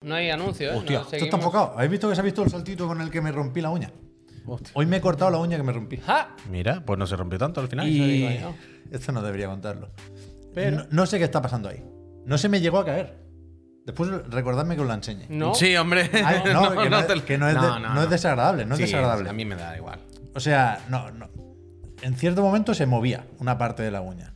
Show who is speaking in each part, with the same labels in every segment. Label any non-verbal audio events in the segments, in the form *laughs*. Speaker 1: No hay anuncios, ¿eh?
Speaker 2: Hostia,
Speaker 1: Nos
Speaker 2: esto está
Speaker 1: seguimos.
Speaker 2: enfocado. ¿Habéis visto que se ha visto el saltito con el que me rompí la uña?
Speaker 3: Hostia.
Speaker 2: Hoy me he cortado la uña que me rompí.
Speaker 1: ¡Ja!
Speaker 3: Mira, pues no se rompió tanto al final.
Speaker 1: Eso
Speaker 2: Y-
Speaker 1: digo yo.
Speaker 2: Esto no debería contarlo.
Speaker 3: Pero-
Speaker 2: No, no sé qué está pasando ahí. No se me llegó a caer. Después recordadme que os la enseñe.
Speaker 3: *laughs*
Speaker 1: No.
Speaker 3: Sí, hombre.
Speaker 2: Ay, no,
Speaker 3: *laughs*
Speaker 2: que, no,
Speaker 3: te-
Speaker 2: es, que no es de-
Speaker 3: No, no,
Speaker 2: no
Speaker 3: no.
Speaker 2: es desagradable, no es
Speaker 3: Sí,
Speaker 2: desagradable.
Speaker 3: A mí me da igual.
Speaker 2: O sea, no, no. En cierto momento se movía una parte de la uña.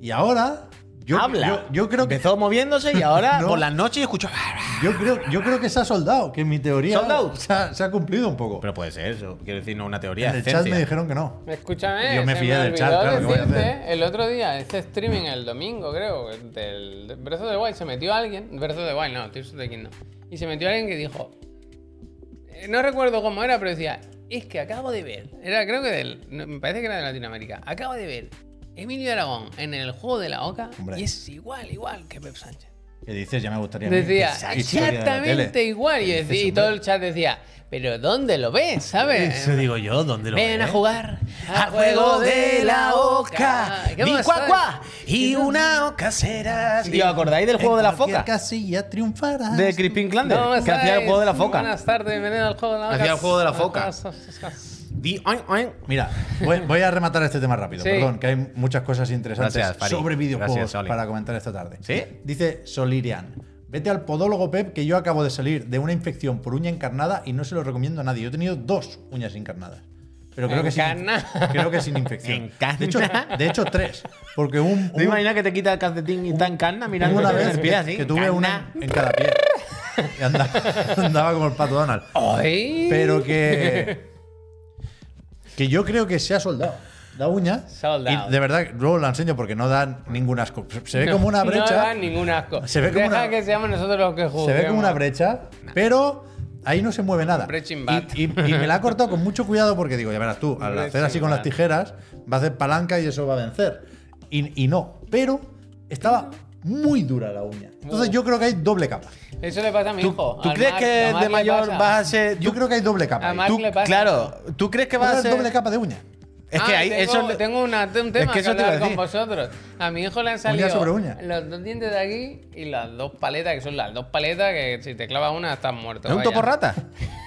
Speaker 2: Y ahora. Yo,
Speaker 3: Habla.
Speaker 2: Yo, yo creo que,
Speaker 3: Empezó moviéndose y ahora
Speaker 2: No.
Speaker 3: por las noches escucho. *laughs*
Speaker 2: yo, creo, yo creo que se ha soldado, que mi teoría
Speaker 3: ¿Sold out?
Speaker 2: Se, ha, se ha cumplido un poco.
Speaker 3: Pero puede ser eso. Quiero decir, no una teoría.
Speaker 2: en el
Speaker 3: es
Speaker 2: chat
Speaker 3: ciencia.
Speaker 2: me dijeron que no.
Speaker 1: Escúchame,
Speaker 2: Yo me
Speaker 1: se
Speaker 2: fié del
Speaker 1: olvidó
Speaker 2: chat, claro, ¿qué voy a
Speaker 1: decirte,
Speaker 2: hacer?
Speaker 1: El otro día, este streaming, el domingo, creo, del de Breath of the Wild, se metió alguien. Breath of the Wild, no, Tears of the Kingdom. Y se metió alguien que dijo. eh, No recuerdo cómo era, pero decía, es que acabo de ver. Era, creo que del. no, Me parece que era de Latinoamérica. Acabo de ver Emilio Aragón en el juego de la Oca
Speaker 2: Hombre.
Speaker 1: y es igual, igual que Pep Sánchez.
Speaker 2: Que dices, ya me gustaría. a mí
Speaker 1: Decía,
Speaker 2: esa historia de la
Speaker 1: exactamente
Speaker 2: tele.
Speaker 1: igual. Y,
Speaker 2: ¿Qué dices,
Speaker 1: decía- y
Speaker 2: hombre?
Speaker 1: todo el chat decía, pero ¿dónde lo ves? ¿Sabes?
Speaker 3: Eso digo yo, ¿dónde lo
Speaker 1: Ven a
Speaker 3: ves?
Speaker 1: jugar
Speaker 3: Al juego de la oca.
Speaker 1: ¿Qué
Speaker 3: Di
Speaker 1: más
Speaker 3: cuá,
Speaker 1: sabes?
Speaker 3: cuá, Y una oca serás.
Speaker 2: Sí.
Speaker 3: Tío, ¿acordáis del juego
Speaker 2: En
Speaker 3: de la
Speaker 2: cualquier
Speaker 3: foca?
Speaker 2: casilla triunfarás.
Speaker 3: De Crispin Clander.
Speaker 1: No,
Speaker 3: que hacía el juego de la
Speaker 1: ¿sabes?
Speaker 3: foca.
Speaker 1: Buenas tardes, bienvenido al juego de la oca.
Speaker 3: Hacía el juego de la foca. Di- oin, oin.
Speaker 2: Mira, voy, voy a rematar este tema rápido,
Speaker 1: Sí.
Speaker 2: perdón, que hay muchas cosas interesantes
Speaker 3: Gracias, Fari.
Speaker 2: sobre videojuegos
Speaker 3: Gracias, Oli.
Speaker 2: para comentar esta tarde.
Speaker 3: ¿Sí?
Speaker 2: Dice Solirian. Vete al podólogo Pep, que yo acabo de salir de una infección por uña encarnada y no se lo recomiendo a nadie. Yo he tenido dos uñas encarnadas. Pero creo que, sin,
Speaker 1: Encarna.
Speaker 2: creo que sin infección.
Speaker 3: Encarna.
Speaker 2: De hecho, de hecho, tres. Porque un,
Speaker 3: ¿Te imaginas que te quita el calcetín y está en cana mirando
Speaker 2: Hubo una
Speaker 3: en
Speaker 2: vez
Speaker 3: el pie así?
Speaker 2: que tuve
Speaker 3: Cana.
Speaker 2: una en cada pie. Y anda- *laughs* andaba, como el pato Donald.
Speaker 1: Hoy.
Speaker 2: Pero que. Que yo creo que se ha soldado. La uña.
Speaker 1: Soldado.
Speaker 2: Y de verdad, luego la enseño porque no dan ningún asco. Se ve como una
Speaker 1: No
Speaker 2: brecha.
Speaker 1: da ningún asco.
Speaker 2: Se ve como
Speaker 1: Deja
Speaker 2: una-
Speaker 1: que seamos nosotros los que jugamos.
Speaker 2: se ve como una brecha, pero ahí no se mueve nada.
Speaker 1: Breaching Bad.
Speaker 2: Y, y- y me la ha cortado con mucho cuidado porque digo, ya verás tú, al hacer así
Speaker 1: Breaching
Speaker 2: con las
Speaker 1: Bad.
Speaker 2: tijeras, va a hacer palanca y eso va a vencer. Y, y no. Pero estaba muy dura la uña. Entonces yo creo que hay doble capa.
Speaker 1: Eso le pasa a mi hijo.
Speaker 3: ¿Tú
Speaker 1: al
Speaker 3: crees
Speaker 1: Mark- a
Speaker 3: que
Speaker 1: Mark le
Speaker 3: de mayor
Speaker 1: pasa.
Speaker 3: vas a ser.?
Speaker 2: Yo
Speaker 3: tú-
Speaker 2: creo que hay doble capa.
Speaker 1: A
Speaker 2: ahí.
Speaker 1: Mac
Speaker 3: tú-
Speaker 1: le pasa.
Speaker 3: Claro, ¿tú crees que vas
Speaker 2: Pero
Speaker 3: a
Speaker 2: es
Speaker 3: ser.?
Speaker 2: doble capa de uña.
Speaker 3: Es que
Speaker 1: Ah,
Speaker 3: ahí
Speaker 1: tengo,
Speaker 3: eso. le-
Speaker 1: tengo una- un tema
Speaker 3: que
Speaker 1: que,
Speaker 3: eso te iba a
Speaker 1: hablar con
Speaker 3: decir.
Speaker 1: vosotros. A mi hijo le han salido
Speaker 2: Uña sobre uña.
Speaker 1: los dos dientes de aquí y las dos paletas, que son las dos paletas que si te clavas una estás muerto.
Speaker 3: ¿Es un
Speaker 1: vaya.
Speaker 3: topo rata?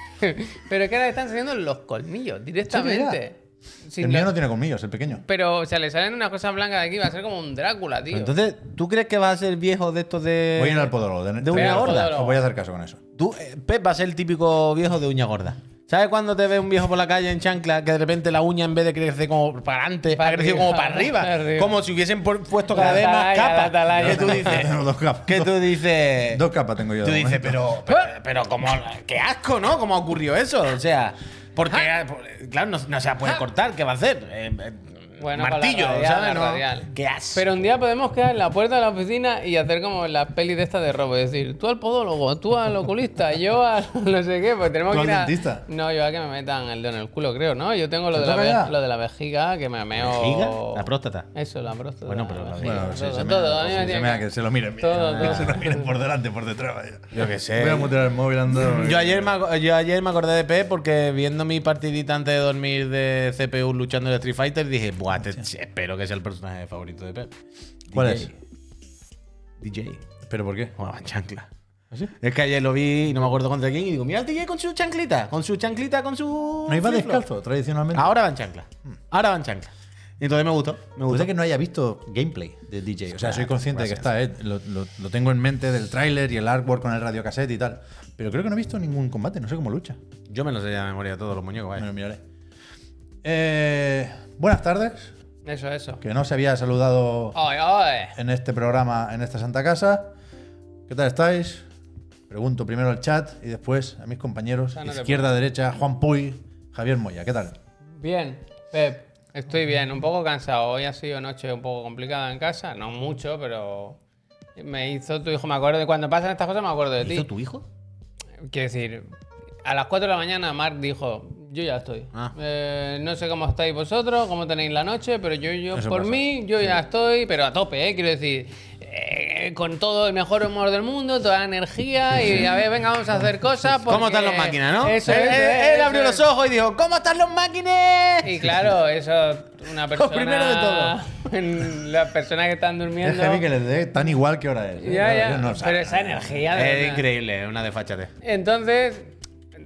Speaker 1: *laughs* Pero que ahora le están saliendo los colmillos directamente. Sin
Speaker 2: el mío
Speaker 1: la-
Speaker 2: no tiene colmillos, el pequeño.
Speaker 1: Pero, o sea, le salen unas cosas blancas de aquí, va a ser como un Drácula, tío.
Speaker 3: Entonces, ¿tú crees que vas a ser viejo de estos Eh, de.
Speaker 2: Voy a ir al podólogo. De,
Speaker 3: una
Speaker 2: voy a-
Speaker 1: horda.
Speaker 2: Os voy a hacer caso con eso.
Speaker 3: Tú, eh, Pep, va a ser el típico viejo de uña gorda. ¿Sabes cuando te ve un viejo por la calle en chancla que de repente la uña en vez de crecer como para adelante,
Speaker 1: Para
Speaker 3: ha crecido como
Speaker 1: arriba,
Speaker 3: para arriba?
Speaker 1: *laughs* para arriba.
Speaker 3: Como si hubiesen por- puesto cada
Speaker 1: La
Speaker 3: vez más
Speaker 1: atalaya, la
Speaker 3: capas.
Speaker 1: atalaya.
Speaker 3: Que tú
Speaker 2: *laughs*
Speaker 3: dices.
Speaker 2: Tengo
Speaker 3: *laughs*
Speaker 2: dos capas.
Speaker 3: Que tú dices.
Speaker 2: Dos capas tengo yo. de
Speaker 3: Tú dices,
Speaker 2: momento.
Speaker 3: pero, pero, pero como, qué asco, ¿no? ¿Cómo ocurrió eso? O sea, porque,
Speaker 2: Ah.
Speaker 3: por- claro, no, no se la puede cortar, ¿qué va a hacer? Eh, eh,
Speaker 1: Bueno, con la
Speaker 3: martillo,
Speaker 1: radial, la
Speaker 3: ¿sabes? No,
Speaker 1: radial.
Speaker 3: Qué asco.
Speaker 1: Pero un día podemos quedar en la puerta de la oficina y hacer como la peli de esta de robo. Es decir, tú al podólogo, tú al oculista, *laughs* yo al no sé qué, pues tenemos
Speaker 2: ¿Tú
Speaker 1: que
Speaker 2: al
Speaker 1: ir a-
Speaker 2: dentista?
Speaker 1: No, yo a que me metan el dedo en el culo, creo, ¿no? Yo tengo lo,
Speaker 2: ¿Te
Speaker 1: de la,
Speaker 2: toca
Speaker 1: ve-
Speaker 2: ya?
Speaker 1: lo de la vejiga que me meo...
Speaker 3: ¿Vejiga? ¿La próstata?
Speaker 1: Eso, la próstata.
Speaker 3: Bueno, pero la
Speaker 1: vejiga,
Speaker 2: Bueno, sí,
Speaker 1: todo,
Speaker 2: se me
Speaker 1: todo, a
Speaker 2: da-
Speaker 1: mí me
Speaker 2: se
Speaker 1: tiene
Speaker 2: me da
Speaker 1: que-
Speaker 2: que se lo miren. bien.
Speaker 1: Todo, todo.
Speaker 2: *laughs* Se lo miren por delante, por detrás. vaya.
Speaker 3: Yo qué sé.
Speaker 2: Voy a mutear el móvil andando.
Speaker 3: Yo ayer, me, ac- yo ayer me acordé de Pep porque viendo mi partidita antes de dormir de CPU luchando de Street Fighter dije, buah, te- espero que sea el personaje favorito de Pep.
Speaker 2: ¿Cuál
Speaker 3: DJ.
Speaker 2: es?
Speaker 3: DJ.
Speaker 2: ¿Pero por qué?
Speaker 3: Jugaba en chancla.
Speaker 2: ¿Ah,
Speaker 3: Es que ayer lo vi y no me acuerdo contra quién y digo, mira el DJ con su chanclita, con su chanclita, con su...
Speaker 2: ¿No iba
Speaker 3: flip-flop".
Speaker 2: descalzo tradicionalmente?
Speaker 3: Ahora van chancla. Ahora van chancla. Mm. Y entonces me gustó. Me gustó.
Speaker 2: Puede que no haya visto gameplay de DJ. O sea, soy consciente de que está, ¿eh? lo, lo- lo tengo en mente del tráiler y el artwork con el radiocassette y tal. Pero creo que no he visto ningún combate, no sé cómo lucha.
Speaker 3: Yo me lo sé ya de memoria todos los muñecos,
Speaker 2: Me
Speaker 3: vaya.
Speaker 2: lo miraré. Eh, buenas tardes,
Speaker 1: Eso, eso.
Speaker 2: que no se había saludado
Speaker 1: Oye, oye.
Speaker 2: en este programa, en esta Santa Casa. ¿Qué tal estáis? Pregunto primero al chat y después a mis compañeros,
Speaker 1: Ah, no te
Speaker 2: izquierda, derecha, Juan Puy, Javier Moya, ¿qué tal?
Speaker 1: Bien, Pep, estoy bien, un poco cansado. Hoy ha sido noche un poco complicada en casa, no mucho, pero me hizo tu hijo, me acuerdo de cuando pasan estas cosas, me acuerdo de
Speaker 3: ¿Hizo
Speaker 1: ti.
Speaker 3: tu hijo?
Speaker 1: Quiero decir, a las 4 de la mañana Mark dijo, yo ya estoy.
Speaker 3: Ah.
Speaker 1: Eh, no sé cómo estáis vosotros, cómo tenéis la noche, pero yo, yo
Speaker 2: Eso
Speaker 1: por
Speaker 2: pasa.
Speaker 1: mí, yo ya estoy, pero a tope, ¿eh? quiero decir, eh, eh, con todo el mejor humor del mundo, toda la energía y a ver, venga, vamos a hacer cosas.
Speaker 3: ¿Cómo
Speaker 1: porque-
Speaker 3: están las máquinas, no?
Speaker 1: Eso
Speaker 3: él,
Speaker 1: es, eh,
Speaker 3: él-
Speaker 1: eso
Speaker 3: él
Speaker 1: es.
Speaker 3: abrió los ojos y dijo, ¿cómo están las máquinas?
Speaker 1: Y claro, eso, una persona.
Speaker 3: primero de todo.
Speaker 1: en las personas que están
Speaker 2: Es
Speaker 1: durmiendo.
Speaker 2: heavy que les dé tan igual que hora es. ¿eh?
Speaker 1: Ya, ya.
Speaker 2: Ellos no eh,
Speaker 1: pero
Speaker 2: saben.
Speaker 1: esa energía. de
Speaker 3: Es
Speaker 1: verdad.
Speaker 3: increíble, es una desfachate.
Speaker 1: Entonces,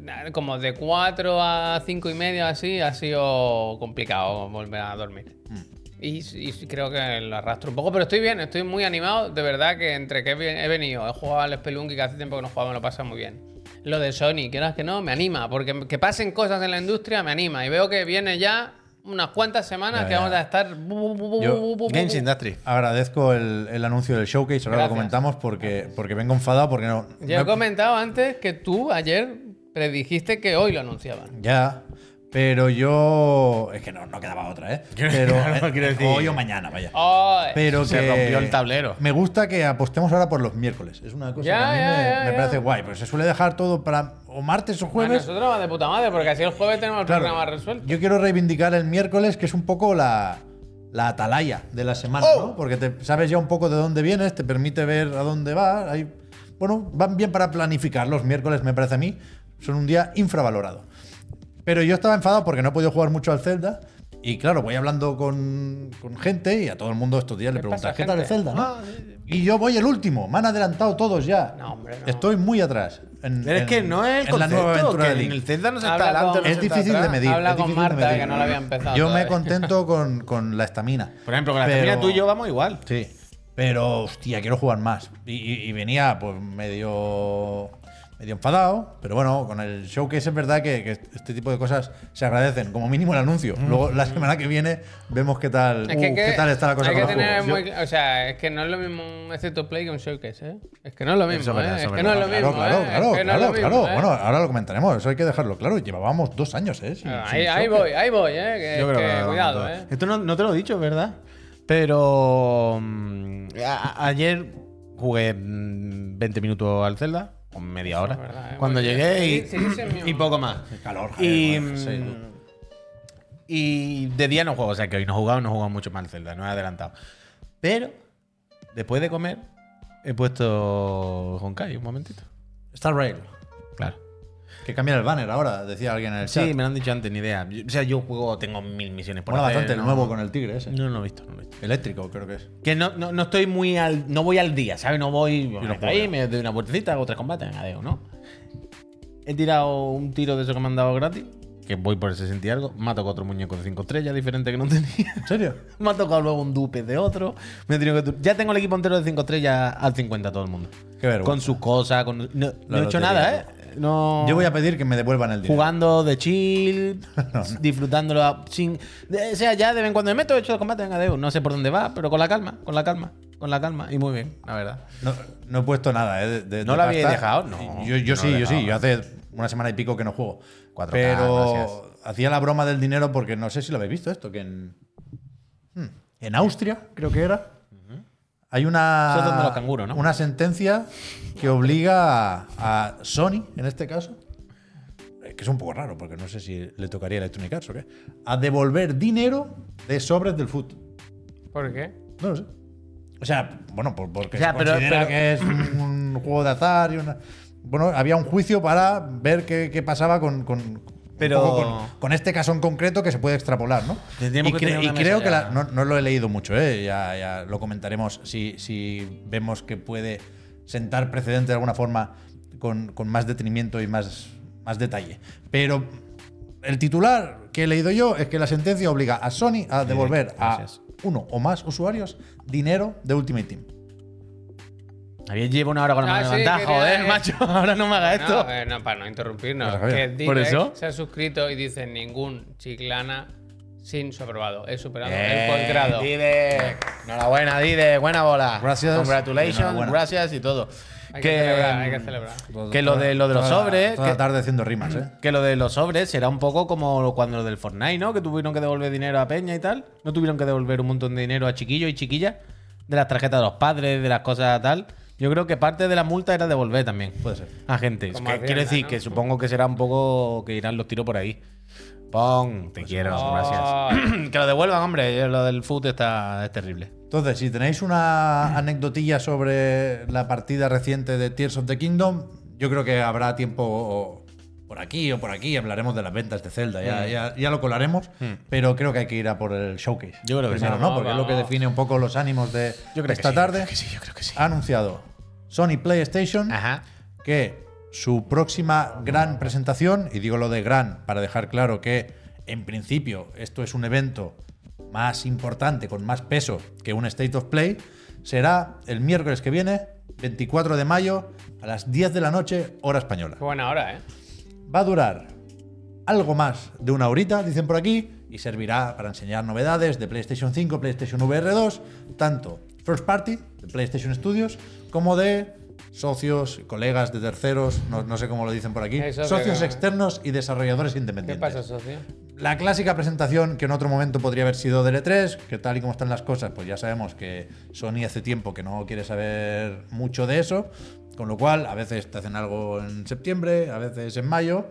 Speaker 1: na- como de 4 a 5 y media así, ha sido complicado volver a dormir.
Speaker 2: Mm.
Speaker 1: Y, y creo que lo arrastro un poco, pero estoy bien, estoy muy animado. De verdad que entre que he ve- he venido, he jugado al Spelunky que hace tiempo que no jugaba, me lo pasa muy bien. Lo de Sony, quieras que no, me anima, porque que pasen cosas en la industria me anima. Y veo que viene ya unas cuantas semanas
Speaker 2: Ya,
Speaker 1: que
Speaker 2: ya.
Speaker 1: vamos a estar. bu- bu- bu-
Speaker 2: Yo-
Speaker 1: bu- bu- bu- bu-
Speaker 3: Games Industry.
Speaker 2: Agradezco el, el anuncio del showcase, ahora
Speaker 1: Gracias.
Speaker 2: lo comentamos porque, porque vengo enfadado porque no.
Speaker 1: Yo he
Speaker 2: no-
Speaker 1: comentado antes que tú ayer predijiste que hoy lo anunciaban.
Speaker 2: Ya. Pero yo. Es que no, no quedaba otra, ¿eh? Pero.
Speaker 3: Claro, quiero decir-
Speaker 2: Hoy o mañana, vaya.
Speaker 1: Ay.
Speaker 2: Pero
Speaker 3: Se
Speaker 2: que
Speaker 3: rompió el tablero.
Speaker 2: Me gusta que apostemos ahora por los miércoles. Es una cosa
Speaker 1: Ya,
Speaker 2: que a mí
Speaker 1: ya,
Speaker 2: me,
Speaker 1: ya,
Speaker 2: me
Speaker 1: ya.
Speaker 2: parece guay. Pero se suele dejar todo para o martes o
Speaker 1: A
Speaker 2: jueves.
Speaker 1: nosotros va de puta madre, porque así el jueves tenemos el
Speaker 2: Pues Claro,
Speaker 1: programa resuelto.
Speaker 2: Yo quiero reivindicar el miércoles, que es un poco la, la atalaya de la semana,
Speaker 1: Oh.
Speaker 2: ¿no? Porque te, sabes ya un poco de dónde vienes, te permite ver a dónde vas. Hay, bueno, van bien para planificar. Los miércoles, me parece a mí, son un día infravalorado. Pero yo estaba enfadado porque no he podido jugar mucho al Zelda. Y claro, voy hablando con, con gente y a todo el mundo estos días le
Speaker 1: ¿Qué
Speaker 2: preguntas,
Speaker 1: pasa,
Speaker 2: ¿qué tal el
Speaker 1: gente? Ah,
Speaker 2: Zelda? no?". Y yo voy el último, me han adelantado todos ya.
Speaker 1: No, hombre, no.
Speaker 2: Estoy muy atrás. en-
Speaker 3: Pero es
Speaker 2: en-
Speaker 3: que no es el
Speaker 2: en la nueva
Speaker 3: concepto,
Speaker 2: aventura
Speaker 3: que
Speaker 2: de
Speaker 3: en
Speaker 2: Link.
Speaker 3: el Zelda no se
Speaker 1: Habla
Speaker 3: está adelante,
Speaker 1: con-
Speaker 3: no se
Speaker 2: Es
Speaker 3: está
Speaker 2: difícil
Speaker 3: atrás.
Speaker 2: de medir.
Speaker 1: Habla
Speaker 2: es
Speaker 1: con
Speaker 2: difícil de
Speaker 1: Marta,
Speaker 2: medir.
Speaker 1: que no la había empezado
Speaker 2: Yo me
Speaker 1: todavía.
Speaker 2: contento con, con la estamina.
Speaker 3: *laughs* Por ejemplo, con la
Speaker 2: Pero-
Speaker 3: estamina tú y yo vamos igual.
Speaker 2: Sí. Pero, hostia, quiero jugar más. Y, y- y venía, pues, medio. medio enfadado. Pero bueno, con el showcase es verdad que, que este tipo de cosas se agradecen. Como mínimo el anuncio.
Speaker 3: Mm.
Speaker 2: Luego, la semana que viene, vemos qué tal,
Speaker 1: Es que hay
Speaker 2: uh,
Speaker 1: que-
Speaker 2: qué tal está la cosa
Speaker 1: hay
Speaker 2: con
Speaker 1: que
Speaker 2: los
Speaker 1: tener
Speaker 2: juegos.
Speaker 1: muy,
Speaker 2: Yo-
Speaker 1: O sea, es que no es lo mismo un Excepto Play que un Showcase, ¿eh? Es que no es lo mismo,
Speaker 3: Eso es verdad,
Speaker 1: ¿eh?
Speaker 3: eso
Speaker 1: Es
Speaker 3: es
Speaker 1: que no es lo
Speaker 2: Claro,
Speaker 1: mismo,
Speaker 2: claro,
Speaker 1: ¿eh?
Speaker 2: claro,
Speaker 1: Es que no es
Speaker 2: claro,
Speaker 1: lo mismo,
Speaker 2: claro.
Speaker 1: ¿eh?
Speaker 2: Bueno, ahora lo comentaremos, eso hay que dejarlo claro. Llevábamos dos años, ¿eh? Sin-
Speaker 1: ahí,
Speaker 2: sin
Speaker 1: ahí
Speaker 2: showcase.
Speaker 1: voy, ahí voy, ¿eh? Que,
Speaker 3: Yo creo
Speaker 1: que
Speaker 3: que lo
Speaker 1: cuidado,
Speaker 3: hablamos
Speaker 1: ¿eh?
Speaker 3: todo. Esto no, no te lo he dicho, es verdad. Pero mm, a- ayer jugué mm, 20 minutos al Zelda, o media hora.
Speaker 1: es verdad, ¿eh?
Speaker 3: Cuando
Speaker 1: Muy bien.
Speaker 3: llegué y,
Speaker 1: Sí, sí, sí, es mío.
Speaker 3: y poco más.
Speaker 2: Qué calor, Javier,
Speaker 3: Y,
Speaker 2: madre, sí, tú.
Speaker 3: mm, y de día no juego, o sea que hoy no he jugado, no he jugado mucho más al Zelda, no he adelantado. Pero después de comer, he puesto Honkai un momentito.
Speaker 2: Star Rail.
Speaker 3: Claro.
Speaker 2: Que cambian el banner ahora, decía alguien en el chat.
Speaker 3: Sí, me lo han dicho antes, ni idea. Yo- O sea, yo juego, tengo mil misiones por
Speaker 2: Mola
Speaker 3: hacer,
Speaker 2: bastante el
Speaker 3: no-
Speaker 2: nuevo con el tigre ese.
Speaker 3: No, no lo he visto, no lo he visto.
Speaker 2: Eléctrico, creo que es.
Speaker 3: Que no, no, no estoy muy al. No voy al día, ¿sabes? No voy. me meto ahí,
Speaker 2: juego.
Speaker 3: me doy una vueltecita, hago tres combates, adeo, ¿no? He tirado un tiro de eso que me han dado gratis, que voy por el 60 y algo. Me ha tocado otro muñeco de 5 estrellas diferente que no tenía.
Speaker 2: ¿En serio?
Speaker 3: *laughs* Me ha tocado luego un dupe de otro. Me he tenido que tu- Ya tengo el equipo entero de 5 estrellas al 50 todo el mundo.
Speaker 2: Qué vergüenza.
Speaker 3: Con sus cosas, con. No, no he
Speaker 2: lotería,
Speaker 3: hecho nada, ¿eh? No.
Speaker 2: Yo voy a pedir que me devuelvan el dinero.
Speaker 3: Jugando
Speaker 2: *laughs*
Speaker 3: de chill, disfrutándolo a- sin. de- o sea, ya de vez en cuando me meto, he hecho el combate, venga, Deu. No sé por dónde va, pero con la calma, con la calma, con la calma. Y muy bien, la verdad.
Speaker 2: No, no he puesto nada, ¿eh? de- de-
Speaker 3: ¿No
Speaker 2: de
Speaker 3: lo habéis
Speaker 2: pasta.
Speaker 3: dejado? No,
Speaker 2: Yo, yo
Speaker 3: no
Speaker 2: sí,
Speaker 3: lo he
Speaker 2: yo sí.
Speaker 3: dejado.
Speaker 2: Yo hace una semana y pico que no juego.
Speaker 3: 4K,
Speaker 2: Pero
Speaker 3: gracias.
Speaker 2: hacía la broma del dinero porque no sé si lo habéis visto esto, que en. hmm, En Austria, creo que era. Hay una.
Speaker 3: Eso es donde los canguros, ¿no?
Speaker 2: Una sentencia que obliga a, a Sony, en este caso. eh, Que es un poco raro, porque no sé si le tocaría Electronic Arts o qué. A devolver dinero de sobres del fútbol. eh.
Speaker 1: ¿Por
Speaker 2: *laughs*
Speaker 1: qué?
Speaker 2: No lo sé. O sea, bueno, por- porque
Speaker 3: O sea,
Speaker 2: se
Speaker 3: pero-
Speaker 2: considera
Speaker 3: pero-
Speaker 2: que es un, un juego de azar y una. Bueno, había un juicio para ver qué, qué pasaba con. con un
Speaker 3: Pero-
Speaker 2: poco con, con este caso en concreto que se puede extrapolar, ¿no? y
Speaker 3: Tendríamos que tener
Speaker 2: y
Speaker 3: una mesa
Speaker 2: creo que
Speaker 3: ya.
Speaker 2: la- no, no lo he leído mucho, ¿eh? ya, ya lo comentaremos si, si vemos que puede sentar precedente de alguna forma con, con más detenimiento y más, más detalle. Pero el titular que he leído yo es que la sentencia obliga a Sony a devolver a
Speaker 3: gracias.
Speaker 2: uno o más usuarios dinero de Ultimate Team.
Speaker 3: Había llevo una hora con la
Speaker 1: Ah,
Speaker 3: mano de
Speaker 1: sí,
Speaker 3: ventaja,
Speaker 1: quería-
Speaker 3: joder, macho. *laughs* Ahora no me haga esto.
Speaker 1: No, eh, no, para no interrumpirnos.
Speaker 2: Pues, Javier,
Speaker 1: que
Speaker 3: ¿por
Speaker 1: Direct
Speaker 3: eso?
Speaker 1: Se ha suscrito y dice ningún chiclana sin su aprobado. He superado
Speaker 2: Eh,
Speaker 3: Bien,
Speaker 1: el posgrado.
Speaker 3: Eh, Dide. Enhorabuena, Dide. Buena bola.
Speaker 2: Gracias.
Speaker 3: Congratulations,
Speaker 2: Enhorabuena.
Speaker 3: gracias y todo.
Speaker 1: Hay que celebrar, hay que celebrar.
Speaker 3: que lo de, lo de los
Speaker 2: Toda la-
Speaker 3: sobres.
Speaker 2: Toda la
Speaker 3: que-
Speaker 2: tarde haciendo rimas, ¿eh?
Speaker 3: Que lo de los sobres será un poco como cuando lo del Fortnite, ¿no? Que tuvieron que devolver dinero a Peña y tal. No tuvieron que devolver un montón de dinero a chiquillos y chiquillas de las tarjetas de los padres, de las cosas tal. Yo creo que parte de la multa era devolver también pues,
Speaker 2: Puede ser.
Speaker 3: a gente.
Speaker 1: Como
Speaker 3: Que-
Speaker 1: Hacienda,
Speaker 3: quiero decir
Speaker 1: ¿no?
Speaker 3: que supongo que será un poco que irán los tiros por ahí. Pon, te quiero,
Speaker 1: Ah.
Speaker 3: gracias. *clears throat* que lo devuelvan, hombre. eh, Lo del foot está es terrible.
Speaker 2: Entonces, si tenéis una anecdotilla sobre la partida reciente de Tears of the Kingdom, yo creo que habrá tiempo o- o por aquí o por aquí. Hablaremos de las ventas de Zelda, ya,
Speaker 3: Mm.
Speaker 2: ya- ya lo colaremos, pero creo que hay que ir a por el showcase.
Speaker 3: Yo creo que
Speaker 2: Primero,
Speaker 3: sí.
Speaker 2: ¿no?
Speaker 1: Vamos,
Speaker 2: Porque es lo que
Speaker 1: vamos.
Speaker 2: define un poco los ánimos de
Speaker 3: Yo creo
Speaker 2: esta
Speaker 3: que sí,
Speaker 2: tarde.
Speaker 3: Yo creo que sí, yo creo que sí. Ah,
Speaker 2: Ha anunciado Sony PlayStation
Speaker 3: Ajá.
Speaker 2: que su próxima gran presentación, y digo lo de gran para dejar claro que en principio esto es un evento más importante, con más peso que un State of Play, será el miércoles que viene, 24 de mayo, a las 10 de la noche, hora española.
Speaker 1: Qué buena hora, ¿eh?
Speaker 2: Va a durar algo más de una horita, dicen por aquí, y servirá para enseñar novedades de PlayStation 5, PlayStation VR 2, tanto First Party, de PlayStation Studios, como de socios, colegas de terceros, no, no sé cómo lo dicen por aquí,
Speaker 1: Eso
Speaker 2: socios
Speaker 1: que-
Speaker 2: externos y desarrolladores
Speaker 1: ¿Qué
Speaker 2: independientes.
Speaker 1: pasa, socio?
Speaker 2: La clásica presentación que en otro momento podría haber sido del E3, que tal y como están las cosas, pues ya sabemos que Sony hace tiempo que no quiere saber mucho de eso, con lo cual a veces te hacen algo en septiembre, a veces en mayo,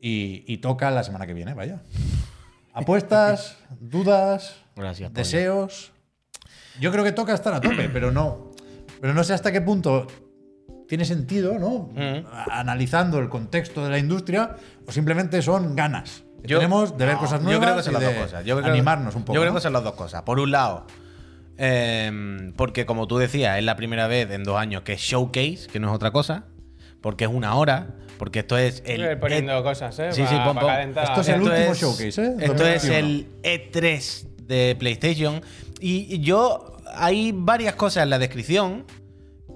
Speaker 2: y, y toca la semana que viene, vaya. Apuestas, dudas,
Speaker 3: Gracias, pollo.
Speaker 2: deseos. Yo creo que toca estar a tope, *clears throat* pero no, pero no sé hasta qué punto tiene sentido, ¿no?
Speaker 3: Mm.
Speaker 2: A- Analizando el contexto de la industria, o simplemente son ganas. que
Speaker 3: Yo-
Speaker 2: tenemos de ver
Speaker 3: no,
Speaker 2: cosas
Speaker 3: Yo
Speaker 2: nuevas
Speaker 3: creo que son
Speaker 2: y
Speaker 3: las
Speaker 2: de
Speaker 3: dos cosas. Yo creo-
Speaker 2: animarnos un poco.
Speaker 3: Yo creo
Speaker 2: ¿no?
Speaker 3: que son las dos cosas. Por un lado, eh, porque como tú decías, es la primera vez en dos años que es showcase, que no es otra cosa, porque es una hora, porque esto es el. E
Speaker 1: Estoy poniendo
Speaker 3: et-
Speaker 1: cosas, ¿eh?
Speaker 3: Sí, sí,
Speaker 1: Pa-
Speaker 3: pon,
Speaker 1: pa
Speaker 3: pon.
Speaker 1: calentar.
Speaker 2: Esto es el último showcase, ¿eh?
Speaker 3: Esto es
Speaker 2: 2021.
Speaker 3: el E3 de PlayStation. Y yo. Hay varias cosas en la descripción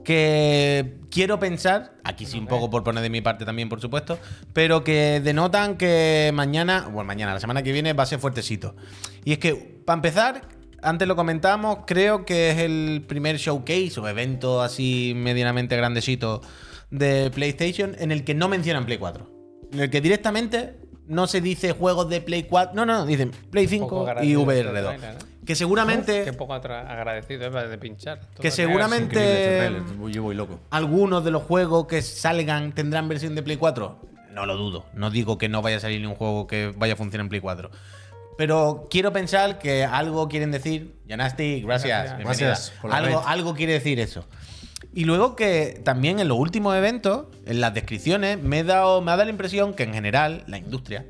Speaker 3: que quiero pensar, aquí sí un poco por poner de mi parte también, por supuesto, pero que denotan que mañana, bueno, mañana, la semana que viene va a ser fuertecito. Y es que, para empezar, antes lo comentamos, creo que es el primer showcase o evento así medianamente grandecito de PlayStation en el que no mencionan Play 4. En el que directamente no se dice juegos de Play 4, no, no, dicen Play 5 y
Speaker 1: agradecido este
Speaker 3: VR2.
Speaker 1: trailer, ¿eh?
Speaker 3: Que seguramente...
Speaker 1: Qué poco atra- agradecido, ¿eh? De pinchar. Todo
Speaker 3: Que
Speaker 1: lo hagas.
Speaker 3: seguramente-
Speaker 2: Increíble este trailer, Yo voy loco.
Speaker 3: algunos de los juegos que salgan tendrán versión de Play 4? No lo dudo. No digo que no vaya a salir ni un juego que vaya a funcionar en Play 4. Pero quiero pensar que algo quieren decir. Yanasti, gracias.
Speaker 1: Gracias.
Speaker 3: bienvenida.
Speaker 2: Gracias por la
Speaker 3: algo,
Speaker 2: red.
Speaker 3: algo quiere decir eso. Y luego que también en los últimos eventos, en las descripciones, me, he dado, me ha dado la impresión que en general la industria,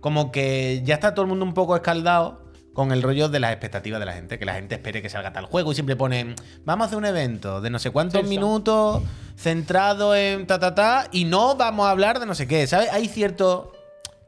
Speaker 3: como que ya está todo el mundo un poco escaldado con el rollo de las expectativas de la gente, que la gente espere que salga tal juego y siempre ponen, vamos a hacer un evento de no sé cuántos
Speaker 1: Sí, sí.
Speaker 3: minutos centrado en ta ta ta y no vamos a hablar de no sé qué, ¿sabes? Hay cierto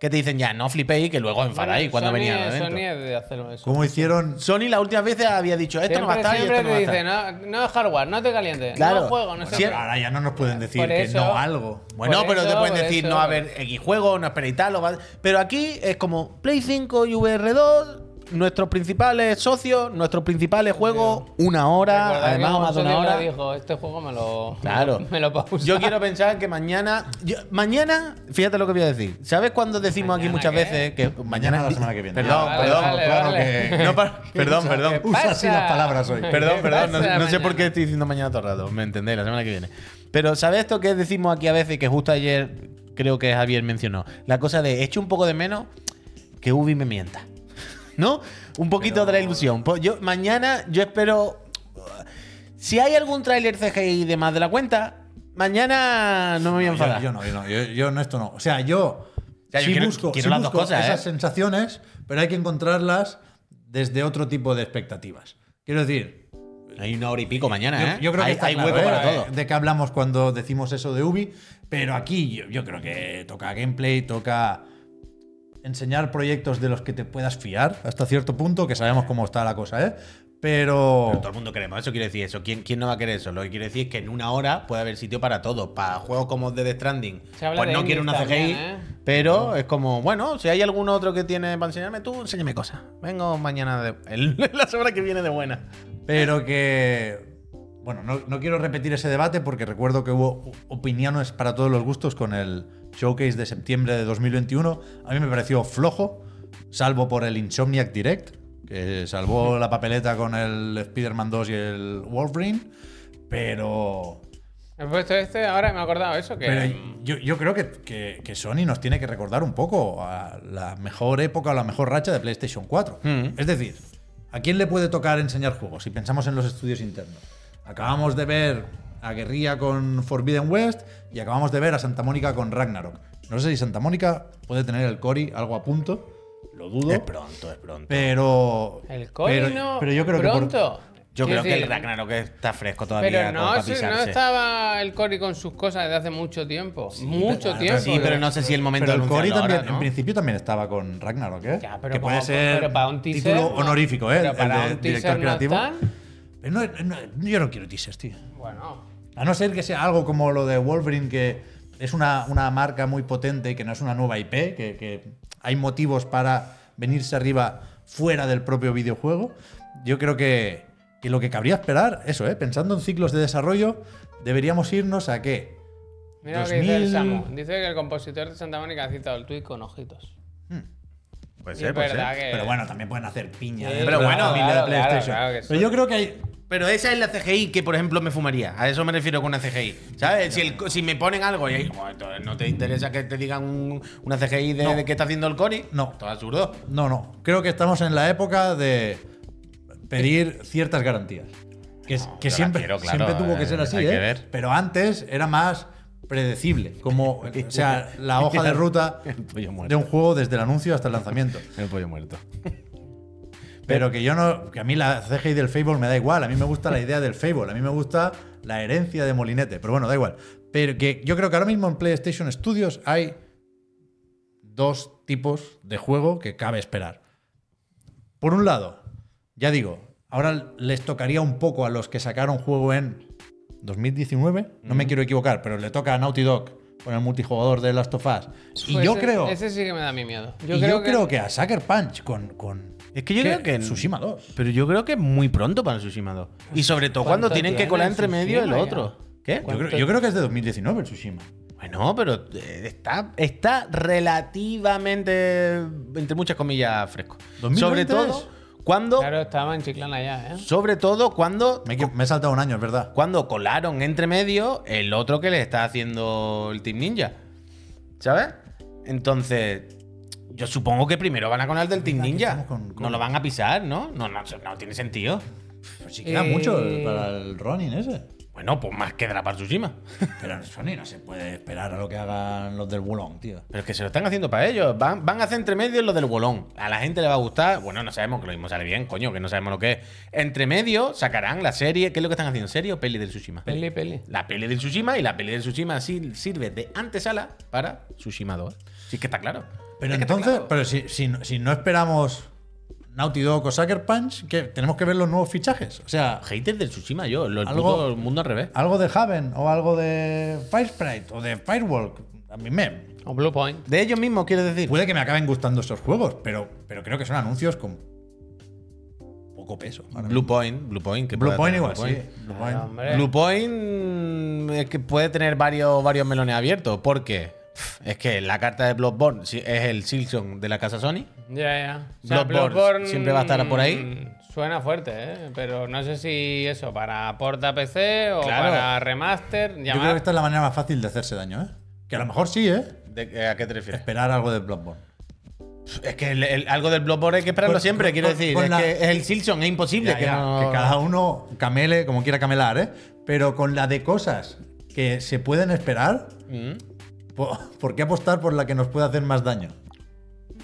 Speaker 3: que te dicen ya, no flipéis, que luego os enfadáis
Speaker 1: Sony-
Speaker 3: cuando venía el
Speaker 1: Sony, Sony
Speaker 3: evento.
Speaker 1: es de hacerlo eso.
Speaker 2: ¿Cómo hicieron?
Speaker 3: Sony las últimas veces había dicho, esto no va a estar y
Speaker 1: siempre
Speaker 3: esto no va a
Speaker 1: te
Speaker 3: estar.
Speaker 1: dice, no, no es hardware, no te calientes,
Speaker 3: Claro.
Speaker 1: no juego, no sé.
Speaker 3: Sí,
Speaker 1: qué".
Speaker 2: Ahora ya no nos pueden decir
Speaker 1: Por
Speaker 2: que
Speaker 1: eso-
Speaker 2: no a algo.
Speaker 3: Bueno,
Speaker 1: Por
Speaker 3: pero te
Speaker 1: eso,
Speaker 3: pueden
Speaker 1: por
Speaker 3: decir
Speaker 1: eso.
Speaker 3: no va a haber X juego, no esperéis tal. o va- Pero aquí es como Play 5 y VR2, nuestros principales socios, nuestros principales juegos, una hora,
Speaker 1: Recordad que
Speaker 3: además o
Speaker 1: Juan
Speaker 3: más de una
Speaker 1: Soler
Speaker 3: hora.
Speaker 1: dijo, este juego me lo,
Speaker 3: Claro.
Speaker 1: *laughs* me lo pausa.
Speaker 3: Yo quiero pensar que mañana. yo- mañana, fíjate lo que voy a decir. ¿Sabes cuándo decimos aquí
Speaker 1: ¿Mañana
Speaker 3: muchas
Speaker 1: qué?
Speaker 3: veces que mañana
Speaker 2: Mañana
Speaker 3: *laughs*
Speaker 2: la semana que viene.
Speaker 3: Perdón,
Speaker 1: Vale,
Speaker 3: perdón,
Speaker 1: vale,
Speaker 3: claro
Speaker 1: vale.
Speaker 3: que. no
Speaker 1: *laughs*
Speaker 3: pa- perdón, perdón.
Speaker 2: Usa así
Speaker 1: pasa?
Speaker 2: las palabras hoy.
Speaker 1: ¿Qué
Speaker 3: Perdón, perdón,
Speaker 1: pasa
Speaker 3: no, no sé por
Speaker 1: mañana?
Speaker 3: qué estoy diciendo mañana todo el rato, me entendéis, la semana que viene. Pero ¿sabes esto que decimos aquí a veces, que justo ayer creo que Javier mencionó? La cosa de, echo un poco de menos que Ubi me mienta, ¿no? Un poquito de la ilusión. Pues yo, mañana yo espero... Si hay algún tráiler CGI de más de la cuenta, mañana no me voy a
Speaker 2: No, yo-
Speaker 3: enfadar.
Speaker 2: Yo, no, yo no, yo, yo no, esto no. O sea, yo,
Speaker 3: sea, yo
Speaker 2: sí
Speaker 3: quiero-
Speaker 2: busco,
Speaker 3: quiero
Speaker 2: sí
Speaker 3: las dos
Speaker 2: busco
Speaker 3: cosas,
Speaker 2: esas
Speaker 3: ¿eh?
Speaker 2: sensaciones, pero hay que encontrarlas desde otro tipo de expectativas. Quiero decir,
Speaker 3: Hay una hora y pico
Speaker 2: yo,
Speaker 3: mañana, ¿eh?
Speaker 2: yo creo que
Speaker 3: hay,
Speaker 2: está
Speaker 3: hay
Speaker 2: claro,
Speaker 3: hueco
Speaker 2: ¿eh?
Speaker 3: para todo.
Speaker 2: de qué hablamos cuando decimos eso de Ubi, pero aquí yo, yo creo que toca gameplay, toca enseñar proyectos de los que te puedas fiar hasta cierto punto, que sabemos cómo está la cosa, ¿eh? Pero...
Speaker 3: Todo el mundo queremos, eso quiere decir eso. ¿Quién, ¿Quién no va a querer eso? Lo que quiero decir es que en una hora puede haber sitio para todo. Para juegos como Dead Stranding,
Speaker 1: Se habla
Speaker 3: pues
Speaker 1: de
Speaker 3: no quiero una CGI,
Speaker 1: indies también, ¿eh?
Speaker 3: pero es como, bueno, si hay algún otro que tiene para enseñarme, tú enséñame cosas. Vengo mañana, de, el- *laughs* la semana que viene de buena.
Speaker 2: Pero que. Bueno, no, no quiero repetir ese debate porque recuerdo que hubo opiniones para todos los gustos con el showcase de septiembre de 2021. A mí me pareció flojo, salvo por el Insomniac Direct, que salvó la papeleta con el Spider-Man 2 y el Wolverine. Pero.
Speaker 1: He puesto este, ahora me he acordado eso, que
Speaker 2: Pero
Speaker 1: mm,
Speaker 2: yo, yo creo que, que- que Sony nos tiene que recordar un poco a la mejor época o la mejor racha de PlayStation 4. Es decir, ¿a quién le puede tocar enseñar juegos? Si pensamos en los estudios internos. Acabamos de ver a Guerrilla con Forbidden West y acabamos de ver a Santa Mónica con Ragnarok. No sé si Santa Mónica puede tener el Cory algo a punto. Lo dudo.
Speaker 3: Es pronto, es pronto.
Speaker 2: Pero.
Speaker 1: el Cory
Speaker 2: pero-
Speaker 1: no.
Speaker 2: Pero yo creo que. por-
Speaker 1: pronto.
Speaker 3: Yo
Speaker 1: Quiero
Speaker 3: creo que
Speaker 1: decir,
Speaker 3: el Ragnarok está fresco todavía.
Speaker 1: Pero
Speaker 3: como
Speaker 1: no,
Speaker 3: para
Speaker 1: si- no
Speaker 3: pisarse.
Speaker 1: estaba el Cory con sus cosas desde hace mucho tiempo. mucho tiempo.
Speaker 3: Sí, pero no sé si el momento
Speaker 2: Pero el
Speaker 3: de
Speaker 2: Cory
Speaker 3: anunciarlo
Speaker 2: también,
Speaker 3: ahora,
Speaker 2: en
Speaker 3: ¿no?
Speaker 2: principio, también estaba con Ragnarok, ¿eh?
Speaker 1: Ya, pero
Speaker 2: que puede
Speaker 1: como-
Speaker 2: ser
Speaker 1: pero para un teaser,
Speaker 2: título
Speaker 1: no.
Speaker 2: honorífico, ¿eh?
Speaker 1: Pero
Speaker 2: El
Speaker 1: para
Speaker 2: de
Speaker 1: un
Speaker 2: director
Speaker 1: teaser no
Speaker 2: creativo.
Speaker 1: están.
Speaker 2: Pero no, no, yo no quiero teasers, tío.
Speaker 1: Bueno,
Speaker 2: A no ser que sea algo como lo de Wolverine, que es una, una marca muy potente, que no es una nueva IP, que, que hay motivos para venirse arriba fuera del propio videojuego. Yo creo que, que lo que cabría esperar, eso, ¿eh? pensando en ciclos de desarrollo, deberíamos irnos a que
Speaker 1: mira lo que dice el
Speaker 2: 2000.
Speaker 1: Samu. Dice que el compositor de Santa Mónica ha citado el tuit con ojitos.
Speaker 3: Puede
Speaker 1: Y es
Speaker 3: ser, puede
Speaker 1: verdad
Speaker 3: ser.
Speaker 1: que.
Speaker 2: Pero bueno, también pueden hacer piña.
Speaker 1: Sí,
Speaker 2: dentro
Speaker 3: pero
Speaker 2: de la
Speaker 3: bueno,
Speaker 2: familia de
Speaker 1: claro, claro,
Speaker 2: PlayStation.
Speaker 1: claro que sí.
Speaker 2: pero yo creo que hay.
Speaker 3: Pero esa es la CGI que, por ejemplo, me fumaría. A eso me refiero con una CGI. ¿Sabes? Si, el co- si me ponen algo y ahí, "Joder, esto no te interesa que te digan un- una CGI de,
Speaker 2: No.
Speaker 3: de qué está haciendo el Cori.
Speaker 2: No.
Speaker 3: Todo absurdo.
Speaker 2: No, no. Creo que estamos en la época de pedir ciertas garantías. Que, es- que
Speaker 3: yo la
Speaker 2: siempre,
Speaker 3: quiero, claro,
Speaker 2: siempre tuvo que ser
Speaker 3: eh,
Speaker 2: así,
Speaker 3: hay que
Speaker 2: ¿eh?
Speaker 3: ver.
Speaker 2: Pero antes era más predecible. Como, o sea,
Speaker 1: *laughs*
Speaker 2: la hoja de ruta
Speaker 3: El pollo muerto.
Speaker 2: de un juego desde el anuncio hasta el lanzamiento.
Speaker 3: El pollo muerto.
Speaker 2: Pero que yo no. Que a mí la CGI del Fable me da igual. A mí me gusta la idea del Fable. A mí me gusta la herencia de Molinete. Pero bueno, da igual. Pero que yo creo que ahora mismo en PlayStation Studios hay dos tipos de juego que cabe esperar. Por un lado, ya digo, ahora les tocaría un poco a los que sacaron juego en 2019. No me quiero equivocar, pero le toca a Naughty Dog con el multijugador de Last of Us. Y
Speaker 1: Pues
Speaker 2: yo
Speaker 1: ese-
Speaker 2: creo.
Speaker 1: Ese sí que me da mi miedo.
Speaker 2: y yo creo que... a Sucker Punch con. con
Speaker 3: Es que yo creo que en-
Speaker 2: Tsushima 2.
Speaker 3: Pero yo creo que es muy pronto para el Tsushima 2. Y sobre todo cuando
Speaker 1: ¿Cuánto
Speaker 3: tienen que
Speaker 1: tiene
Speaker 3: colar
Speaker 1: el
Speaker 3: entre medio el
Speaker 1: Tsushima ya?
Speaker 3: otro. ¿Qué?
Speaker 2: Yo creo,
Speaker 1: ¿Cuánto-
Speaker 2: yo creo que es de 2019 el Tsushima.
Speaker 3: Bueno, pero eh, está, está relativamente, entre muchas comillas, fresco.
Speaker 2: 2020
Speaker 3: Sobre todo
Speaker 2: es.
Speaker 3: cuando,
Speaker 1: Claro, estaba en Chiclana ya, ¿eh?
Speaker 3: sobre todo cuando,
Speaker 2: Me, he equi- me he saltado un año, es verdad.
Speaker 3: cuando colaron entre medio el otro que le está haciendo el Team Ninja. ¿Sabes? Entonces, yo supongo que primero van a colar del Team
Speaker 2: verdad que
Speaker 3: Ninja.
Speaker 2: estamos con- con-
Speaker 3: No lo van a pisar, ¿no? No, no, no tiene sentido. Pues
Speaker 2: Pero si queda
Speaker 1: Eh,
Speaker 2: mucho para el Ronin ese.
Speaker 3: Bueno, pues más quedará para Tsushima.
Speaker 2: Pero en Sony no se puede esperar a lo que hagan los del Wulong, tío.
Speaker 3: Pero es que se lo están haciendo para ellos. Van, van a hacer entre medio lo del bolón. A la gente le va a gustar. Bueno, no sabemos que lo mismo sale bien, coño, que no sabemos lo que es. Entre medio sacarán la serie. ¿Qué es lo que están haciendo? ¿Serie o peli del Tsushima?
Speaker 1: Peli, peli.
Speaker 3: La peli del Tsushima y la peli del Tsushima sí sirve de antesala para Tsushima 2. Sí, es que está claro.
Speaker 2: Pero
Speaker 3: Es que está
Speaker 2: entonces,
Speaker 3: claro.
Speaker 2: pero si, si no- si no esperamos Naughty Dog o Sucker Punch, que tenemos que ver los nuevos fichajes. O sea,
Speaker 3: Haters del Tsushima, yo. Lo, el
Speaker 2: Algo-
Speaker 3: puto mundo al revés.
Speaker 2: algo de Haven o algo de Firesprite o de Firewalk. A mí me.
Speaker 1: O Blue Point.
Speaker 3: De ellos mismos, quieres decir.
Speaker 2: Puede que me acaben gustando esos juegos, pero, pero creo que son anuncios con poco peso. ahora
Speaker 3: Blue Point, Blue Point. Que
Speaker 2: Blue
Speaker 3: pueda
Speaker 2: Point
Speaker 3: tener
Speaker 2: igual,
Speaker 3: Blue Point.
Speaker 2: sí. Blue
Speaker 1: Claro,
Speaker 2: Point.
Speaker 1: hombre.
Speaker 3: Blue Point mm, es que puede tener varios, varios melones abiertos, porque pf, es que la carta de Bloodborne sí, es el Silson de la casa Sony.
Speaker 1: Ya, ya.
Speaker 3: Bloodborne siempre va a estar por ahí.
Speaker 1: mm, Suena fuerte, ¿eh? Pero no sé si eso, para porta PC o
Speaker 3: Claro.
Speaker 1: para remaster.
Speaker 2: Yo creo que
Speaker 1: Llamar.
Speaker 2: esta es la manera más fácil de hacerse daño, ¿eh? Que a lo mejor sí, ¿eh?
Speaker 3: ¿De- ¿A qué te refieres?
Speaker 2: Esperar algo de Bloodborne.
Speaker 3: Pf, Es que el- el- algo del Bloodborne hay que esperarlo
Speaker 2: Con-
Speaker 3: siempre,
Speaker 2: con-
Speaker 3: quiero
Speaker 2: con-
Speaker 3: decir.
Speaker 2: con
Speaker 3: es
Speaker 2: la-
Speaker 3: que es el Silson, es imposible
Speaker 2: Ya,
Speaker 3: que
Speaker 2: ya,
Speaker 3: no.
Speaker 2: que cada uno camele como quiera camelar, ¿eh? Pero con la de cosas que se pueden esperar,
Speaker 3: Mm,
Speaker 2: po- *laughs* ¿por, qué apostar por la que nos puede hacer más daño?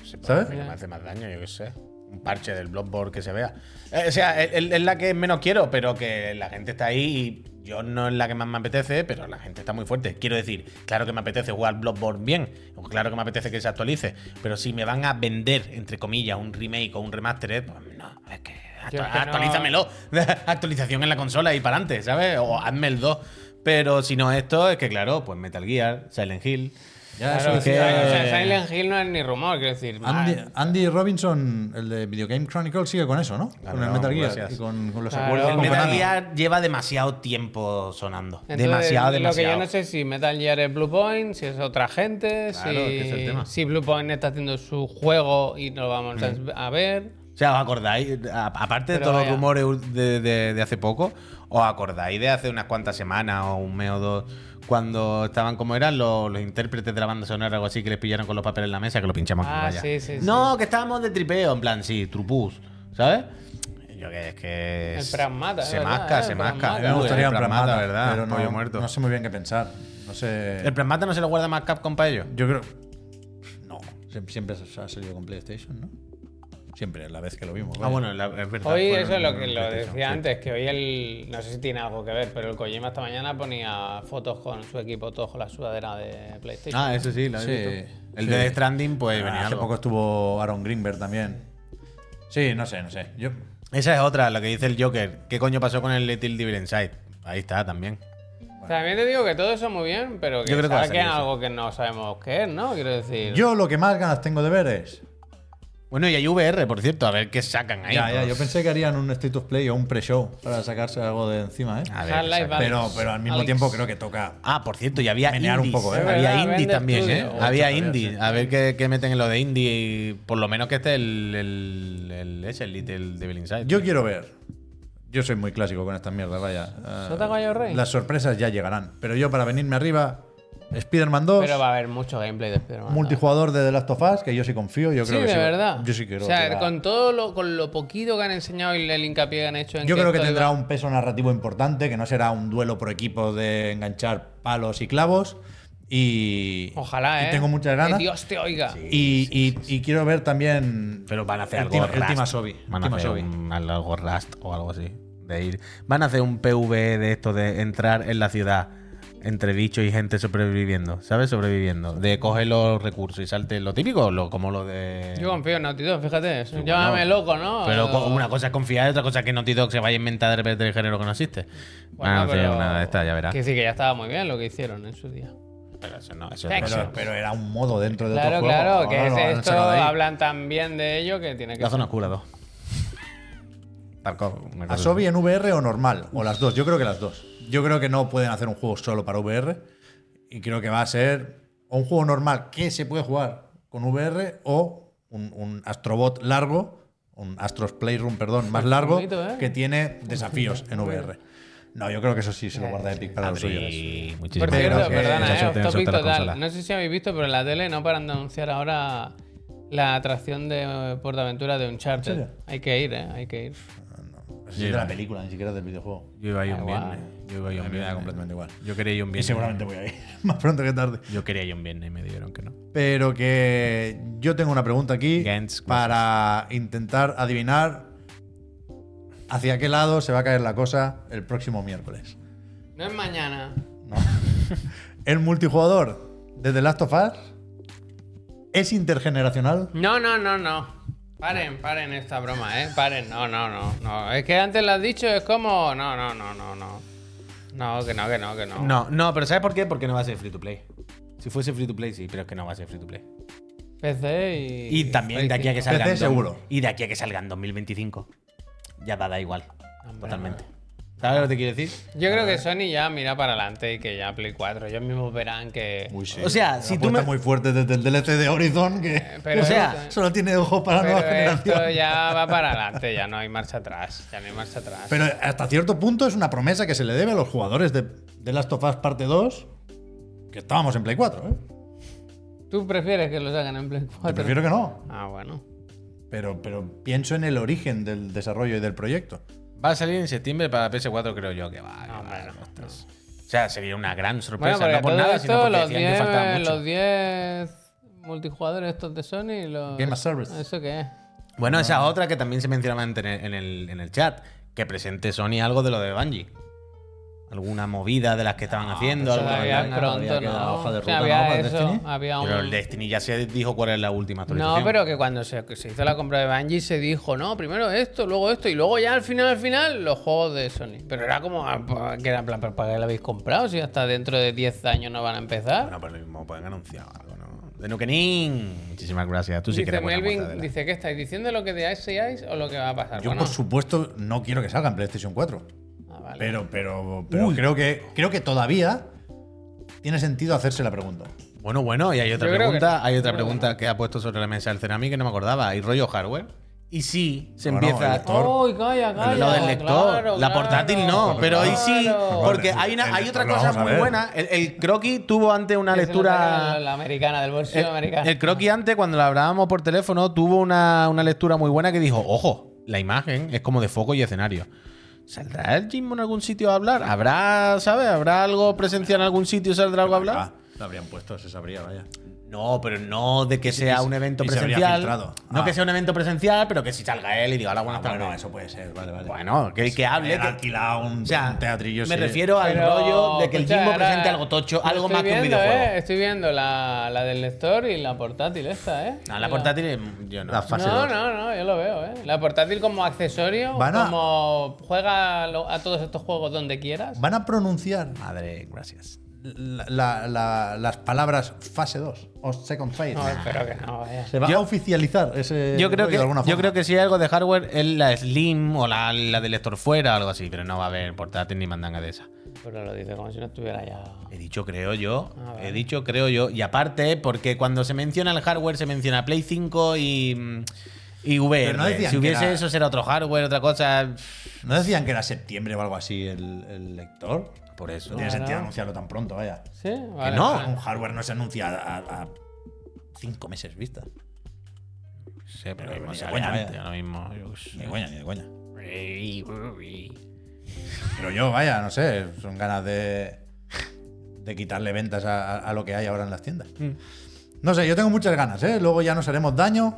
Speaker 3: se puede
Speaker 2: ¿Sabes?
Speaker 3: hacer que me hace más daño, yo qué sé. Un parche del Bloodborne que se vea. Eh, o sea, es- es es la que menos quiero, pero que la gente está ahí y yo no es la que más me apetece, pero la gente está muy fuerte. Quiero decir, claro que me apetece jugar Bloodborne bien, o claro que me apetece que se actualice, pero si me van a vender, entre comillas, un remake o un remaster, eh, pues no, es que, actu-
Speaker 1: Yo es que no-
Speaker 3: actualízamelo. *laughs* Actualización en la consola y para adelante, ¿sabes? O hazme el 2. Pero si no esto, es que claro, pues Metal Gear, Silent Hill.
Speaker 2: Ya,
Speaker 1: Claro,
Speaker 2: eso
Speaker 1: sí,
Speaker 2: decía-
Speaker 1: o
Speaker 3: eh,
Speaker 1: sea, Silent Hill no es ni rumor, quiero decir.
Speaker 2: Andy,
Speaker 1: mal.
Speaker 2: Andy Robinson, el de Video Game Chronicle, sigue con eso, ¿no?
Speaker 3: Claro,
Speaker 2: con el Metal Gear
Speaker 3: gracias.
Speaker 2: y con, con los
Speaker 1: Claro.
Speaker 2: acuerdos
Speaker 1: El
Speaker 3: El
Speaker 2: con
Speaker 3: Metal
Speaker 2: Konami.
Speaker 3: Gear lleva demasiado tiempo sonando.
Speaker 1: Entonces,
Speaker 3: demasiado, demasiado.
Speaker 1: Lo que yo no sé si Metal Gear es Blue Point, si es otra gente,
Speaker 3: Claro,
Speaker 1: si,
Speaker 3: es que es el tema. Mm.
Speaker 1: si Blue Point está haciendo su juego y no lo vamos a- a ver.
Speaker 3: O sea, ¿os acordáis? A- aparte de
Speaker 1: Pero
Speaker 3: todos
Speaker 1: vaya.
Speaker 3: los rumores ur- de, de- de hace poco, ¿os acordáis de hace unas cuantas semanas o un mes o dos? Cuando estaban como eran los, los intérpretes de la banda sonora o algo así que les pillaron con los papeles en la mesa que lo pinchamos aquí,
Speaker 1: Ah,
Speaker 3: vaya.
Speaker 1: sí, sí, sí.
Speaker 3: No, que estábamos de tripeo, en plan, sí, trupús, ¿sabes? Yo que es que.
Speaker 1: El
Speaker 3: es-
Speaker 1: pragmata, es
Speaker 3: Se
Speaker 1: verdad,
Speaker 3: masca,
Speaker 1: eh,
Speaker 3: se
Speaker 1: el
Speaker 3: masca.
Speaker 1: pragmata.
Speaker 2: A mí me
Speaker 1: Uy,
Speaker 2: gustaría
Speaker 3: el
Speaker 2: un
Speaker 3: pragmata,
Speaker 2: Plasmata,
Speaker 3: ¿verdad?
Speaker 2: pero no,
Speaker 3: Pollo muerto.
Speaker 2: no sé muy bien qué pensar. No sé.
Speaker 3: ¿El plasmata no se lo guarda más Capcom para ellos?
Speaker 2: Yo creo. No. Siem- Siempre se ha salido con PlayStation, ¿no? Siempre, la vez que lo vimos.
Speaker 3: Ah,
Speaker 2: vaya.
Speaker 3: bueno, la- es verdad.
Speaker 1: Hoy,
Speaker 3: fueron
Speaker 1: eso es lo que
Speaker 3: en
Speaker 1: lo
Speaker 3: PlayStation,
Speaker 1: decía
Speaker 3: sí.
Speaker 1: antes, que hoy el. No sé si tiene algo que ver, pero el Kojima esta mañana ponía fotos con su equipo, todos con la sudadera de PlayStation.
Speaker 3: Ah, eso sí, lo he
Speaker 2: Sí,
Speaker 3: visto. El
Speaker 2: sí.
Speaker 3: de Death Stranding, pues
Speaker 2: Ah,
Speaker 3: venía
Speaker 2: hace
Speaker 3: algo.
Speaker 2: poco estuvo Aaron Greenberg también. Sí, no sé, no sé. Yo,
Speaker 3: Esa es otra, la que dice el Joker. ¿Qué coño pasó con el Little Devil Inside? Ahí está también.
Speaker 1: También te digo que todo eso muy bien, pero que
Speaker 3: Yo creo que va a
Speaker 1: saquen
Speaker 3: salir eso.
Speaker 1: algo que no sabemos qué es, ¿no? Quiero decir.
Speaker 2: yo lo que más ganas tengo de ver es.
Speaker 3: Bueno, y hay VR, por cierto, a ver qué sacan ahí.
Speaker 2: Ya, ya,
Speaker 3: pues.
Speaker 2: yo pensé que harían un State of Play o un pre-show para sacarse algo de encima, ¿eh?
Speaker 3: A ver,
Speaker 1: Half-Life
Speaker 3: exacto.
Speaker 1: Alex.
Speaker 2: Pero, pero al mismo
Speaker 1: Alex.
Speaker 2: tiempo creo que toca.
Speaker 3: Ah, por cierto, y había
Speaker 2: Menear un
Speaker 3: indies.
Speaker 2: poco, ¿eh?
Speaker 1: Es
Speaker 3: Había
Speaker 1: verdad,
Speaker 3: indie
Speaker 1: vende
Speaker 3: también,
Speaker 1: estudio.
Speaker 3: ¿eh? Había
Speaker 2: Ocho todavía,
Speaker 3: indie.
Speaker 2: sí.
Speaker 3: A ver qué, qué meten en lo de indie. y por lo menos que esté el, el, el, ese, el Little Devil Inside.
Speaker 2: Yo quiero ver. Yo soy muy clásico con estas mierdas, vaya. Ah,
Speaker 1: ¿Sota Caballo Rey?
Speaker 2: Las sorpresas ya llegarán. Pero yo, para venirme arriba, Spider-Man 2,
Speaker 1: Pero va a haber mucho gameplay de Spider-Man.
Speaker 2: multijugador de The Last of Us, que yo sí confío, yo
Speaker 1: Sí,
Speaker 2: creo
Speaker 1: de
Speaker 2: que sí. va-
Speaker 1: verdad.
Speaker 2: Yo sí creo
Speaker 1: O sea,
Speaker 2: que va-
Speaker 1: con todo lo, con lo poquito que han enseñado y el hincapié que han hecho en
Speaker 2: Yo creo que
Speaker 1: esto
Speaker 2: tendrá
Speaker 1: iba-
Speaker 2: un peso narrativo importante, que no será un duelo por equipo de enganchar palos y clavos. Y.
Speaker 1: Ojalá,
Speaker 2: y
Speaker 1: ¿eh?
Speaker 2: tengo muchas ganas.
Speaker 1: Que Dios te oiga.
Speaker 2: y, y- y quiero ver también.
Speaker 3: Pero van a hacer
Speaker 2: el
Speaker 3: algo
Speaker 2: Team-
Speaker 3: Rust.
Speaker 2: El Team Asobi.
Speaker 3: Van a
Speaker 2: Team
Speaker 3: hacer
Speaker 2: Asobi.
Speaker 3: un- algo Rust o algo así. De ir. Van a hacer un PvE de esto de entrar en la ciudad entre bichos y gente sobreviviendo. ¿Sabes? Sobreviviendo. De coger los recursos y salte lo típico, lo, como lo de.
Speaker 1: Yo confío en eh, Naughty Dog, fíjate. eso. Llámame loco, ¿no?
Speaker 3: Pero co- una cosa es confiar y otra cosa es que Naughty Dog se vaya a inventar de repente el género que no existe. Van a
Speaker 2: Ah,
Speaker 1: Bueno,
Speaker 3: hacer
Speaker 1: pero-
Speaker 3: una de estas, ya verás.
Speaker 1: Que sí, que ya estaba muy bien lo que hicieron en su día.
Speaker 3: Pero eso no, eso
Speaker 1: Pero-
Speaker 3: no sé.
Speaker 2: Pero, pero era un modo dentro de
Speaker 1: Claro,
Speaker 2: otro juego.
Speaker 1: claro,
Speaker 2: Ahora
Speaker 1: que
Speaker 2: lo
Speaker 1: es
Speaker 2: han
Speaker 1: esto
Speaker 2: sacado de ahí.
Speaker 1: hablan tan bien de ello que tiene que
Speaker 3: La
Speaker 1: ser.
Speaker 3: zona oscura 2. Tarkov. una cosa así.
Speaker 2: ¿Asobi en VR o normal? O las dos. Yo creo que las dos. Yo creo que no pueden hacer un juego solo para VR. Y creo que va a ser o un juego normal que se puede jugar con VR o un, un Astrobot largo, un Astros Playroom, perdón, más largo,
Speaker 1: bonito, ¿eh?
Speaker 2: que tiene desafíos en VR. No, yo creo que eso sí se lo guarda Epic para los suyos.
Speaker 3: Adri, muchísimas
Speaker 1: Por cierto,
Speaker 2: Pero que-
Speaker 1: perdona,
Speaker 2: Mucha
Speaker 1: eh,
Speaker 3: suerte,
Speaker 1: off topic
Speaker 3: suerte a la
Speaker 1: total.
Speaker 3: consola.
Speaker 1: No sé si habéis visto, pero en la tele no paran de anunciar ahora la atracción de eh, Portaventura de
Speaker 2: ¿En
Speaker 1: Uncharted.
Speaker 2: serio?
Speaker 1: Hay que ir, ¿eh? Hay que ir.
Speaker 2: Es de la película, ni siquiera es del videojuego.
Speaker 3: Yo iba a ir
Speaker 1: Ah,
Speaker 3: un
Speaker 1: guau.
Speaker 3: viernes. Yo iba a ir
Speaker 2: A
Speaker 3: un
Speaker 2: mí me da
Speaker 3: viernes.
Speaker 2: completamente igual.
Speaker 3: Yo quería ir un
Speaker 2: Y
Speaker 3: viernes.
Speaker 2: seguramente voy a ir *laughs* más pronto que tarde.
Speaker 3: Yo quería ir un viernes y me dijeron que no.
Speaker 2: Pero que yo tengo una pregunta aquí
Speaker 3: Gens,
Speaker 2: para intentar adivinar hacia qué lado se va a caer la cosa el próximo miércoles.
Speaker 1: No es mañana.
Speaker 3: *laughs*
Speaker 2: ¿El multijugador de The Last of Us es intergeneracional?
Speaker 1: No, no, no, no. Paren, paren esta broma, ¿eh? Paren, no, no, no, no. Es que antes lo has dicho, es como. No, no, no, no, no. No, que no, que no, que no.
Speaker 3: No, no, pero ¿sabes por qué? Porque no va a ser free to play. Si fuese free to play, sí, pero es que no va a ser free to play.
Speaker 1: PC y.
Speaker 3: Y también de aquí a que salgan.
Speaker 2: PC
Speaker 3: dos-
Speaker 2: seguro.
Speaker 3: Y de aquí a que salgan 2025. Ya da, da igual. totalmente. ¿Sabes lo que te quiero decir?
Speaker 1: Yo creo que Sony ya mira para adelante y que ya Play 4. Ellos mismos verán que.
Speaker 3: O sea,
Speaker 2: Una
Speaker 3: si tú
Speaker 2: apuesta
Speaker 3: me-
Speaker 2: muy fuerte desde el DLC de Horizon que
Speaker 1: Eh, Pero
Speaker 2: *laughs*
Speaker 3: O sea,
Speaker 1: esto-
Speaker 2: solo tiene ojo para la
Speaker 1: Pero
Speaker 2: nueva
Speaker 1: esto
Speaker 2: generación.
Speaker 1: ya va para adelante, ya no hay marcha atrás. Ya no hay marcha atrás.
Speaker 2: Pero hasta cierto punto es una promesa que se le debe a los jugadores de The Last of Us parte 2 que estábamos en Play 4. ¿eh?
Speaker 1: ¿Tú prefieres que lo saquen en Play 4?
Speaker 2: Yo prefiero que no.
Speaker 1: Ah, bueno.
Speaker 2: Pero, pero pienso en el origen del desarrollo y del proyecto.
Speaker 3: Va a salir en septiembre para PS4, creo yo que va. que
Speaker 1: No,
Speaker 3: va,
Speaker 1: hombre, no,
Speaker 3: ostras. O sea, sería una gran
Speaker 1: Bueno,
Speaker 3: sorpresa.
Speaker 1: porque
Speaker 3: no por
Speaker 1: todo
Speaker 3: nada,
Speaker 1: esto,
Speaker 3: sino porque
Speaker 1: los
Speaker 3: decían que faltaba
Speaker 1: 10,
Speaker 3: mucho.
Speaker 1: los 10 multijugadores estos de Sony, los...
Speaker 2: Game as Service.
Speaker 1: ¿Eso qué es? Ah.
Speaker 3: Bueno, esa es otra que también se mencionaba en el, en el- en el chat. Que presente Sony algo de lo de Bungie. Alguna movida de las que estaban haciendo.
Speaker 1: Ah, Eso
Speaker 3: algo de
Speaker 1: había
Speaker 3: Bungie.
Speaker 2: no, había
Speaker 1: pronto,
Speaker 2: quedado
Speaker 1: ¿no?
Speaker 2: hoja de
Speaker 1: O sea,
Speaker 2: ruta, ¿no?
Speaker 1: había
Speaker 2: Para
Speaker 1: eso,
Speaker 2: Destiny.
Speaker 1: había un...
Speaker 3: Pero el Destiny ya se dijo cuál es la última
Speaker 1: No,
Speaker 3: actualización.
Speaker 1: pero que cuando se, que se hizo la compra de Bungie se dijo, no, primero esto, luego esto, y luego ya al final, al final, los juegos de Sony. Pero era como, ah, pa- que era en plan, ¿pero ¿para qué lo habéis comprado? Si hasta dentro de 10 años no van a empezar.
Speaker 3: Bueno, pero lo mismo pueden anunciar algo, ¿no? De Nukenin. Muchísimas gracias. Tú sí que
Speaker 1: dice
Speaker 3: eres buena moza,
Speaker 1: Melvin,
Speaker 3: Adela.
Speaker 1: dice, ¿qué estáis diciendo lo que de Ice o lo que va a pasar?
Speaker 2: Yo,
Speaker 1: Bueno,
Speaker 2: por supuesto, no quiero que salga en PlayStation 4.
Speaker 1: ah, vale.
Speaker 2: Pero, pero, pero creo que creo que todavía tiene sentido hacerse la pregunta.
Speaker 3: Bueno, bueno, y hay otra
Speaker 1: Yo creo que
Speaker 3: pregunta,
Speaker 1: no.
Speaker 3: hay otra
Speaker 1: Yo creo que
Speaker 3: pregunta que ha puesto sobre la mesa el Cerami que no me acordaba. ¿Hay rollo hardware? y sí se
Speaker 2: Bueno,
Speaker 3: empieza.
Speaker 2: el lector.
Speaker 1: ¡Ay, calla, calla!
Speaker 3: Lo del lector.
Speaker 1: claro,
Speaker 3: la
Speaker 1: claro,
Speaker 3: portátil no, pero ahí sí.
Speaker 1: claro.
Speaker 3: Porque
Speaker 2: Vale,
Speaker 3: hay,
Speaker 2: el
Speaker 3: una, hay
Speaker 2: lector
Speaker 3: otra
Speaker 2: lo
Speaker 3: cosa
Speaker 2: vamos a
Speaker 3: muy
Speaker 2: ver.
Speaker 3: buena. El, el croquis tuvo antes una
Speaker 1: Que se lo
Speaker 3: lectura.
Speaker 1: saca La americana, del bolsillo
Speaker 3: El,
Speaker 1: americano.
Speaker 3: el croquis antes, cuando lo hablábamos por teléfono, tuvo una, una lectura muy buena que dijo, ojo, la imagen es como de foco y escenario. ¿Saldrá el Jimbo en algún sitio a hablar? ¿Habrá, sabes? ¿Habrá algo presencial en algún sitio? ¿Saldrá algo a hablar?
Speaker 2: Lo habrían puesto, se sabría, vaya.
Speaker 3: Ah. No, pero no de que sea un evento
Speaker 2: y se habría
Speaker 3: presencial.
Speaker 2: filtrado.
Speaker 3: No
Speaker 2: Ah.
Speaker 3: que sea un evento presencial, pero que si salga él y diga, hola, buenas tardes. Ah, Bueno,
Speaker 2: eso puede ser, vale, vale.
Speaker 3: que, que hable.
Speaker 2: Haber
Speaker 3: que-
Speaker 2: alquilado un,
Speaker 3: o sea,
Speaker 2: un teatrillo.
Speaker 3: me
Speaker 2: sí.
Speaker 3: refiero al
Speaker 1: Pero,
Speaker 3: rollo de que el
Speaker 1: escucha,
Speaker 3: Jimbo
Speaker 1: ahora
Speaker 3: presente algo tocho,
Speaker 1: lo
Speaker 3: algo
Speaker 1: estoy
Speaker 3: más que un
Speaker 1: viendo,
Speaker 3: videojuego.
Speaker 1: eh, Estoy viendo la, la del lector y la portátil esta, ¿eh?
Speaker 3: No, la portátil, eh, yo no.
Speaker 2: La fase
Speaker 1: No,
Speaker 2: dos.
Speaker 1: no, no, yo lo veo, ¿eh? La portátil como accesorio,
Speaker 2: Van a-
Speaker 1: como juega a, lo- a todos estos juegos donde quieras.
Speaker 2: Van a pronunciar
Speaker 3: Madre, gracias.
Speaker 2: la- la- la- las palabras fase 2 o second phase.
Speaker 1: No, espero que no, vaya.
Speaker 2: Se va
Speaker 3: Ah. Yo-
Speaker 2: a oficializar ese.
Speaker 3: Yo creo,
Speaker 2: rollo
Speaker 3: que,
Speaker 2: de alguna
Speaker 3: yo
Speaker 2: forma.
Speaker 3: creo que si hay algo de hardware es la Slim o la, la de lector fuera o algo así, pero no va a haber portátil ni mandanga de esa.
Speaker 1: Pero lo dice como si no estuviera ya.
Speaker 3: He dicho creo yo,
Speaker 1: Ah, vale.
Speaker 3: he dicho creo yo, y aparte porque cuando se menciona el hardware se menciona Play 5 y, y VR.
Speaker 2: Pero no decían
Speaker 3: si
Speaker 2: que
Speaker 3: hubiese
Speaker 2: era-
Speaker 3: eso será otro hardware, otra cosa.
Speaker 2: ¿No decían que era septiembre o algo así el, el lector?
Speaker 3: Por eso.
Speaker 2: No tiene
Speaker 1: Claro.
Speaker 2: sentido anunciarlo tan pronto, vaya.
Speaker 1: ¿Sí? Vale,
Speaker 3: no.
Speaker 1: vale.
Speaker 2: Un hardware no se anuncia a, a- a cinco meses vista.
Speaker 3: Sí, pero
Speaker 2: Pero
Speaker 3: mismo
Speaker 2: ni
Speaker 3: se
Speaker 2: de coña,
Speaker 3: adelante,
Speaker 2: vaya.
Speaker 3: ahora mismo. yo qué sé.
Speaker 2: Ni de coña, ni de coña.
Speaker 3: Uy, uy.
Speaker 2: Pero yo, vaya, no sé, son ganas de, de quitarle ventas a, a lo que hay ahora en las tiendas. No sé, yo tengo muchas ganas, ¿eh? Luego ya nos haremos daño.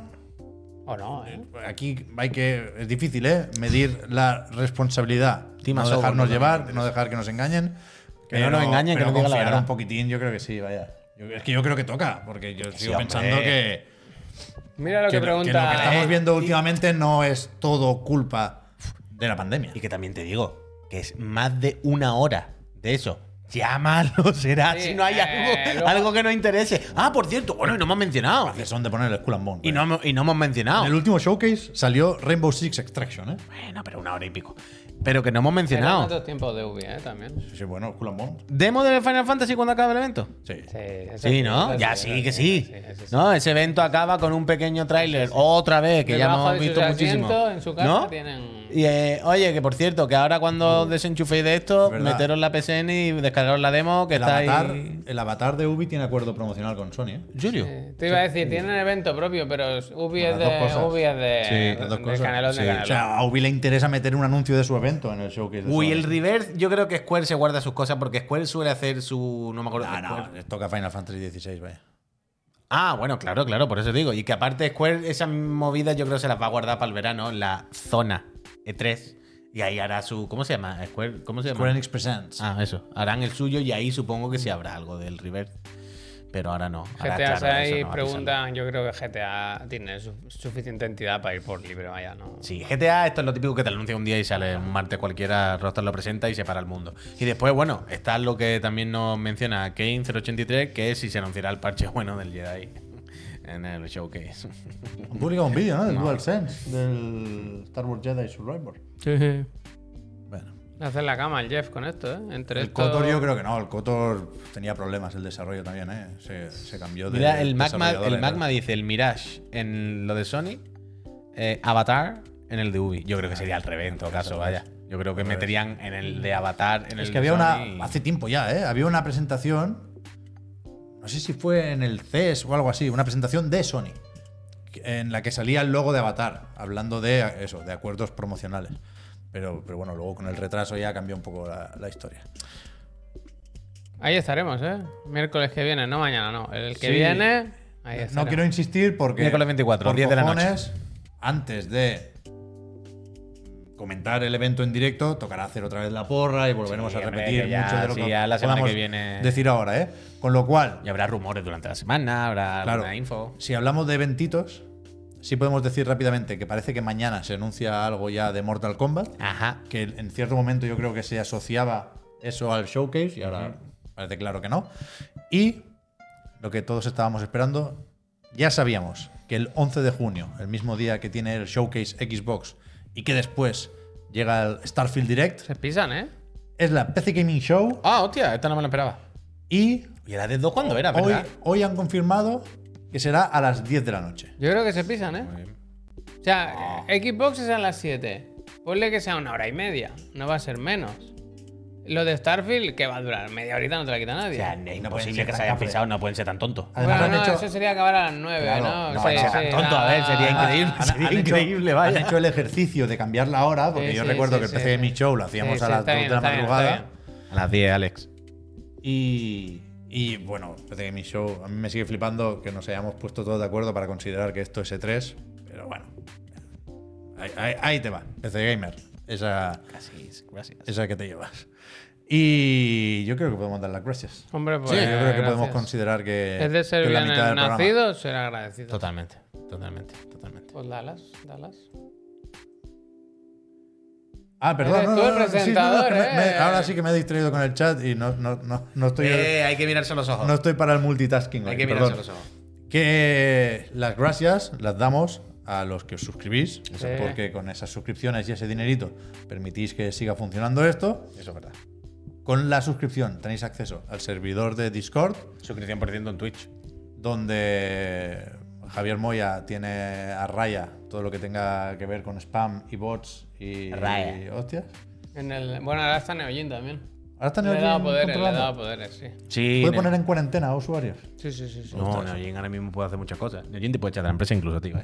Speaker 1: O no, ¿eh?
Speaker 2: Aquí hay que. Es difícil, ¿eh? Medir la responsabilidad.
Speaker 3: Tima
Speaker 2: no
Speaker 3: Sobo,
Speaker 2: dejarnos
Speaker 3: no,
Speaker 2: llevar, no dejar que nos engañen.
Speaker 3: Que no nos engañen, que
Speaker 2: pero
Speaker 3: nos digan la
Speaker 2: confiar
Speaker 3: verdad.
Speaker 2: un poquitín, yo creo que sí, vaya. Yo- es que yo creo que toca, porque yo sigo
Speaker 3: hombre.
Speaker 2: pensando que.
Speaker 1: Mira lo que,
Speaker 2: que lo- que
Speaker 1: pregunta.
Speaker 2: lo que estamos
Speaker 1: eh,
Speaker 2: viendo últimamente no es todo culpa de la pandemia.
Speaker 3: Y que también te digo que es más de una hora de eso. Llámalo, *laughs* será
Speaker 1: Sí,
Speaker 3: si no hay
Speaker 1: eh,
Speaker 3: algo,
Speaker 1: luego-
Speaker 3: algo que nos interese. Ah, por cierto, bueno, y no hemos mencionado.
Speaker 2: Que son de poner el Skull and Bone.
Speaker 3: Y
Speaker 2: vaya.
Speaker 3: no, hemos- y no hemos mencionado.
Speaker 2: En el último showcase salió Rainbow Six Extraction, ¿eh?
Speaker 3: Bueno, pero una hora y pico. Pero que no hemos
Speaker 1: eran
Speaker 3: mencionado.
Speaker 1: otros tiempos de UV, ¿eh? También.
Speaker 2: Sí, sí, bueno, Skull and Bones.
Speaker 3: ¿Demo del Final Fantasy cuando acaba el evento?
Speaker 2: Sí.
Speaker 1: Sí, eso
Speaker 3: Sí, ¿no?
Speaker 1: eso
Speaker 3: Ya sí,
Speaker 1: eh,
Speaker 3: que sí.
Speaker 1: eso
Speaker 3: No, ese evento acaba con un pequeño tráiler otra vez, que ya
Speaker 1: Debajo
Speaker 3: hemos
Speaker 1: de
Speaker 3: visto
Speaker 1: sus
Speaker 3: muchísimo.
Speaker 1: asientos, en su casa
Speaker 3: ¿No?
Speaker 1: tienen-
Speaker 3: Y, eh, oye, que por cierto, que ahora cuando desenchuféis de esto,
Speaker 2: Es verdad.
Speaker 3: meteros la PSN y descargaros la demo, que
Speaker 2: El
Speaker 3: está
Speaker 2: avatar,
Speaker 3: ahí.
Speaker 2: el avatar de Ubi tiene acuerdo promocional con Sony, ¿eh?
Speaker 3: Julio.
Speaker 1: Eh, Te iba a decir, tienen evento propio, pero es- Ubi es
Speaker 2: Las dos
Speaker 1: de,
Speaker 2: cosas.
Speaker 1: Ubi es de,
Speaker 3: Eh,
Speaker 2: Sí, las dos
Speaker 1: de
Speaker 2: cosas.
Speaker 1: Canelón de
Speaker 2: Sí.
Speaker 1: Canelón.
Speaker 2: O sea, a Ubi le interesa meter un anuncio de su evento en el showcase. de
Speaker 3: Uy,
Speaker 2: Sony.
Speaker 3: el reverse, yo creo que Square se guarda sus cosas porque Square suele hacer su. No me acuerdo.
Speaker 2: Ah, no,
Speaker 3: Square-
Speaker 2: les toca Final Fantasy XVI, vaya.
Speaker 3: Ah, bueno, claro, claro, por eso digo. Y que aparte Square, esas movidas yo creo que se las va a guardar para el verano, la zona E3. Y ahí hará su. ¿Cómo se llama? Square, ¿Cómo se llama?
Speaker 2: Square Enix Presents.
Speaker 3: Ah, eso. Harán el suyo y ahí supongo que sí habrá algo del reverse. Pero ahora no.
Speaker 1: GTA
Speaker 3: Ahora, claro, eso
Speaker 1: 6
Speaker 3: no va a pisarlo.
Speaker 1: pregunta, yo creo que GTA tiene su- suficiente entidad para ir por libre, vaya, ¿no?
Speaker 3: Sí, GTA, esto es lo típico que te anuncia un día y sale un martes cualquiera, Rockstar lo presenta y se para el mundo. Y después, bueno, está lo que también nos menciona Kane083, que es si se anunciará el parche bueno del Jedi en el showcase.
Speaker 2: Han publicado un vídeo, ¿no? Del DualSense, del Star Wars Jedi Survivor. Bueno.
Speaker 1: Hacer la cama el Jeff con esto, ¿eh? Entre
Speaker 2: El
Speaker 1: esto-
Speaker 2: Cotor yo creo que no, el Cotor tenía problemas el desarrollo también, ¿eh? Se, se cambió de
Speaker 3: Mira, el Magma,
Speaker 2: desarrollador,
Speaker 3: el
Speaker 2: era-
Speaker 3: Magma dice el Mirage en lo de Sony, eh, Avatar en el de Ubi. Yo creo que sería al revés en todo caso, vaya. Yo creo que meterían en el de Avatar, en el
Speaker 2: Es
Speaker 3: de
Speaker 2: que había una.
Speaker 3: Sony.
Speaker 2: Hace tiempo ya, ¿eh? Había una presentación. No sé si fue en el CES o algo así. Una presentación de Sony. En la que salía el logo de Avatar. Hablando de eso, de acuerdos promocionales. Pero, pero bueno, luego con el retraso ya cambió un poco la, la historia.
Speaker 1: Ahí estaremos, ¿eh? Miércoles que viene, no mañana, no. El que
Speaker 3: Sí.
Speaker 1: viene, ahí estaremos.
Speaker 2: No quiero insistir porque.
Speaker 3: Miércoles 24,
Speaker 2: por
Speaker 3: 10 de la noche.
Speaker 2: cojones, Antes de comentar el evento en directo, tocará hacer otra vez la porra y volveremos
Speaker 3: Sí,
Speaker 2: a
Speaker 3: hombre,
Speaker 2: repetir
Speaker 3: que ya,
Speaker 2: mucho de lo
Speaker 3: sí,
Speaker 2: que
Speaker 3: ya la semana que
Speaker 2: podamos
Speaker 3: viene.
Speaker 2: decir ahora, ¿eh? Con lo cual,
Speaker 3: Y habrá rumores durante la semana, habrá
Speaker 2: Claro.
Speaker 3: alguna info.
Speaker 2: Si hablamos de eventitos, sí podemos decir rápidamente que parece que mañana se anuncia algo ya de Mortal Kombat,
Speaker 3: Ajá.
Speaker 2: que en cierto momento yo creo que se asociaba eso al showcase y ahora parece claro que no. Y lo que todos estábamos esperando, ya sabíamos que el 11 de junio, el mismo día que tiene el showcase Xbox y que después llega el Starfield Direct,
Speaker 1: Se pisan, ¿eh?
Speaker 2: es la PC Gaming Show
Speaker 3: Ah, hostia, esta no me la esperaba.
Speaker 2: y
Speaker 3: ¿Y era de 2 cuándo era,
Speaker 2: hoy,
Speaker 3: verdad?
Speaker 2: hoy han confirmado que será a las 10 de la noche.
Speaker 1: Yo creo que se pisan, ¿eh? O
Speaker 3: Ah.
Speaker 1: sea, Xbox es a las 7. Ponle que sea una hora y media. No va a ser menos. Lo de Starfield, que va a durar media horita, no te la quita nadie.
Speaker 3: sea,
Speaker 2: no
Speaker 3: es
Speaker 2: pueden
Speaker 3: imposible
Speaker 2: ser
Speaker 3: que
Speaker 2: tan
Speaker 3: se hayan
Speaker 2: cabrones.
Speaker 3: fichado, no pueden ser tan tontos.
Speaker 2: Además,
Speaker 1: bueno,
Speaker 2: han
Speaker 1: no,
Speaker 2: hecho-
Speaker 1: eso sería acabar a las 9,
Speaker 2: Claro,
Speaker 1: ¿no?
Speaker 2: no,
Speaker 1: Sí,
Speaker 2: no,
Speaker 1: sí,
Speaker 3: tonto, a ver, sería
Speaker 1: nada.
Speaker 3: increíble. sería
Speaker 2: Ah, han hecho-
Speaker 3: increíble, vaya.
Speaker 2: Han hecho el ejercicio de cambiar la hora, porque
Speaker 1: Sí,
Speaker 2: yo
Speaker 1: sí,
Speaker 2: recuerdo
Speaker 1: sí,
Speaker 2: que el
Speaker 1: sí,
Speaker 2: PC de
Speaker 1: sí.
Speaker 2: mi show lo hacíamos
Speaker 1: Sí,
Speaker 2: a
Speaker 1: sí,
Speaker 2: las
Speaker 1: está
Speaker 2: 2 de
Speaker 1: bien,
Speaker 2: la
Speaker 1: está bien, está
Speaker 2: madrugada.
Speaker 1: bien.
Speaker 3: A las 10, Alex.
Speaker 2: Y, y, bueno, parece que mi show, a mí me sigue flipando que nos hayamos puesto todos de acuerdo para considerar que esto es E3, pero bueno, ahí, ahí- ahí te va, PC Gamer, esa,
Speaker 3: Casi, gracias.
Speaker 2: esa que te llevas. Y yo creo que podemos dar las gracias.
Speaker 1: Hombre, pues.
Speaker 2: Sí, yo creo que
Speaker 1: gracias.
Speaker 2: podemos considerar que
Speaker 1: Es de ser
Speaker 2: que la
Speaker 1: bien
Speaker 2: mitad del programa.
Speaker 1: nacido, ser agradecido.
Speaker 3: Totalmente, totalmente, totalmente.
Speaker 1: Pues dalas, dalas.
Speaker 2: Ah, perdón.
Speaker 1: Eres
Speaker 2: no,
Speaker 1: tú
Speaker 2: no,
Speaker 1: el
Speaker 2: no, sí, sí, no, no, que me-
Speaker 1: presentador,
Speaker 2: me-
Speaker 1: eh.
Speaker 2: ahora sí que me he distraído con el chat y no, no, no, no estoy,
Speaker 3: Eh, hay que mirarse los ojos.
Speaker 2: no estoy para el multitasking. hoy, perdón.
Speaker 3: ojos.
Speaker 2: Que las gracias las damos a los que os suscribís,
Speaker 1: Sí.
Speaker 2: porque con esas suscripciones y ese dinerito permitís que siga funcionando esto.
Speaker 3: Eso es verdad.
Speaker 2: Con la suscripción tenéis acceso al servidor de Discord,
Speaker 3: Suscripción por ciento en Twitch.
Speaker 2: donde Javier Moya tiene a raya todo lo que tenga que ver con spam y bots y,
Speaker 3: A raya.
Speaker 2: y hostias.
Speaker 1: En el, bueno, ahora está Neojin también.
Speaker 2: Ahora está
Speaker 1: Le he
Speaker 2: Neojin
Speaker 1: dado poderes, le he
Speaker 2: controlando.
Speaker 1: dado poderes, sí.
Speaker 3: Sí.
Speaker 2: Puede poner en cuarentena a usuarios.
Speaker 1: Sí, sí, sí. sí.
Speaker 3: No, Neojin ahora mismo puede hacer muchas cosas. Neojin te puede echar de la empresa incluso, tío. eh.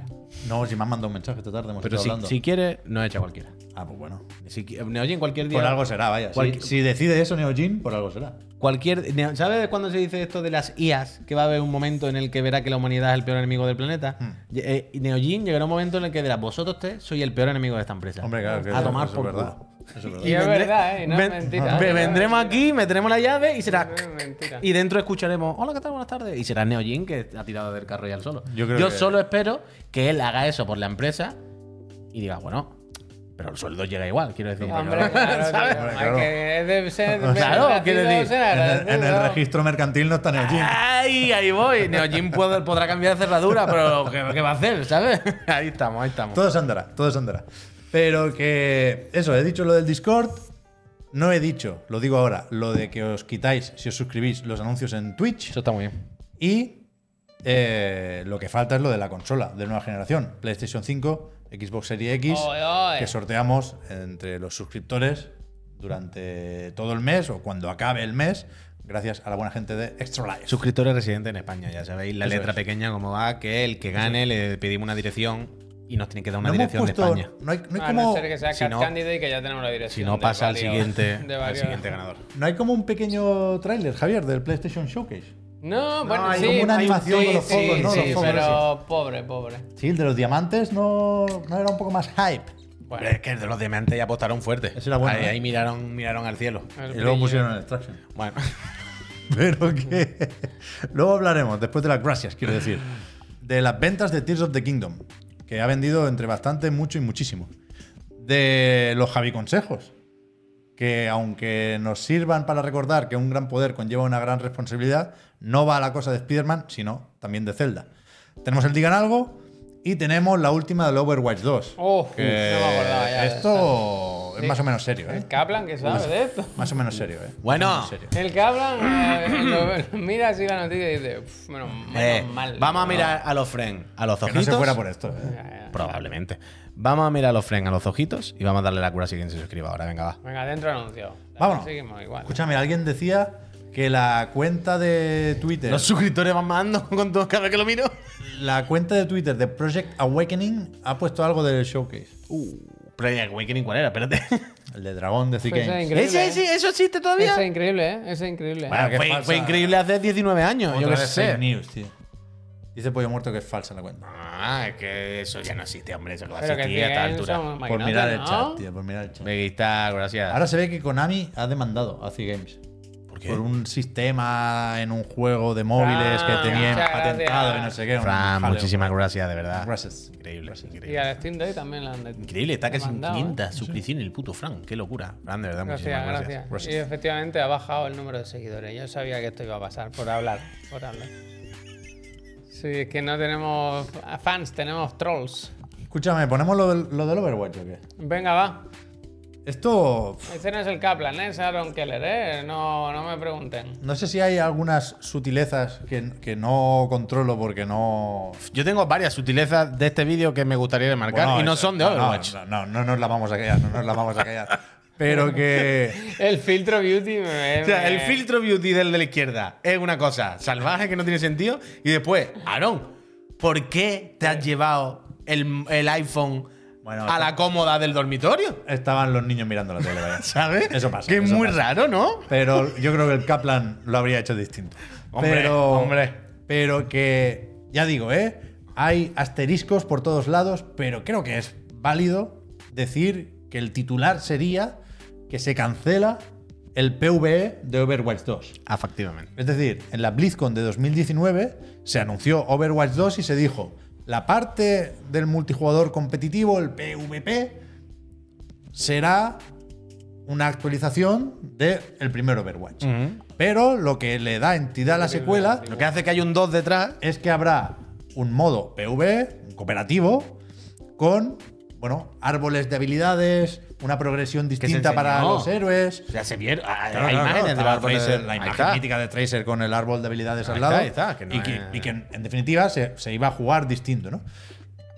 Speaker 2: No, si me han mandado un mensaje esta tarde, hemos
Speaker 3: Pero
Speaker 2: estado
Speaker 3: si,
Speaker 2: hablando.
Speaker 3: si quiere, no echa a cualquiera.
Speaker 2: Ah, pues bueno.
Speaker 3: Si, qui- Neojin cualquier día.
Speaker 2: Por algo será, vaya. Si,
Speaker 3: Cualquier-
Speaker 2: si decide eso Neojin, por algo será.
Speaker 3: Cualquier, Neo- ¿Sabes cuándo se dice esto de las IAs? Que va a haber un momento en el que verá que la humanidad es el peor enemigo del planeta.
Speaker 2: Hmm.
Speaker 3: Y, eh, y Neojin llegará un momento en el que dirá, vosotros tres sois el peor enemigo de esta empresa.
Speaker 2: Hombre, claro que
Speaker 3: A tomar
Speaker 2: eso
Speaker 3: por
Speaker 2: es verdad.
Speaker 3: culo.
Speaker 2: Eso es verdad.
Speaker 1: Y es verdad, eh, no es
Speaker 2: *laughs*
Speaker 1: mentira, eh.
Speaker 3: Ah, vendremos aquí, meteremos la llave y será.
Speaker 1: No, no, mentira.
Speaker 3: Y dentro escucharemos, hola, ¿qué tal? Buenas tardes. Y será Neojin que ha tirado del carro ya al solo.
Speaker 2: Yo creo que-
Speaker 3: solo espero que él haga eso por la empresa y diga, bueno, pero el sueldo llega igual, quiero decir.
Speaker 1: Hombre, claro, tío,
Speaker 2: Hombre,
Speaker 1: hay
Speaker 2: claro.
Speaker 1: que es de ser
Speaker 3: *laughs* Claro,
Speaker 1: nacido,
Speaker 3: quiero decir,
Speaker 1: ser
Speaker 2: En el, en el
Speaker 1: agradecido.
Speaker 2: registro mercantil no está Neojin.
Speaker 3: Ah. ¡Ay! Ahí voy. Neojin puede- podrá cambiar de cerradura, pero ¿qué, qué va a hacer? ¿Sabes? *laughs* Ahí estamos, ahí estamos.
Speaker 2: Todo se andará, todo se andará. Pero que eso, he dicho lo del Discord. No he dicho, lo digo ahora, lo de que os quitáis, si os suscribís, los anuncios en Twitch.
Speaker 3: Eso está muy bien.
Speaker 2: Y eh, lo que falta es lo de la consola de nueva generación, PlayStation 5, Xbox Series X,
Speaker 1: Oye, oye.
Speaker 2: que sorteamos entre los suscriptores durante todo el mes o cuando acabe el mes, gracias a la buena gente de Extra Life.
Speaker 3: Suscriptores residentes en España, ya sabéis, la
Speaker 2: Eso
Speaker 3: letra
Speaker 2: es.
Speaker 3: pequeña como va, que el que gane le pedimos una dirección y nos tiene que dar una
Speaker 2: No hemos
Speaker 3: dirección
Speaker 2: puesto-
Speaker 3: de España.
Speaker 2: no hay- no hay
Speaker 1: A
Speaker 2: como-
Speaker 1: Ah, no ser que sea
Speaker 3: si no-
Speaker 1: Cándido y que ya tenemos la dirección.
Speaker 3: Si no
Speaker 1: de
Speaker 3: pasa al
Speaker 1: varios-
Speaker 3: siguiente,
Speaker 1: *laughs* de
Speaker 3: al
Speaker 1: varios.
Speaker 3: siguiente ganador.
Speaker 2: No hay como un pequeño tráiler, Javier, del PlayStation Showcase.
Speaker 1: No, bueno,
Speaker 2: hay
Speaker 1: sí.
Speaker 2: como una
Speaker 1: hay-
Speaker 2: animación
Speaker 1: sí,
Speaker 2: con los focos,
Speaker 1: sí,
Speaker 2: ¿no? Los
Speaker 1: Sí,
Speaker 2: focos
Speaker 1: pero pobre, pobre.
Speaker 2: Sí, el de los diamantes no, no era un poco más hype.
Speaker 3: Pero es que de los diamantes ya apostaron fuerte.
Speaker 2: Ese era bueno,
Speaker 3: ahí,
Speaker 2: ¿eh?
Speaker 3: ahí miraron, miraron al cielo.
Speaker 1: El
Speaker 2: Y luego
Speaker 1: brillo.
Speaker 2: pusieron el extraction.
Speaker 1: *laughs*
Speaker 3: Bueno,
Speaker 2: *laughs* Pero que. luego hablaremos, después de las gracias, quiero decir. De las ventas de Tears of the Kingdom, que ha vendido entre bastante, mucho y muchísimo. De los Javi Consejos, que aunque nos sirvan para recordar que un gran poder conlleva una gran responsabilidad, no va a la cosa de Spider-Man, sino también de Zelda. Tenemos el Digan Algo y tenemos la última del Overwatch 2.
Speaker 1: Oh,
Speaker 2: que
Speaker 1: no me acordaba ya de
Speaker 2: Esto es
Speaker 1: Sí.
Speaker 2: más o menos serio, ¿eh?
Speaker 1: El Kaplan que
Speaker 3: Pues-
Speaker 1: sabe de esto.
Speaker 2: Más o menos serio, ¿eh?
Speaker 3: Bueno.
Speaker 2: Más o menos serio.
Speaker 1: El Kaplan eh, lo- mira así la noticia y dice, "Uf, menos, menos
Speaker 3: eh,
Speaker 1: mal.
Speaker 3: vamos a mirar a los friends, a los
Speaker 2: Que no
Speaker 3: ojitos.
Speaker 2: se fuera por esto, ¿eh?
Speaker 1: Ya, ya.
Speaker 3: Probablemente. Vamos a mirar a los friends, a los ojitos y vamos a darle la cura a quien se suscriba ahora. Venga, va.
Speaker 1: Venga, dentro anuncio.
Speaker 2: Vámonos.
Speaker 1: Seguimos igual.
Speaker 2: Escúchame, alguien decía que la cuenta de Twitter,
Speaker 3: Los suscriptores van mandando con todo cada vez que lo miro.
Speaker 2: la cuenta de Twitter de Project Awakening ha puesto algo del showcase.
Speaker 3: Uh, Project Awakening, ¿cuál era? Espérate.
Speaker 2: El de Dragón de
Speaker 1: Pues era
Speaker 2: C-Games.
Speaker 3: *laughs*
Speaker 1: increíble,
Speaker 3: Ese,
Speaker 1: ¿eh?
Speaker 3: ese, ¿Eso existe todavía?
Speaker 1: Ese es increíble, ¿eh? Ese es increíble.
Speaker 2: Bueno, qué
Speaker 3: fue,
Speaker 2: falsa.
Speaker 3: fue increíble hace 19 años,
Speaker 2: Otra
Speaker 3: yo qué
Speaker 2: vez fake
Speaker 3: sé.
Speaker 2: news, tío. Dice Pollo Muerto que es falsa la cuenta.
Speaker 3: Ah, es que eso ya no existe, hombre. Eso que va a
Speaker 1: Pero que
Speaker 3: existir a esta
Speaker 1: tienen
Speaker 3: altura.
Speaker 1: son
Speaker 2: por
Speaker 1: maquinotas,
Speaker 2: mirar el
Speaker 1: ¿no?
Speaker 2: chat, tío, por mirar el chat.
Speaker 3: Veguista, gracias.
Speaker 2: Ahora se ve que Konami ha demandado a C-Games.
Speaker 3: ¿Por qué?
Speaker 2: Por un sistema en un juego de móviles
Speaker 1: Fran,
Speaker 2: que tenían
Speaker 1: muchas
Speaker 2: patentado
Speaker 1: gracias.
Speaker 2: y no sé qué. un
Speaker 3: Ah, Fran,
Speaker 2: jaleo.
Speaker 3: muchísimas gracias, de verdad.
Speaker 2: Gracias.
Speaker 3: Increíble,
Speaker 1: Y
Speaker 3: increíble.
Speaker 1: al Steam Day también la han de-
Speaker 3: Increíble, está casi en
Speaker 1: demandado, ¿eh?
Speaker 3: 500 suscripciones el puto Fran. Qué locura. Fran, de verdad,
Speaker 1: Gracias,
Speaker 3: muchísimas gracias.
Speaker 1: gracias, Y efectivamente ha bajado el número de seguidores. Yo sabía que esto iba a pasar por hablar, por hablar. Sí, es que no tenemos fans, tenemos trolls.
Speaker 2: Escúchame, ¿ponemos lo del, lo del Overwatch o qué?
Speaker 1: Venga, va.
Speaker 2: Esto. pf,
Speaker 1: Ese no es el Kaplan, ¿eh? es Aaron Keller, ¿eh? No, no me pregunten.
Speaker 2: No sé si hay algunas sutilezas que, que no controlo porque no.
Speaker 3: Yo tengo varias sutilezas de este vídeo que me gustaría remarcar
Speaker 2: Bueno,
Speaker 3: y no
Speaker 2: es-
Speaker 3: son de
Speaker 2: no,
Speaker 3: Overwatch.
Speaker 2: No, no, no nos la vamos a callar, no nos la vamos a callar. Pero que.
Speaker 1: El filtro beauty me.
Speaker 3: O
Speaker 2: Eh.
Speaker 3: sea, el
Speaker 1: me-
Speaker 3: filtro beauty del de la izquierda es una cosa salvaje que no tiene sentido. Y después, Aaron, ¿por qué te has llevado el, el iPhone
Speaker 2: Bueno,
Speaker 3: a la cómoda del dormitorio?
Speaker 2: Estaban los niños mirando la tele, vaya.
Speaker 3: *laughs* ¿Sabes?
Speaker 2: Eso pasa,
Speaker 3: Que es
Speaker 2: eso
Speaker 3: muy
Speaker 2: pasa.
Speaker 3: raro, ¿no?
Speaker 2: Pero yo creo que el Kaplan lo habría hecho distinto.
Speaker 3: Hombre,
Speaker 2: pero,
Speaker 3: hombre.
Speaker 2: Pero que, ya digo, ¿eh? Hay asteriscos por todos lados, pero creo que es válido decir que el titular sería que se cancela el PvE de Overwatch 2.
Speaker 3: Ah, Efectivamente.
Speaker 2: Es decir, en la BlizzCon de 2019 se anunció Overwatch 2 y se dijo, la parte del multijugador competitivo, el PvP, será una actualización del primer Overwatch. Pero lo que le da entidad a la secuela
Speaker 3: Lo que hace que hay un 2 detrás.
Speaker 2: es que habrá un modo PvE, un cooperativo, con, bueno, árboles de habilidades, una progresión distinta para
Speaker 3: enseñó.
Speaker 2: los héroes.
Speaker 3: Ya se vieron. ah, Hay
Speaker 2: Claro, claro,
Speaker 3: imágenes
Speaker 2: claro,
Speaker 3: de la
Speaker 2: estaba el
Speaker 3: Tracer.
Speaker 2: Tracer, la
Speaker 3: Ahí
Speaker 2: imagen
Speaker 3: está.
Speaker 2: mítica de Tracer con el árbol de habilidades
Speaker 3: Ahí
Speaker 2: al
Speaker 3: está,
Speaker 2: lado.
Speaker 3: ahí está, que no
Speaker 2: y, que,
Speaker 3: es-
Speaker 2: y que, en, en definitiva se, se iba a jugar distinto, ¿no?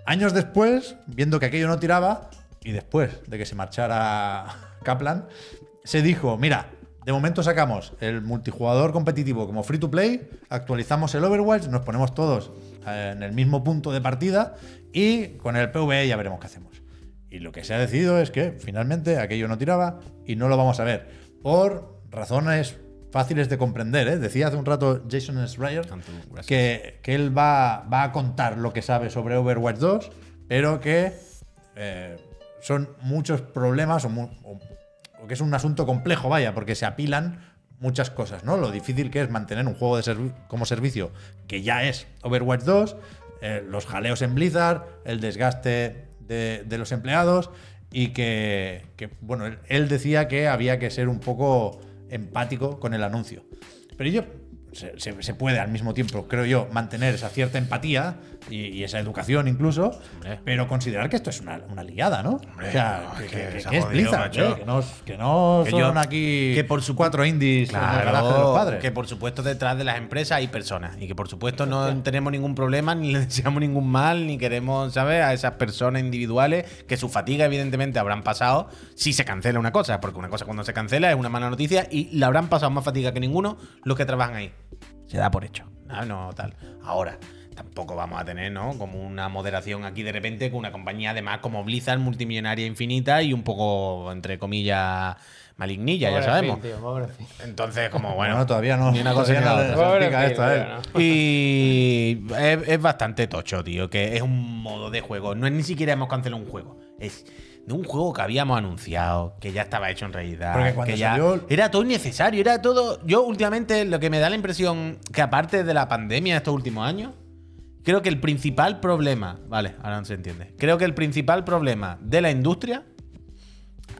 Speaker 2: Años después, viendo que aquello no tiraba, y después de que se marchara *laughs* Kaplan, se dijo: mira, de momento sacamos el multijugador competitivo como free to play, actualizamos el Overwatch, nos ponemos todos eh, en el mismo punto de partida y con el PvE ya veremos qué hacemos. Y lo que se ha decidido es que finalmente aquello no tiraba y no lo vamos a ver. Por razones fáciles de comprender. ¿eh? Decía hace un rato Jason Schreier
Speaker 3: Tanto, gracias.
Speaker 2: que, que él va, va a contar lo que sabe sobre Overwatch 2, pero que eh, son muchos problemas o, mu- o- o que es un asunto complejo, vaya, porque se apilan muchas cosas, ¿no? Lo difícil que es mantener un juego de servi- como servicio que ya es Overwatch 2, eh, los jaleos en Blizzard, el desgaste de, de los empleados y que, que, bueno, él- él decía que había que ser un poco empático con el anuncio. Pero yo se, se- se puede al mismo tiempo, creo yo, mantener esa cierta empatía y, y esa educación incluso,
Speaker 3: Hombre.
Speaker 2: pero considerar que esto es una, una liada, ¿no?
Speaker 3: Hombre,
Speaker 2: o sea,
Speaker 3: no,
Speaker 2: que,
Speaker 3: es
Speaker 2: que-
Speaker 3: que
Speaker 2: que-
Speaker 3: se ha
Speaker 2: que es
Speaker 3: jodido,
Speaker 2: Blizzard,
Speaker 3: macho.
Speaker 2: ¿eh? que no, que no
Speaker 3: Que
Speaker 2: son
Speaker 3: yo-
Speaker 2: aquí
Speaker 3: que por su-
Speaker 2: cuatro indies en el garaje de los padres.
Speaker 3: que por supuesto detrás de las empresas hay personas y que por supuesto no *laughs* tenemos ningún problema, ni le deseamos ningún mal, ni queremos, ¿sabes? A esas personas individuales que su fatiga evidentemente habrán pasado si se cancela una cosa, porque una cosa cuando se cancela es una mala noticia y la habrán pasado más fatiga que ninguno los que trabajan ahí. Se da por hecho. No, no, tal. Ahora. Tampoco vamos a tener, ¿no? Como una moderación aquí de repente con una compañía además como Blizzard, multimillonaria infinita y un poco, entre comillas, malignilla, ya
Speaker 1: Pobre
Speaker 3: sabemos.
Speaker 1: Phil, tío, pobre Phil.
Speaker 3: Entonces, como bueno.
Speaker 2: Bueno, todavía no.
Speaker 3: ni una cosa
Speaker 2: todavía
Speaker 3: ni la
Speaker 2: no
Speaker 3: otra.
Speaker 2: le-
Speaker 1: Pobre
Speaker 2: explica
Speaker 1: Phil,
Speaker 2: esto ¿eh? a él.
Speaker 1: pero no.
Speaker 3: Y es, es bastante tocho, tío. Que es un modo de juego. No es ni siquiera hemos cancelado un juego. Es de un juego que habíamos anunciado, que ya estaba hecho en realidad.
Speaker 2: Porque cuando
Speaker 3: que ya
Speaker 2: salió-
Speaker 3: Era todo innecesario, era todo. Yo últimamente lo que me da la impresión que aparte de la pandemia de estos últimos años, creo que el principal problema. Vale, ahora no se entiende. Creo que el principal problema de la industria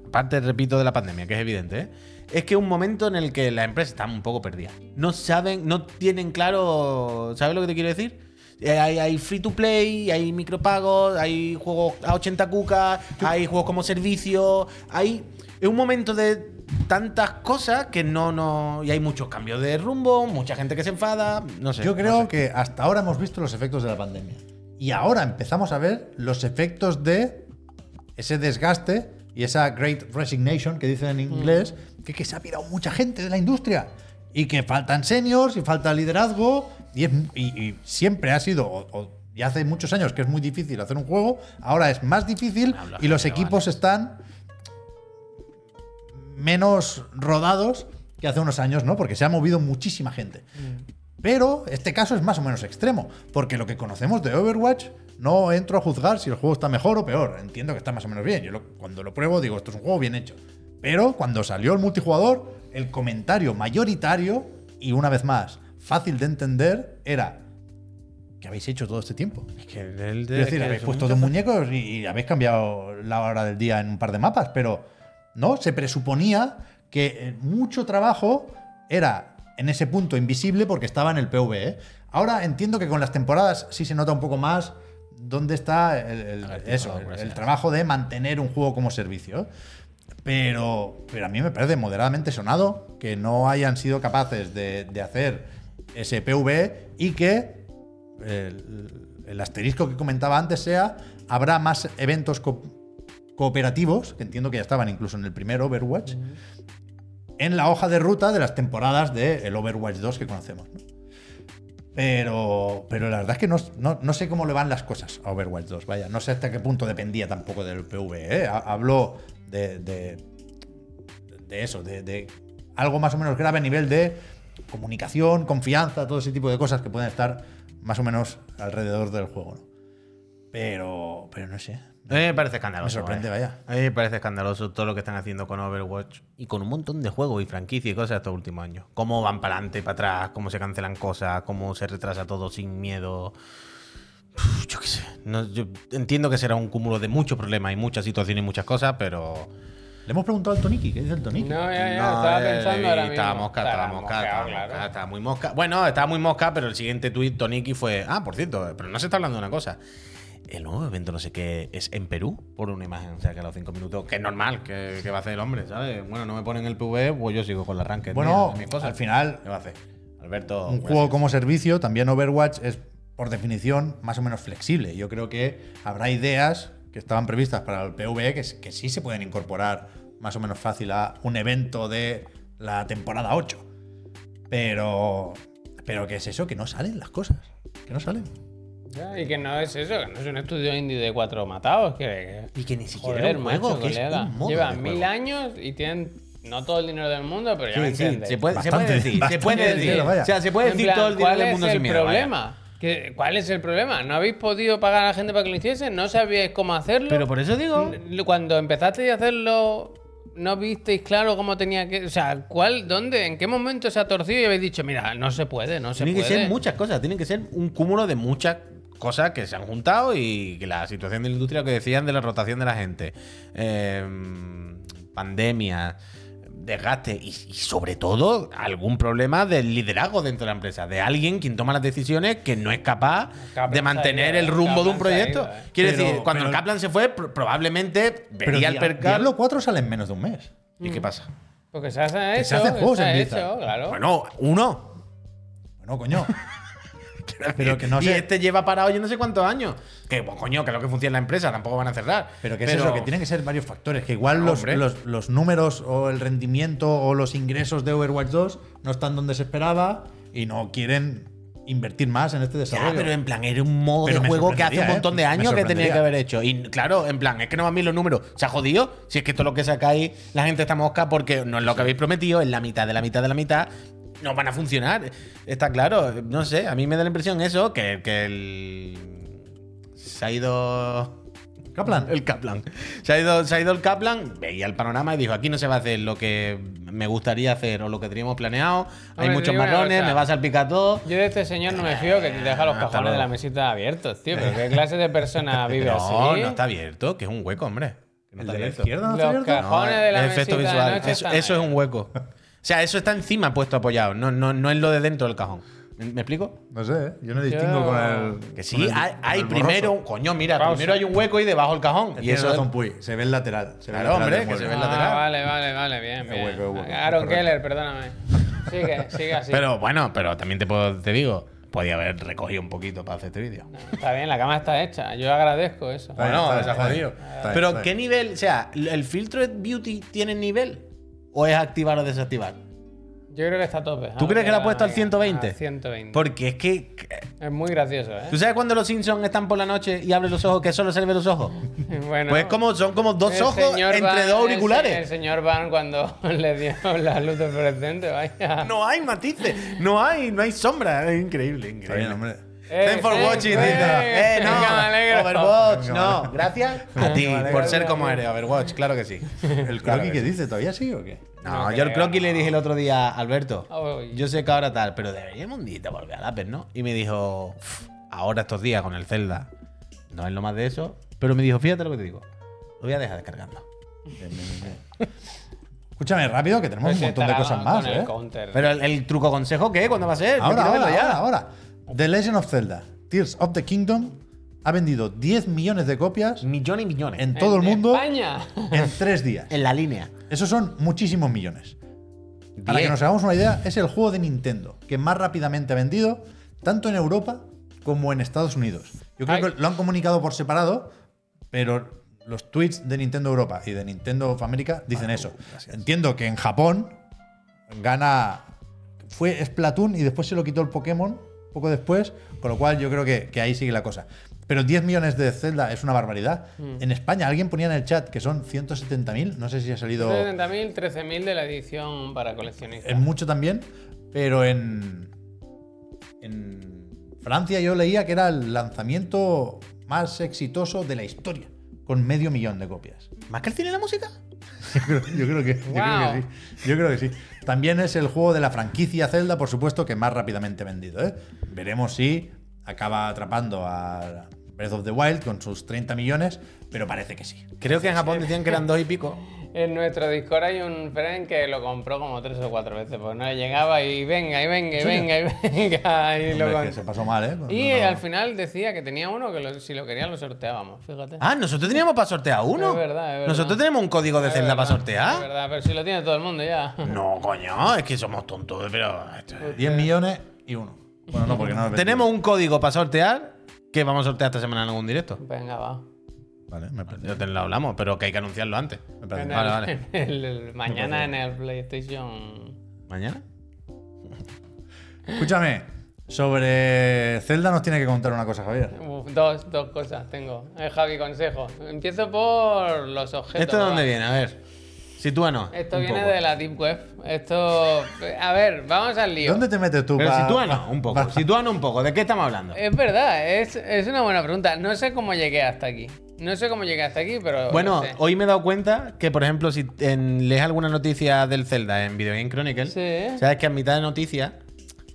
Speaker 3: aparte, repito, de la pandemia, que es evidente, ¿eh? es que un momento en el que las empresas están un poco perdidas. No saben, no tienen claro, ¿sabes lo que te quiero decir? Eh, Hay, hay free to play, hay micropagos, hay juegos a 80 cucas, hay juegos como servicio, hay... Es un momento de tantas cosas que no, no... Y hay muchos cambios de rumbo, mucha gente que se enfada, no sé.
Speaker 2: Yo
Speaker 3: no
Speaker 2: creo
Speaker 3: sé.
Speaker 2: que hasta ahora hemos visto los efectos de la pandemia. Y ahora empezamos a ver los efectos de ese desgaste y esa great resignation que dicen en inglés,
Speaker 3: Mm.
Speaker 2: que, que se ha pirado mucha gente de la industria. Y que faltan seniors y falta liderazgo. Y, es- y- y siempre ha sido, o- o- y hace muchos años que es muy difícil hacer un juego, ahora es más difícil
Speaker 3: Habla,
Speaker 2: y los
Speaker 3: pero
Speaker 2: equipos están menos rodados que hace unos años, ¿no? Porque se ha movido muchísima gente. Pero este caso es más o menos extremo, porque lo que conocemos de Overwatch no entro a juzgar si el juego está mejor o peor. Entiendo que está más o menos bien. Yo lo- cuando lo pruebo digo, esto es un juego bien hecho. Pero cuando salió el multijugador, el comentario mayoritario, y una vez más, fácil de entender, era, ¿qué habéis hecho todo este tiempo?
Speaker 3: Es que el de-
Speaker 2: Quiero decir,
Speaker 3: es que
Speaker 2: habéis
Speaker 3: son
Speaker 2: puesto dos
Speaker 3: muchas-
Speaker 2: muñecos y, y habéis cambiado la hora del día en un par de mapas, pero no, se presuponía que eh, mucho trabajo era en ese punto invisible porque estaba en el PvE. Ahora entiendo que con las temporadas sí se nota un poco más dónde está el, el-
Speaker 3: Lagartijo,
Speaker 2: eso, el-
Speaker 3: gracias.
Speaker 2: el trabajo de mantener un juego como servicio. Pero, pero a mí me parece moderadamente sonado que no hayan sido capaces de, de hacer SPV y que el, el asterisco que comentaba antes sea, habrá más eventos co- cooperativos, que entiendo que ya estaban incluso en el primer Overwatch, en la hoja de ruta de las temporadas del el Overwatch 2 que conocemos. ¿no? Pero, pero la verdad es que no, no- no sé cómo le van las cosas a Overwatch 2. Vaya, no sé hasta qué punto dependía tampoco del PvE. ¿eh? Ha- Habló de, de- de eso, de, de algo más o menos grave a nivel de comunicación, confianza, todo ese tipo de cosas que pueden estar más o menos alrededor del juego. ¿no? Pero, pero no sé.
Speaker 3: A mí eh, me parece escandaloso. eh.
Speaker 2: Me sorprende, vaya.
Speaker 3: A mí me parece escandaloso todo lo que están haciendo con Overwatch y con un montón de juegos y franquicias y cosas estos últimos años. Cómo van para adelante, para atrás, cómo se cancelan cosas, cómo se retrasa todo sin miedo. Uf, yo qué sé. No, yo entiendo que será un cúmulo de muchos problemas y muchas situaciones y muchas cosas, pero.
Speaker 2: Le hemos preguntado al Toniki, ¿qué dice el Toniki?
Speaker 1: No, ya, ya,
Speaker 3: No,
Speaker 1: estaba
Speaker 3: eh,
Speaker 1: pensando ahora mismo.
Speaker 3: Estaba mosca, estaba mosca, estaba
Speaker 1: moscado,
Speaker 3: mosca,
Speaker 1: claro.
Speaker 3: estaba muy mosca. Bueno, estaba muy mosca, pero el siguiente tuit, Toniki, fue. Ah, por cierto, pero no se está hablando de una cosa. El nuevo evento, no sé qué, es en Perú, por una imagen, o sea, que a los cinco minutos, que es normal, que, que va a hacer el hombre, ¿sabes? Bueno, no me ponen el PV, pues yo sigo con el arranque.
Speaker 2: Bueno,
Speaker 3: mi esposa.
Speaker 2: al final,
Speaker 3: ¿Qué va a hacer? Alberto.
Speaker 2: un
Speaker 3: pues, Oh, gracias.
Speaker 2: juego como servicio, también Overwatch es por definición más o menos flexible. Yo creo que habrá ideas que estaban previstas para el PvE que, s- que sí se pueden incorporar más o menos fácil a un evento de la temporada 8. Pero pero qué es eso que no salen las cosas, que no salen.
Speaker 1: Ya, y que no es eso, que no es un estudio indie de cuatro matados. Que,
Speaker 3: Y que ni siquiera
Speaker 1: joder,
Speaker 3: un
Speaker 1: macho,
Speaker 3: juego, que es
Speaker 1: colega.
Speaker 3: un modo
Speaker 1: Llevan
Speaker 3: de
Speaker 1: mil
Speaker 3: juego.
Speaker 1: años y tienen no todo el dinero del mundo, pero ya
Speaker 3: Sí,
Speaker 1: me
Speaker 3: sí,
Speaker 1: entiendes.
Speaker 3: se puede, se
Speaker 2: Bastante,
Speaker 3: puede decir, se
Speaker 2: bastante
Speaker 3: puede decir.
Speaker 2: dinero, vaya.
Speaker 3: O sea, se puede
Speaker 1: En
Speaker 3: decir
Speaker 1: plan,
Speaker 3: todo el dinero
Speaker 1: ¿cuál
Speaker 3: del mundo
Speaker 1: es
Speaker 3: sin
Speaker 1: el
Speaker 3: miedo, vaya.
Speaker 1: problema? ¿Qué- ¿Cuál es el problema? ¿No habéis podido pagar a la gente para que lo hiciese? ¿No sabíais cómo hacerlo?
Speaker 3: Pero por eso digo.
Speaker 1: N- Cuando empezasteis a hacerlo, ¿no visteis claro cómo tenía que...? O sea, ¿cuál, dónde, en qué momento se ha torcido y habéis dicho, mira, no se puede, no se
Speaker 3: Tienen que
Speaker 1: puede?
Speaker 3: ser muchas cosas, tienen que ser un cúmulo de muchas cosas que se han juntado y que la situación de la industria que decían de la rotación de la gente, eh, pandemia, desgaste y, y sobre todo algún problema del liderazgo dentro de la empresa, de alguien quien toma las decisiones que no es capaz
Speaker 1: Kaplan
Speaker 3: de mantener
Speaker 1: se ha
Speaker 3: el
Speaker 1: ido,
Speaker 3: rumbo de un
Speaker 1: Kaplan se ha
Speaker 3: proyecto.
Speaker 1: ido, eh.
Speaker 3: Quiere
Speaker 2: Pero-
Speaker 3: decir, cuando el
Speaker 2: pero-
Speaker 3: Kaplan se fue, pr- probablemente
Speaker 2: Pero
Speaker 3: venía el
Speaker 2: Dia-
Speaker 3: percal.
Speaker 2: Diablo 4 sale en menos de un mes.
Speaker 3: ¿Y qué pasa?
Speaker 1: Porque se hace
Speaker 2: Que
Speaker 1: eso,
Speaker 2: se hacen juegos en Blizzard.
Speaker 1: hecho, claro.
Speaker 3: Bueno, uno.
Speaker 2: Bueno,
Speaker 3: *laughs*
Speaker 2: coño. pero que no
Speaker 3: Y
Speaker 2: sé.
Speaker 3: este lleva parado yo no sé cuántos años. Que, pues, coño, que es lo que funciona en la empresa, tampoco van a cerrar.
Speaker 2: Pero que es eso, que tienen que ser varios factores, que igual
Speaker 3: Ah,
Speaker 2: los,
Speaker 3: hombre.
Speaker 2: los- los números o el rendimiento o los ingresos de Overwatch 2 no están donde se esperaba y no quieren invertir más en este
Speaker 3: Ya,
Speaker 2: desarrollo.
Speaker 3: pero en plan, era un modo
Speaker 2: Pero
Speaker 3: de
Speaker 2: me
Speaker 3: juego que hace un
Speaker 2: sorprendería,
Speaker 3: montón
Speaker 2: ¿eh?
Speaker 3: de
Speaker 2: Me
Speaker 3: años que tenía
Speaker 2: sorprendería.
Speaker 3: que haber hecho. Y claro, en plan, es que no van bien los números. ¿Se ha jodido? Si es que esto es lo que sacáis, la gente está mosca porque no es lo que habéis prometido, es la mitad de la mitad de la mitad. No van a funcionar. Está claro. No sé, a mí me da la impresión eso, que, que el. Se ha ido.
Speaker 2: Kaplan.
Speaker 3: El Kaplan. Se ha, ido, se ha ido el Kaplan, veía el panorama y dijo, aquí no se va a hacer lo que me gustaría hacer o lo que teníamos planeado. Hay
Speaker 1: Hombre,
Speaker 3: muchos
Speaker 1: te digo una
Speaker 3: marrones,
Speaker 1: cosa.
Speaker 3: me va a salpicar todo.
Speaker 1: Yo de este señor no me fío que te deja los
Speaker 3: Ah, Hasta
Speaker 1: cajones de
Speaker 3: luego.
Speaker 1: la mesita abiertos, tío.
Speaker 3: *laughs*
Speaker 1: ¿Pero qué clase de persona vive así?
Speaker 3: No, no está abierto, que es un hueco, hombre. Que
Speaker 2: ¿El
Speaker 3: no está
Speaker 2: de la
Speaker 3: abierto.
Speaker 2: izquierda no está
Speaker 1: Los
Speaker 2: abierto?
Speaker 1: ca- Cajones de la
Speaker 3: es
Speaker 1: mesita
Speaker 3: efecto
Speaker 1: de
Speaker 3: visual.
Speaker 1: noche
Speaker 3: eso
Speaker 1: están
Speaker 3: eso es
Speaker 1: ahí.
Speaker 3: un hueco. O sea, eso está encima puesto apoyado, no, no, no es lo de dentro del cajón. ¿Me, me explico?
Speaker 2: No sé, ¿eh? yo no distingo
Speaker 1: Yo-
Speaker 2: con el.
Speaker 3: Que
Speaker 2: con
Speaker 3: sí,
Speaker 2: el-
Speaker 3: hay,
Speaker 2: con
Speaker 3: hay
Speaker 2: el borroso.
Speaker 3: primero un. Coño, mira,
Speaker 1: Pausa.
Speaker 3: primero hay un hueco y debajo el cajón. Y
Speaker 2: Tienes
Speaker 3: eso
Speaker 2: razón, Puy. Se ve el lateral. Se ve el
Speaker 3: Claro,
Speaker 2: lateral
Speaker 3: hombre,
Speaker 2: del
Speaker 3: que se
Speaker 2: mueble.
Speaker 3: ve el
Speaker 1: Ah,
Speaker 3: lateral.
Speaker 1: vale, vale, vale, bien, bien.
Speaker 2: hueco, es hueco,
Speaker 1: Aaron
Speaker 2: correcto.
Speaker 1: Keller, perdóname. Sigue, sigue así.
Speaker 3: Pero bueno, pero también te, puedo, te digo, podía haber recogido un poquito para hacer este vídeo.
Speaker 1: Está bien, la cama está hecha. Yo agradezco eso.
Speaker 2: bien,
Speaker 3: Bueno,
Speaker 2: está
Speaker 3: se
Speaker 2: bien,
Speaker 3: ha jodido.
Speaker 2: está bien, está bien,
Speaker 3: Pero
Speaker 2: está
Speaker 3: ¿qué
Speaker 2: bien.
Speaker 3: nivel? O sea, ¿el filtro de beauty tiene nivel? ¿O es activar o desactivar?
Speaker 1: Yo creo que está a tope. Ah,
Speaker 3: ¿Tú
Speaker 1: A
Speaker 3: crees
Speaker 1: ver,
Speaker 3: que la ha puesto al
Speaker 1: a
Speaker 3: 120?
Speaker 1: 120.
Speaker 3: Porque es que...
Speaker 1: Ah, Es muy gracioso, ¿eh?
Speaker 3: ¿Tú sabes cuando los Simpsons están por la noche y abren los ojos que solo se le ven los ojos?
Speaker 1: *laughs* Bueno,
Speaker 3: Pues como, son como dos
Speaker 1: el
Speaker 3: ojos
Speaker 1: señor
Speaker 3: entre
Speaker 1: Van-
Speaker 3: dos
Speaker 1: El,
Speaker 3: auriculares.
Speaker 1: se- el señor Van cuando *laughs* le dio la luz fluorescente, vaya.
Speaker 3: No hay matices, no hay, no hay sombra. Es increíble,
Speaker 2: Está bien,
Speaker 3: increíble.
Speaker 2: hombre.
Speaker 1: Eh,
Speaker 3: Thanks for
Speaker 1: thanks,
Speaker 3: watching,
Speaker 1: eh,
Speaker 3: dice. Eh, no,
Speaker 1: venga, me alegro.
Speaker 3: Overwatch,
Speaker 2: Venga,
Speaker 3: no.
Speaker 2: vale.
Speaker 3: Gracias a ti
Speaker 1: Venga, vale,
Speaker 3: por
Speaker 1: vale,
Speaker 3: ser
Speaker 1: vale.
Speaker 3: como eres, Overwatch, claro que sí.
Speaker 2: ¿El
Speaker 3: Claro
Speaker 2: croquis
Speaker 3: que
Speaker 2: que dice? ¿Todavía sí o qué?
Speaker 3: No,
Speaker 1: No
Speaker 3: yo
Speaker 1: creo,
Speaker 3: al croquis le dije el otro día, Alberto,
Speaker 1: Ay.
Speaker 3: yo sé que ahora tal, pero deberíamos un día volver al Aper, ¿no? Y me dijo, "Uf, ahora estos días con el Zelda, no es lo más de eso, pero me dijo, fíjate lo que te digo, lo voy a dejar descargando.
Speaker 2: Bien, bien, bien, bien. Escúchame rápido, que tenemos
Speaker 1: Pues
Speaker 2: un montón de
Speaker 1: estará con
Speaker 2: cosas más,
Speaker 1: el
Speaker 2: ¿eh?
Speaker 1: counter.
Speaker 3: Pero el, el
Speaker 1: *laughs*
Speaker 3: truco consejo, ¿qué? ¿Cuándo va a ser? Yo
Speaker 2: Ahora,
Speaker 3: quiero
Speaker 2: ahora,
Speaker 3: verlo ya.
Speaker 2: ahora, ahora. The Legend of Zelda, Tears of the Kingdom, ha vendido 10 millones de copias
Speaker 3: Millones y millones.
Speaker 2: en todo el
Speaker 1: En
Speaker 2: mundo *laughs*
Speaker 1: España.
Speaker 2: en
Speaker 1: *laughs*
Speaker 2: tres días.
Speaker 3: en la línea.
Speaker 2: Esos son muchísimos millones. Para que
Speaker 1: Diez.
Speaker 2: nos hagamos una idea, es el juego de Nintendo que más rápidamente ha vendido, tanto en Europa como en Estados Unidos. Yo creo
Speaker 1: Ay.
Speaker 2: que lo han comunicado por separado, pero los tweets de Nintendo Europa y de Nintendo of America
Speaker 1: Ah,
Speaker 2: dicen eso. Entiendo que en Japón gana. Fue Splatoon y después se lo quitó el Pokémon poco después, con lo cual yo creo que, que ahí sigue la cosa. Pero 10 millones de Zelda es una barbaridad. En España, alguien ponía en el chat que son 170.000, no sé si ha salido.
Speaker 1: 70.000, 13.000 de la edición para coleccionistas.
Speaker 2: Es mucho también, pero en. En Francia yo leía que era el lanzamiento más exitoso de la historia, con medio millón de copias.
Speaker 3: ¿Más que el cine y la música?
Speaker 2: Yo creo, yo creo que, yo creo que
Speaker 1: Wow.
Speaker 2: sí. Yo creo que sí. También es el juego de la franquicia Zelda, por supuesto, que más rápidamente vendido. ¿eh? Veremos si acaba atrapando a Breath of the Wild con sus 30 millones, pero parece que sí.
Speaker 3: Creo que en Japón decían que eran dos y pico.
Speaker 1: En nuestro Discord hay un friend que lo compró como tres o cuatro veces, porque no le llegaba y venga, y venga, y
Speaker 2: Sí.
Speaker 1: venga, y venga, *laughs* y lo
Speaker 2: Hombre, que
Speaker 1: con-
Speaker 2: se pasó mal, ¿eh?
Speaker 1: Y
Speaker 2: No, no.
Speaker 1: al final decía que tenía uno que lo- si lo quería lo sorteábamos, fíjate.
Speaker 3: Ah, nosotros teníamos para sortear uno.
Speaker 1: Es verdad, es verdad.
Speaker 3: Nosotros tenemos un código de
Speaker 1: Es
Speaker 3: celda
Speaker 1: verdad,
Speaker 3: para
Speaker 1: Es
Speaker 3: sortear.
Speaker 1: verdad, pero si lo tiene todo el mundo ya. *laughs*
Speaker 3: No, coño, es que somos tontos, pero. esto es-
Speaker 2: 10 millones y uno. Bueno, no, porque no. lo he
Speaker 3: Tenemos un código para sortear que vamos a sortear esta semana en algún directo.
Speaker 1: Venga, va.
Speaker 2: vendido. Vale, me parece.
Speaker 3: Ya te lo hablamos, pero que hay que anunciarlo antes.
Speaker 2: Me
Speaker 1: En
Speaker 2: parece.
Speaker 1: el-
Speaker 3: Vale, vale.
Speaker 1: *laughs* en el- el- mañana en el PlayStation.
Speaker 3: ¿Mañana?
Speaker 2: Escúchame, sobre Zelda nos tiene que contar una cosa, Javier.
Speaker 1: Uf, dos, dos cosas tengo. Eh, Javi, consejo. Empiezo por los objetos.
Speaker 3: ¿Esto de
Speaker 1: ¿verdad?
Speaker 3: dónde viene? A ver. Sitúanos.
Speaker 1: Esto
Speaker 3: un
Speaker 1: viene
Speaker 3: poco.
Speaker 1: de la Deep Web. Esto. A ver, vamos al lío.
Speaker 2: ¿Dónde te metes tú?
Speaker 3: Pero
Speaker 2: pa-
Speaker 3: sitúanos
Speaker 2: pa-
Speaker 3: un
Speaker 2: pa-
Speaker 3: poco. Sitúanos un poco. ¿De qué estamos hablando?
Speaker 1: Es verdad, es, es una buena pregunta. No sé cómo llegué hasta aquí. No sé cómo llegué hasta aquí, pero.
Speaker 3: Bueno,
Speaker 1: lo sé.
Speaker 3: hoy me he dado cuenta que, por ejemplo, si en- lees alguna noticia del Zelda en Video Game Chronicle,
Speaker 1: Sí.
Speaker 3: sabes que a mitad de noticia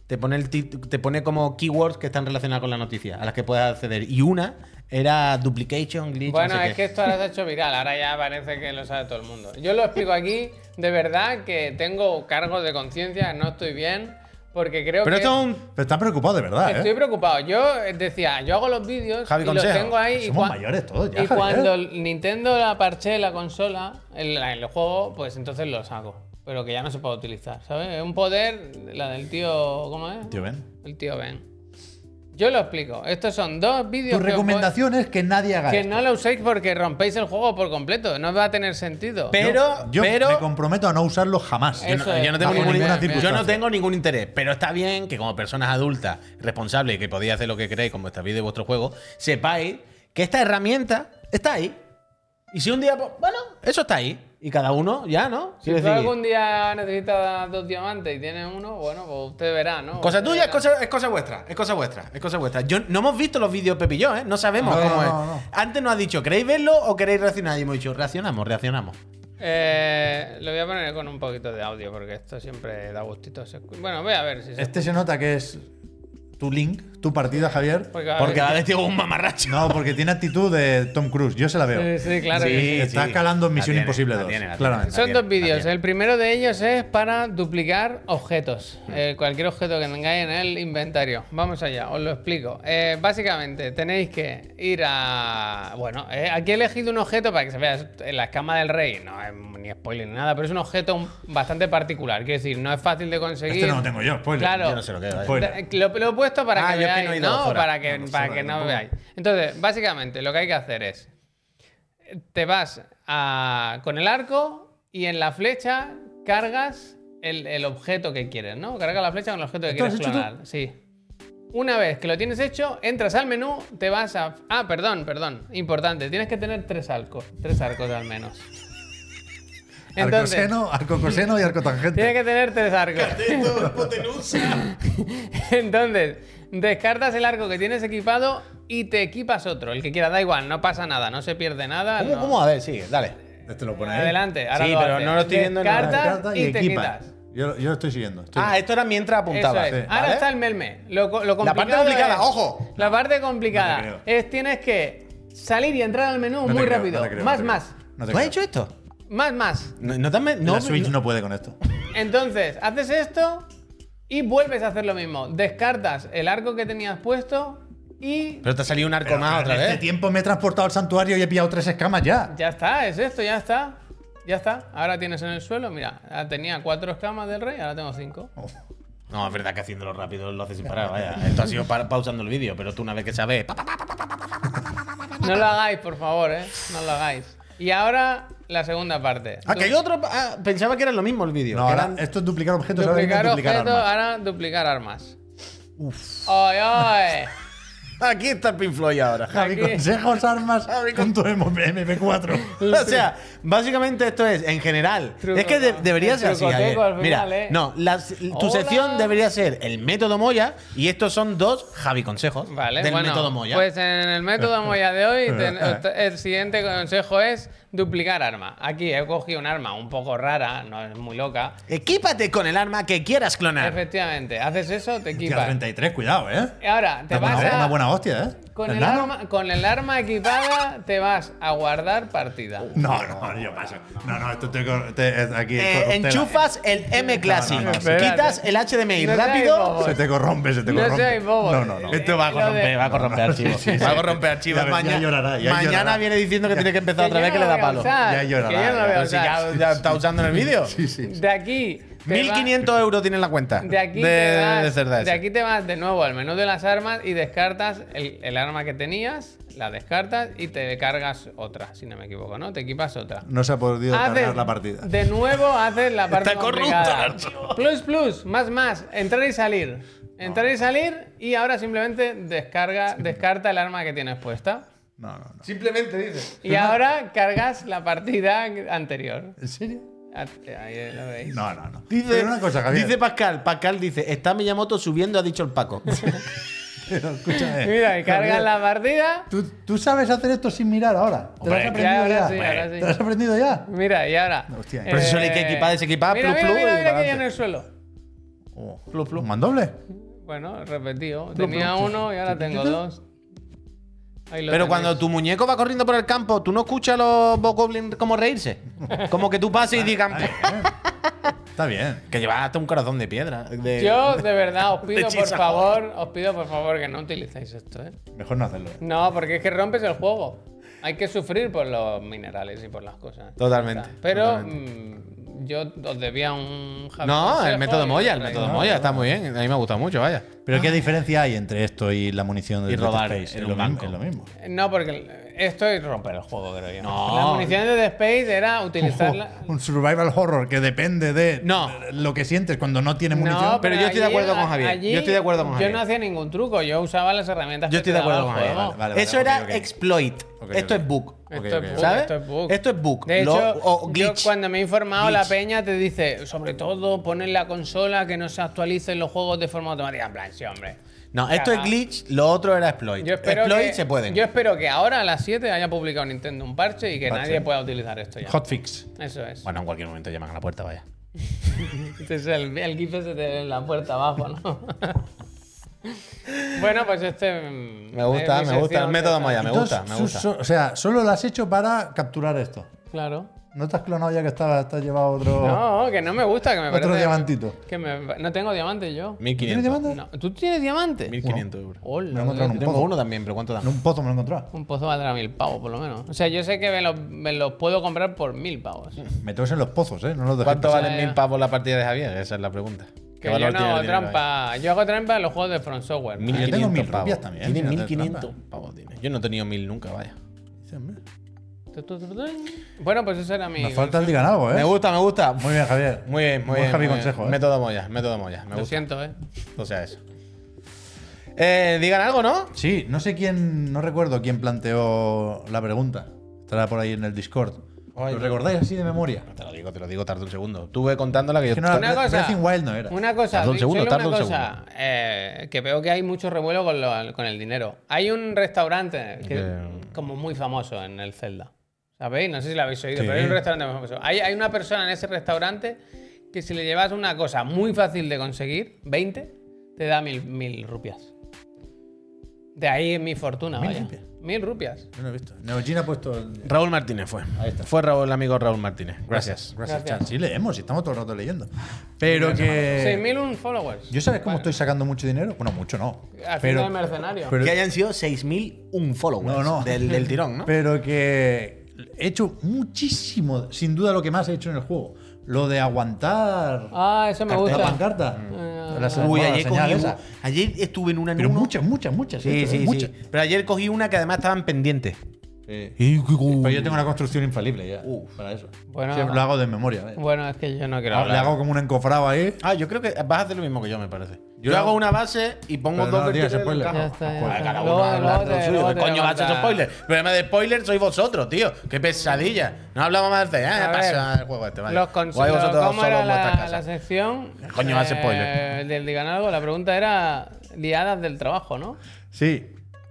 Speaker 3: te pone, el tit- te pone como keywords que están relacionadas con la noticia, a las que puedes acceder. Y una era duplication, glitch.
Speaker 1: Bueno,
Speaker 3: no sé
Speaker 1: es que
Speaker 3: qué.
Speaker 1: esto ahora se ha hecho viral, ahora ya parece que lo sabe todo el mundo. Yo lo explico aquí, de verdad que tengo cargos de conciencia, no estoy bien, porque creo
Speaker 3: Pero
Speaker 1: que
Speaker 3: esto es un.
Speaker 2: Pero estás preocupado de verdad,
Speaker 1: estoy
Speaker 2: ¿eh?
Speaker 1: preocupado. Yo eh, decía, yo hago los vídeos
Speaker 3: Javi,
Speaker 1: y los
Speaker 3: consejo.
Speaker 1: tengo ahí.
Speaker 2: Que
Speaker 1: y
Speaker 2: Somos
Speaker 1: cua-
Speaker 2: mayores todos ya.
Speaker 1: Y
Speaker 2: Javier. ¿eh?
Speaker 1: cuando Nintendo la parche la consola, el, el juego, pues entonces lo saco. Pero que ya no se puede utilizar, ¿sabes? Es un poder, la del tío. ¿Cómo es?
Speaker 2: Tío, ven.
Speaker 1: El tío Ben. Yo lo explico. Estos son dos vídeos. que
Speaker 2: Tu
Speaker 1: os voy-
Speaker 2: recomendación es que nadie haga
Speaker 1: pues, Que
Speaker 2: esto.
Speaker 1: no lo uséis porque rompéis el juego por completo. No va a tener sentido.
Speaker 3: Pero.
Speaker 2: Yo
Speaker 3: pero
Speaker 2: me comprometo a no usarlo jamás.
Speaker 1: Eso
Speaker 3: yo no tengo
Speaker 2: Bajo
Speaker 3: ningún,
Speaker 2: ninguna
Speaker 3: yo no
Speaker 2: circunstancia.
Speaker 3: tengo ningún interés, pero está bien que como personas adultas, responsables y que podéis hacer lo que queréis con vuestra vida y vuestro juego, sepáis que esta herramienta está ahí. Y si un día, pues, bueno, eso está ahí. Y cada uno ya, ¿no?
Speaker 1: Si
Speaker 3: Quiero
Speaker 1: tú
Speaker 3: decir,
Speaker 1: algún día necesitas dos diamantes y tienes uno, bueno, pues usted verá, ¿no?
Speaker 3: cosa
Speaker 1: Usted
Speaker 3: tuya es
Speaker 1: verá.
Speaker 3: cosa, es cosa vuestra, es cosa vuestra, es cosa vuestra. Yo, no hemos visto los vídeos Pepi y yo, ¿eh? No sabemos
Speaker 2: No, no,
Speaker 3: cómo es.
Speaker 2: no, no.
Speaker 3: Antes nos ha dicho, ¿queréis verlo o queréis reaccionar? Y hemos dicho, reaccionamos, reaccionamos.
Speaker 1: Eh, lo voy a poner con un poquito de audio porque esto siempre da gustito. se escu- Bueno, voy a ver si se
Speaker 2: Este se nota que es tu link, tu partida, Javier.
Speaker 1: Porque a
Speaker 3: Porque
Speaker 1: ver-
Speaker 3: cada vez tengo un mamarracho.
Speaker 2: No, porque tiene actitud de Tom Cruise. Yo se la veo.
Speaker 1: Sí, sí, claro.
Speaker 3: Sí,
Speaker 1: que sí.
Speaker 2: Está calando en
Speaker 3: La
Speaker 2: Misión
Speaker 3: tiene,
Speaker 2: Imposible
Speaker 3: la
Speaker 2: 2,
Speaker 3: tiene, la tiene,
Speaker 2: claramente.
Speaker 3: la
Speaker 1: Son
Speaker 3: tiene,
Speaker 1: dos
Speaker 3: la
Speaker 1: vídeos.
Speaker 3: tiene.
Speaker 1: El primero de ellos es para duplicar objetos. Eh, cualquier objeto que tengáis en el inventario. Vamos allá, os lo explico. Eh, básicamente tenéis que ir a... Bueno, eh, aquí he elegido un objeto para que se vea es en la escama del rey. No es ni spoiler ni nada, pero es un objeto un- bastante particular. Quiero decir, no es fácil de conseguir.
Speaker 2: Este no lo tengo yo, spoiler.
Speaker 1: Claro.
Speaker 3: Yo no sé lo que es, vaya.
Speaker 2: Spoiler.
Speaker 1: Da- Lo, lo he puesto para
Speaker 3: Ah,
Speaker 1: que
Speaker 3: yo es que
Speaker 1: veáis,
Speaker 3: no he ido
Speaker 1: ¿no?
Speaker 3: fuera.
Speaker 1: Para que
Speaker 3: No,
Speaker 1: no,
Speaker 3: no
Speaker 1: para
Speaker 3: sé,
Speaker 1: que no
Speaker 3: tampoco.
Speaker 1: veáis. Entonces, básicamente, lo que hay que hacer es... Te vas a- con el arco y en la flecha cargas el, el objeto que quieres, ¿no? Carga la flecha con el objeto que
Speaker 2: ¿Esto lo
Speaker 1: quieres
Speaker 2: has hecho tú?
Speaker 1: clonar. Sí. Una vez que lo tienes hecho, entras al menú, te vas a... Ah, perdón, perdón. Importante, tienes que tener tres arcos. Tres arcos al menos.
Speaker 2: Arco seno, arco coseno y arco tangente.
Speaker 1: Tiene que tener tres arcos.
Speaker 3: *laughs*
Speaker 1: Entonces, descartas el arco que tienes equipado y te equipas otro, el que quiera, da igual, no pasa nada, no se pierde nada.
Speaker 3: ¿Cómo,
Speaker 1: no-
Speaker 3: cómo? A ver, sigue, dale.
Speaker 2: Este lo pone ahí.
Speaker 1: Adelante, ahora
Speaker 3: Sí,
Speaker 1: lo
Speaker 3: pero
Speaker 1: haces.
Speaker 3: no lo estoy viendo, no.
Speaker 1: Descartas
Speaker 2: Carta
Speaker 1: y, te
Speaker 2: equipa.
Speaker 1: quitas.
Speaker 2: Yo, yo lo estoy siguiendo. estoy-
Speaker 3: Ah, esto era mientras
Speaker 1: Eso
Speaker 3: apuntaba.
Speaker 1: es.
Speaker 2: sí,
Speaker 1: Ahora
Speaker 3: ¿vale?
Speaker 1: está el meme. Lo, co- lo
Speaker 3: La parte
Speaker 1: complicado
Speaker 3: complicada,
Speaker 1: es-
Speaker 3: ojo.
Speaker 1: La parte complicada
Speaker 2: No te creo.
Speaker 1: es tienes que salir y entrar al menú
Speaker 2: no te
Speaker 1: muy
Speaker 2: creo,
Speaker 1: rápido.
Speaker 2: no te creo, no
Speaker 1: más,
Speaker 2: te creo.
Speaker 1: más,
Speaker 2: No te
Speaker 3: ¿Tú has
Speaker 2: creo.
Speaker 3: hecho esto?
Speaker 1: más, más.
Speaker 3: No, no te has me- no-
Speaker 2: la Switch
Speaker 3: no-
Speaker 2: no puede con esto.
Speaker 1: Entonces, haces esto y vuelves a hacer lo mismo. Descartas el arco que tenías puesto Y
Speaker 3: Pero te ha salido un arco
Speaker 2: Pero,
Speaker 3: más
Speaker 2: pero
Speaker 3: otra
Speaker 2: en
Speaker 3: vez.
Speaker 2: Este tiempo me he transportado al santuario y he pillado tres escamas ya.
Speaker 1: ya está, es esto, ya está. Ya está. Ahora tienes en el suelo, mira, ahora tenía cuatro escamas del rey, ahora tengo cinco.
Speaker 2: Oh,
Speaker 3: No, es verdad que haciéndolo rápido lo haces sin parar, vaya. Esto ha sido pa- pausando el vídeo, pero tú una vez que sabes. pa, pa, pa,
Speaker 1: No lo hagáis, por favor, ¿eh? No lo hagáis. Y ahora la segunda parte.
Speaker 3: Ah, que hay otro. ah, pensaba que era lo mismo el vídeo.
Speaker 2: No,
Speaker 3: que
Speaker 2: ahora
Speaker 3: eran-
Speaker 2: esto es duplicar objetos, ahora hay que
Speaker 1: duplicar
Speaker 2: duplicar
Speaker 1: objetos,
Speaker 2: armas.
Speaker 1: ahora duplicar armas.
Speaker 2: Uf.
Speaker 1: ¡Ay, ay!
Speaker 3: Aquí está el Pink Floyd ahora.
Speaker 2: Javi,
Speaker 1: Aquí.
Speaker 2: consejos, armas, punto
Speaker 1: *laughs*
Speaker 2: MP4.
Speaker 3: *laughs* O sea, básicamente esto es, en general.
Speaker 1: Truco-
Speaker 3: es que de- debería
Speaker 1: el
Speaker 3: ser así.
Speaker 1: trucoteco
Speaker 3: Javier.
Speaker 1: al final,
Speaker 3: Mira,
Speaker 1: ¿eh?
Speaker 3: no, las- tu
Speaker 1: Hola.
Speaker 3: sección debería ser el método Moya y estos son dos Javi consejos
Speaker 1: Vale,
Speaker 3: del
Speaker 1: bueno,
Speaker 3: método Moya.
Speaker 1: Pues en el método Moya de hoy, ten- el siguiente consejo es duplicar arma. Aquí he cogido un arma un poco rara, no es muy loca.
Speaker 3: Equípate con el arma que quieras clonar.
Speaker 1: Efectivamente, haces eso, te
Speaker 2: Hostia,
Speaker 1: equipas.
Speaker 2: 33, cuidado, ¿eh?
Speaker 1: Y ahora te
Speaker 2: Una buena,
Speaker 1: vas
Speaker 2: una
Speaker 1: a,
Speaker 2: buena hostia, ¿eh?
Speaker 1: con,
Speaker 2: ¿Es
Speaker 1: el
Speaker 2: nada?
Speaker 1: arma, con el arma equipada, te vas a guardar partida.
Speaker 3: Oh.
Speaker 2: No, no, yo paso. No, no, esto te, cor- te- es aquí.
Speaker 3: Eh,
Speaker 2: corruptela.
Speaker 3: enchufas el M Classic,
Speaker 2: No, no, no,
Speaker 3: quitas
Speaker 1: espérate.
Speaker 3: el HDMI
Speaker 1: No seáis
Speaker 3: rápido.
Speaker 1: bobos.
Speaker 2: Se te corrompe, se te
Speaker 1: No
Speaker 2: corrompe.
Speaker 1: seáis bobos.
Speaker 2: No, no, no.
Speaker 1: Eh,
Speaker 3: Esto va a
Speaker 1: Lo de-
Speaker 3: corromper, va a corromper archivos. Va a corromper archivos.
Speaker 2: Ya ves, ya
Speaker 3: Mañana,
Speaker 2: llorará, ya
Speaker 3: mañana
Speaker 2: llorará.
Speaker 3: viene diciendo que tiene que empezar
Speaker 1: Que
Speaker 3: otra
Speaker 1: yo
Speaker 3: vez
Speaker 1: no
Speaker 3: que le
Speaker 1: lo
Speaker 3: da
Speaker 1: voy a
Speaker 3: palo.
Speaker 1: usar,
Speaker 2: Ya
Speaker 1: que
Speaker 2: llorará,
Speaker 1: yo no lo
Speaker 2: ya.
Speaker 1: voy a
Speaker 3: Pero si
Speaker 1: usar.
Speaker 3: ya, ya está usando en el vídeo.
Speaker 2: Sí, sí.
Speaker 1: De aquí. te va-
Speaker 3: 1500 euros tiene en la cuenta.
Speaker 1: De aquí, te
Speaker 3: de, de
Speaker 1: vas,
Speaker 3: Cerda
Speaker 1: de
Speaker 3: ese.
Speaker 1: aquí te vas de nuevo al menú de las armas y descartas el, el arma que tenías, la descartas y te cargas otra, si no me equivoco, ¿no? Te equipas otra.
Speaker 2: No se ha podido cargar
Speaker 1: Haces-
Speaker 2: la partida.
Speaker 1: De nuevo haces la parte
Speaker 3: Está corrupto
Speaker 1: complicada.
Speaker 3: el archivo.
Speaker 1: Plus, plus, más, más. Entrar y salir. Entrar y salir y ahora simplemente descarga, descarta el arma que tienes puesta.
Speaker 2: No, no, no.
Speaker 3: Simplemente dices.
Speaker 1: Y ahora cargas la partida anterior.
Speaker 2: ¿En serio?
Speaker 1: Ah, Ahí lo veis.
Speaker 2: No, no, no.
Speaker 3: Dice,
Speaker 2: Pero una cosa, Javier.
Speaker 3: dice Pascal, Pascal dice, está Miyamoto subiendo, ha dicho el Paco.
Speaker 2: Pero escúchame.
Speaker 1: Mira, y cargas
Speaker 2: Javier,
Speaker 1: la partida.
Speaker 2: eh. ¿Tú, tú sabes hacer esto sin mirar ahora. ¿Te lo has
Speaker 3: Hombre.
Speaker 2: aprendido
Speaker 1: Ya,
Speaker 2: ya?
Speaker 1: ahora sí, ahora sí.
Speaker 2: ¿Te lo has aprendido ya?
Speaker 1: Mira, y ahora. eh,
Speaker 2: Hostia.
Speaker 3: Pero eso le hay que equipar, desequipar,
Speaker 1: Mira,
Speaker 3: plus,
Speaker 1: mira,
Speaker 3: plus,
Speaker 1: mira,
Speaker 3: y
Speaker 1: mira que
Speaker 3: pa'lante.
Speaker 1: ya en el suelo.
Speaker 2: Oh, ¿Un mandoble?
Speaker 1: Bueno, repetido. Tenía uno y ahora tengo dos. Ahí lo
Speaker 3: Pero
Speaker 1: tenéis.
Speaker 3: cuando tu muñeco va corriendo por el campo, ¿tú no escuchas a los Bokoblin como reírse? Como que tú pases y digan
Speaker 2: Está bien.
Speaker 3: que llevas hasta un corazón de piedra. Eh, *laughs* de-
Speaker 1: Yo, de verdad, os pido por
Speaker 3: Hechizo.
Speaker 1: favor, os pido por favor que no utilicéis esto, ¿eh?
Speaker 2: Mejor no hacerlo. ¿eh?
Speaker 1: No, porque es que rompes el juego. Hay que sufrir por los minerales y por las cosas.
Speaker 3: Totalmente,
Speaker 1: Pero mm, yo os debía un Javi
Speaker 3: No,
Speaker 1: consejo
Speaker 3: el método
Speaker 1: y
Speaker 3: Moya,
Speaker 1: os
Speaker 3: el
Speaker 1: traigo.
Speaker 3: método Moya está muy bien. A mí me ha gustado mucho, vaya.
Speaker 2: Pero ¿qué diferencia hay entre esto y la munición de
Speaker 3: Ah. Y
Speaker 2: Dead
Speaker 3: robar
Speaker 2: Space?
Speaker 3: en
Speaker 2: Es
Speaker 3: un
Speaker 2: lo mismo,
Speaker 3: banco.
Speaker 2: es lo mismo.
Speaker 1: No, porque esto es romper el juego, creo yo.
Speaker 3: No.
Speaker 1: La munición de The Space era
Speaker 2: Un, juego-
Speaker 3: *laughs*
Speaker 1: utilizarla.
Speaker 2: un survival horror que depende de
Speaker 3: No.
Speaker 2: lo que sientes cuando no tienes munición.
Speaker 1: No,
Speaker 3: pero yo estoy de
Speaker 1: allí-
Speaker 3: acuerdo con Javier. Yo
Speaker 1: allí
Speaker 3: estoy de acuerdo con
Speaker 1: Yo
Speaker 3: Javier.
Speaker 1: no hacía ningún truco, yo usaba las herramientas
Speaker 3: Yo
Speaker 1: que
Speaker 3: estoy
Speaker 1: te
Speaker 3: de
Speaker 1: daba
Speaker 3: acuerdo con
Speaker 1: el
Speaker 3: Javier.
Speaker 1: juego.
Speaker 2: vale, vale,
Speaker 3: Eso
Speaker 2: ok,
Speaker 3: era
Speaker 2: ok.
Speaker 3: exploit.
Speaker 2: Ok,
Speaker 3: Esto
Speaker 2: ok.
Speaker 3: es bug.
Speaker 1: Esto,
Speaker 2: ok,
Speaker 1: es
Speaker 2: ok.
Speaker 1: bug,
Speaker 3: ¿Sabes?
Speaker 1: esto es bug.
Speaker 3: Esto es bug.
Speaker 1: De
Speaker 3: Lo-
Speaker 1: hecho,
Speaker 3: o
Speaker 1: yo
Speaker 3: glitch.
Speaker 1: cuando me he informado, la
Speaker 3: Glitch.
Speaker 1: peña te dice, sobre todo, pon en la consola que no se actualicen los juegos de forma automática. En plan, sí, hombre.
Speaker 3: No, esto es
Speaker 1: Caga.
Speaker 3: glitch, lo otro era exploit.
Speaker 1: Yo espero,
Speaker 3: exploit
Speaker 1: que,
Speaker 3: se pueden.
Speaker 1: yo espero que ahora a las 7 haya publicado Nintendo un parche y que
Speaker 2: Parche.
Speaker 1: nadie pueda utilizar esto ya.
Speaker 2: Hotfix.
Speaker 1: Eso es.
Speaker 3: Bueno, en cualquier momento llaman a la puerta, vaya.
Speaker 1: *laughs* Este es el, el gif ese de la puerta abajo, ¿no? *laughs* bueno, pues este. mm,
Speaker 3: Me gusta,
Speaker 1: es mi
Speaker 3: me gusta. El
Speaker 1: sección
Speaker 3: método
Speaker 1: de-
Speaker 3: Moya, Ah, me
Speaker 2: Entonces,
Speaker 3: gusta, me
Speaker 2: su-
Speaker 3: gusta.
Speaker 2: so- o sea, solo lo has hecho para capturar esto.
Speaker 1: Claro.
Speaker 2: ¿No te has clonado ya que estaba, te has llevado otro.
Speaker 3: Oh.
Speaker 1: No, que no me gusta, que me
Speaker 2: Otro
Speaker 1: parece-
Speaker 2: diamantito.
Speaker 1: Que me- no tengo diamante yo.
Speaker 3: 1500.
Speaker 2: diamante?
Speaker 1: No, ¿Tú tienes diamante?
Speaker 3: 1500 euros.
Speaker 1: Hola,
Speaker 2: Me lo he encontrado en
Speaker 3: Yo
Speaker 2: un
Speaker 3: tengo
Speaker 2: pozo.
Speaker 3: uno también, pero ¿cuánto da?
Speaker 2: En un pozo me lo he encontrado.
Speaker 1: Un pozo valdrá mil pavos, por lo menos. O sea, yo sé que me los me los puedo comprar por mil pavos.
Speaker 2: Meteos en los pozos, ¿eh? No los dejéis
Speaker 3: ¿Cuánto
Speaker 2: pasar.
Speaker 3: valen
Speaker 1: ya.
Speaker 3: mil pavos la partida de Javier? Esa es la pregunta.
Speaker 1: Que yo no hago trampa. Yo hago trampa en los juegos de Front Software.
Speaker 2: Yo tengo
Speaker 3: 1500
Speaker 2: mil
Speaker 3: pavos.
Speaker 2: rupias también,
Speaker 3: Tiene
Speaker 2: sin hacer
Speaker 3: 1500 pavos, tiene. Yo no he tenido mil nunca, vaya.
Speaker 1: Tu, tu, tu, tu. Bueno, pues eso era mi.
Speaker 2: Me falta el digan algo, ¿eh?
Speaker 3: Me gusta, me gusta.
Speaker 2: Muy bien, Javier.
Speaker 3: Muy bien, muy
Speaker 2: Buen
Speaker 3: bien.
Speaker 2: Javi
Speaker 3: muy
Speaker 2: consejo,
Speaker 3: bien.
Speaker 2: ¿eh?
Speaker 3: Método Moya, método Moya. Me
Speaker 1: Lo
Speaker 3: gusta.
Speaker 1: siento, eh.
Speaker 3: O sea, eso. Eh, digan algo, ¿no?
Speaker 2: Sí, no sé quién, no recuerdo quién planteó la pregunta. Estará por ahí en el Discord.
Speaker 3: Ay,
Speaker 2: ¿Lo
Speaker 3: no.
Speaker 2: recordáis así de memoria?
Speaker 3: Te lo digo, te lo digo, tarda un segundo. Tuve contándola que yo.
Speaker 2: Que no
Speaker 1: Una
Speaker 2: Bre-
Speaker 1: cosa.
Speaker 2: Breath in Wild no era.
Speaker 1: Una cosa,
Speaker 3: Tarda un
Speaker 1: di-
Speaker 3: segundo,
Speaker 1: solo
Speaker 3: tarda
Speaker 1: una
Speaker 3: un
Speaker 1: cosa eh, que veo que hay mucho revuelo con, lo- con el dinero. Hay un restaurante que es
Speaker 3: Que-
Speaker 1: como muy famoso en el Zelda. ¿Sabéis? No sé si lo habéis oído,
Speaker 2: Sí.
Speaker 1: pero hay un restaurante muy famoso. Hay, hay una persona en ese restaurante que si le llevas una cosa muy fácil de conseguir, 20, te da mil, mil rupias. De ahí mi fortuna,
Speaker 2: Mil
Speaker 1: vaya.
Speaker 2: rupias.
Speaker 1: Mil rupias.
Speaker 2: Yo no he visto. Neogin ha puesto el.
Speaker 3: Raúl Martínez fue.
Speaker 2: Ahí está.
Speaker 3: Fue Raúl, el amigo Raúl Martínez. Gracias.
Speaker 2: Gracias. Gracias,
Speaker 1: Gracias.
Speaker 2: Chan. Sí, leemos y estamos todo el rato leyendo. Pero que.
Speaker 1: 6.001 followers.
Speaker 2: Eh, ¿Yo sabes cómo
Speaker 1: Vale.
Speaker 2: estoy sacando mucho dinero? Bueno, mucho no.
Speaker 1: Al
Speaker 2: Pero,
Speaker 1: final mercenario.
Speaker 2: pero-
Speaker 4: Que hayan sido 6.001 followers
Speaker 2: No, no.
Speaker 4: Del, del tirón,
Speaker 3: *laughs*
Speaker 4: ¿no?
Speaker 2: pero que he hecho muchísimo, sin duda lo que más he hecho en el juego. Lo de aguantar
Speaker 1: Ah, eso me
Speaker 2: la
Speaker 1: gusta. Mm. Ah.
Speaker 2: pancarta. La se-
Speaker 4: Uy,
Speaker 2: bueno, la
Speaker 4: ayer,
Speaker 2: señal
Speaker 4: cogí
Speaker 2: esa.
Speaker 4: una- ayer estuve en una en
Speaker 2: Pero
Speaker 4: uno.
Speaker 2: muchas, muchas, muchas.
Speaker 4: Sí,
Speaker 2: ¿eh?
Speaker 4: sí,
Speaker 2: muchas.
Speaker 4: sí.
Speaker 3: Pero ayer cogí una que además estaban pendientes.
Speaker 2: Pero yo tengo una construcción infalible ya. para eso.
Speaker 1: Bueno.
Speaker 2: Siempre lo hago de memoria. ¿eh?
Speaker 1: Bueno, es que yo no quiero
Speaker 2: Le
Speaker 1: hablar.
Speaker 2: hago como un encofrado ahí.
Speaker 3: Ah, yo creo que vas a hacer lo mismo que yo, me parece. Yo,
Speaker 2: Yo-
Speaker 3: hago una base y pongo
Speaker 2: Pero
Speaker 3: dos
Speaker 2: no digas
Speaker 3: verticales en
Speaker 2: spoiler.
Speaker 3: el campo.
Speaker 1: Ya está, ya está.
Speaker 3: Joder, Pues, cada uno
Speaker 1: Luego-
Speaker 3: habla
Speaker 1: luego
Speaker 3: de lo
Speaker 1: te-
Speaker 3: suyo.
Speaker 1: luego
Speaker 3: ¿Qué
Speaker 1: te
Speaker 3: coño vas a hacer
Speaker 1: levantas.
Speaker 3: spoiler? El problema de spoiler sois vosotros, tío. Qué pesadilla. No hablamos más de... Ah,
Speaker 1: A
Speaker 3: pasa
Speaker 1: ver,
Speaker 3: el juego este, vale.
Speaker 1: Los
Speaker 3: Guay,
Speaker 1: consejos.
Speaker 3: vosotros
Speaker 1: ¿Cómo
Speaker 3: solos
Speaker 1: era
Speaker 3: en vuestras
Speaker 1: la,
Speaker 3: casas.
Speaker 1: la sección? eh,
Speaker 3: Coño, hace spoiler.
Speaker 1: Del Digan Algo, la pregunta era liadas del trabajo, ¿no?
Speaker 2: Sí.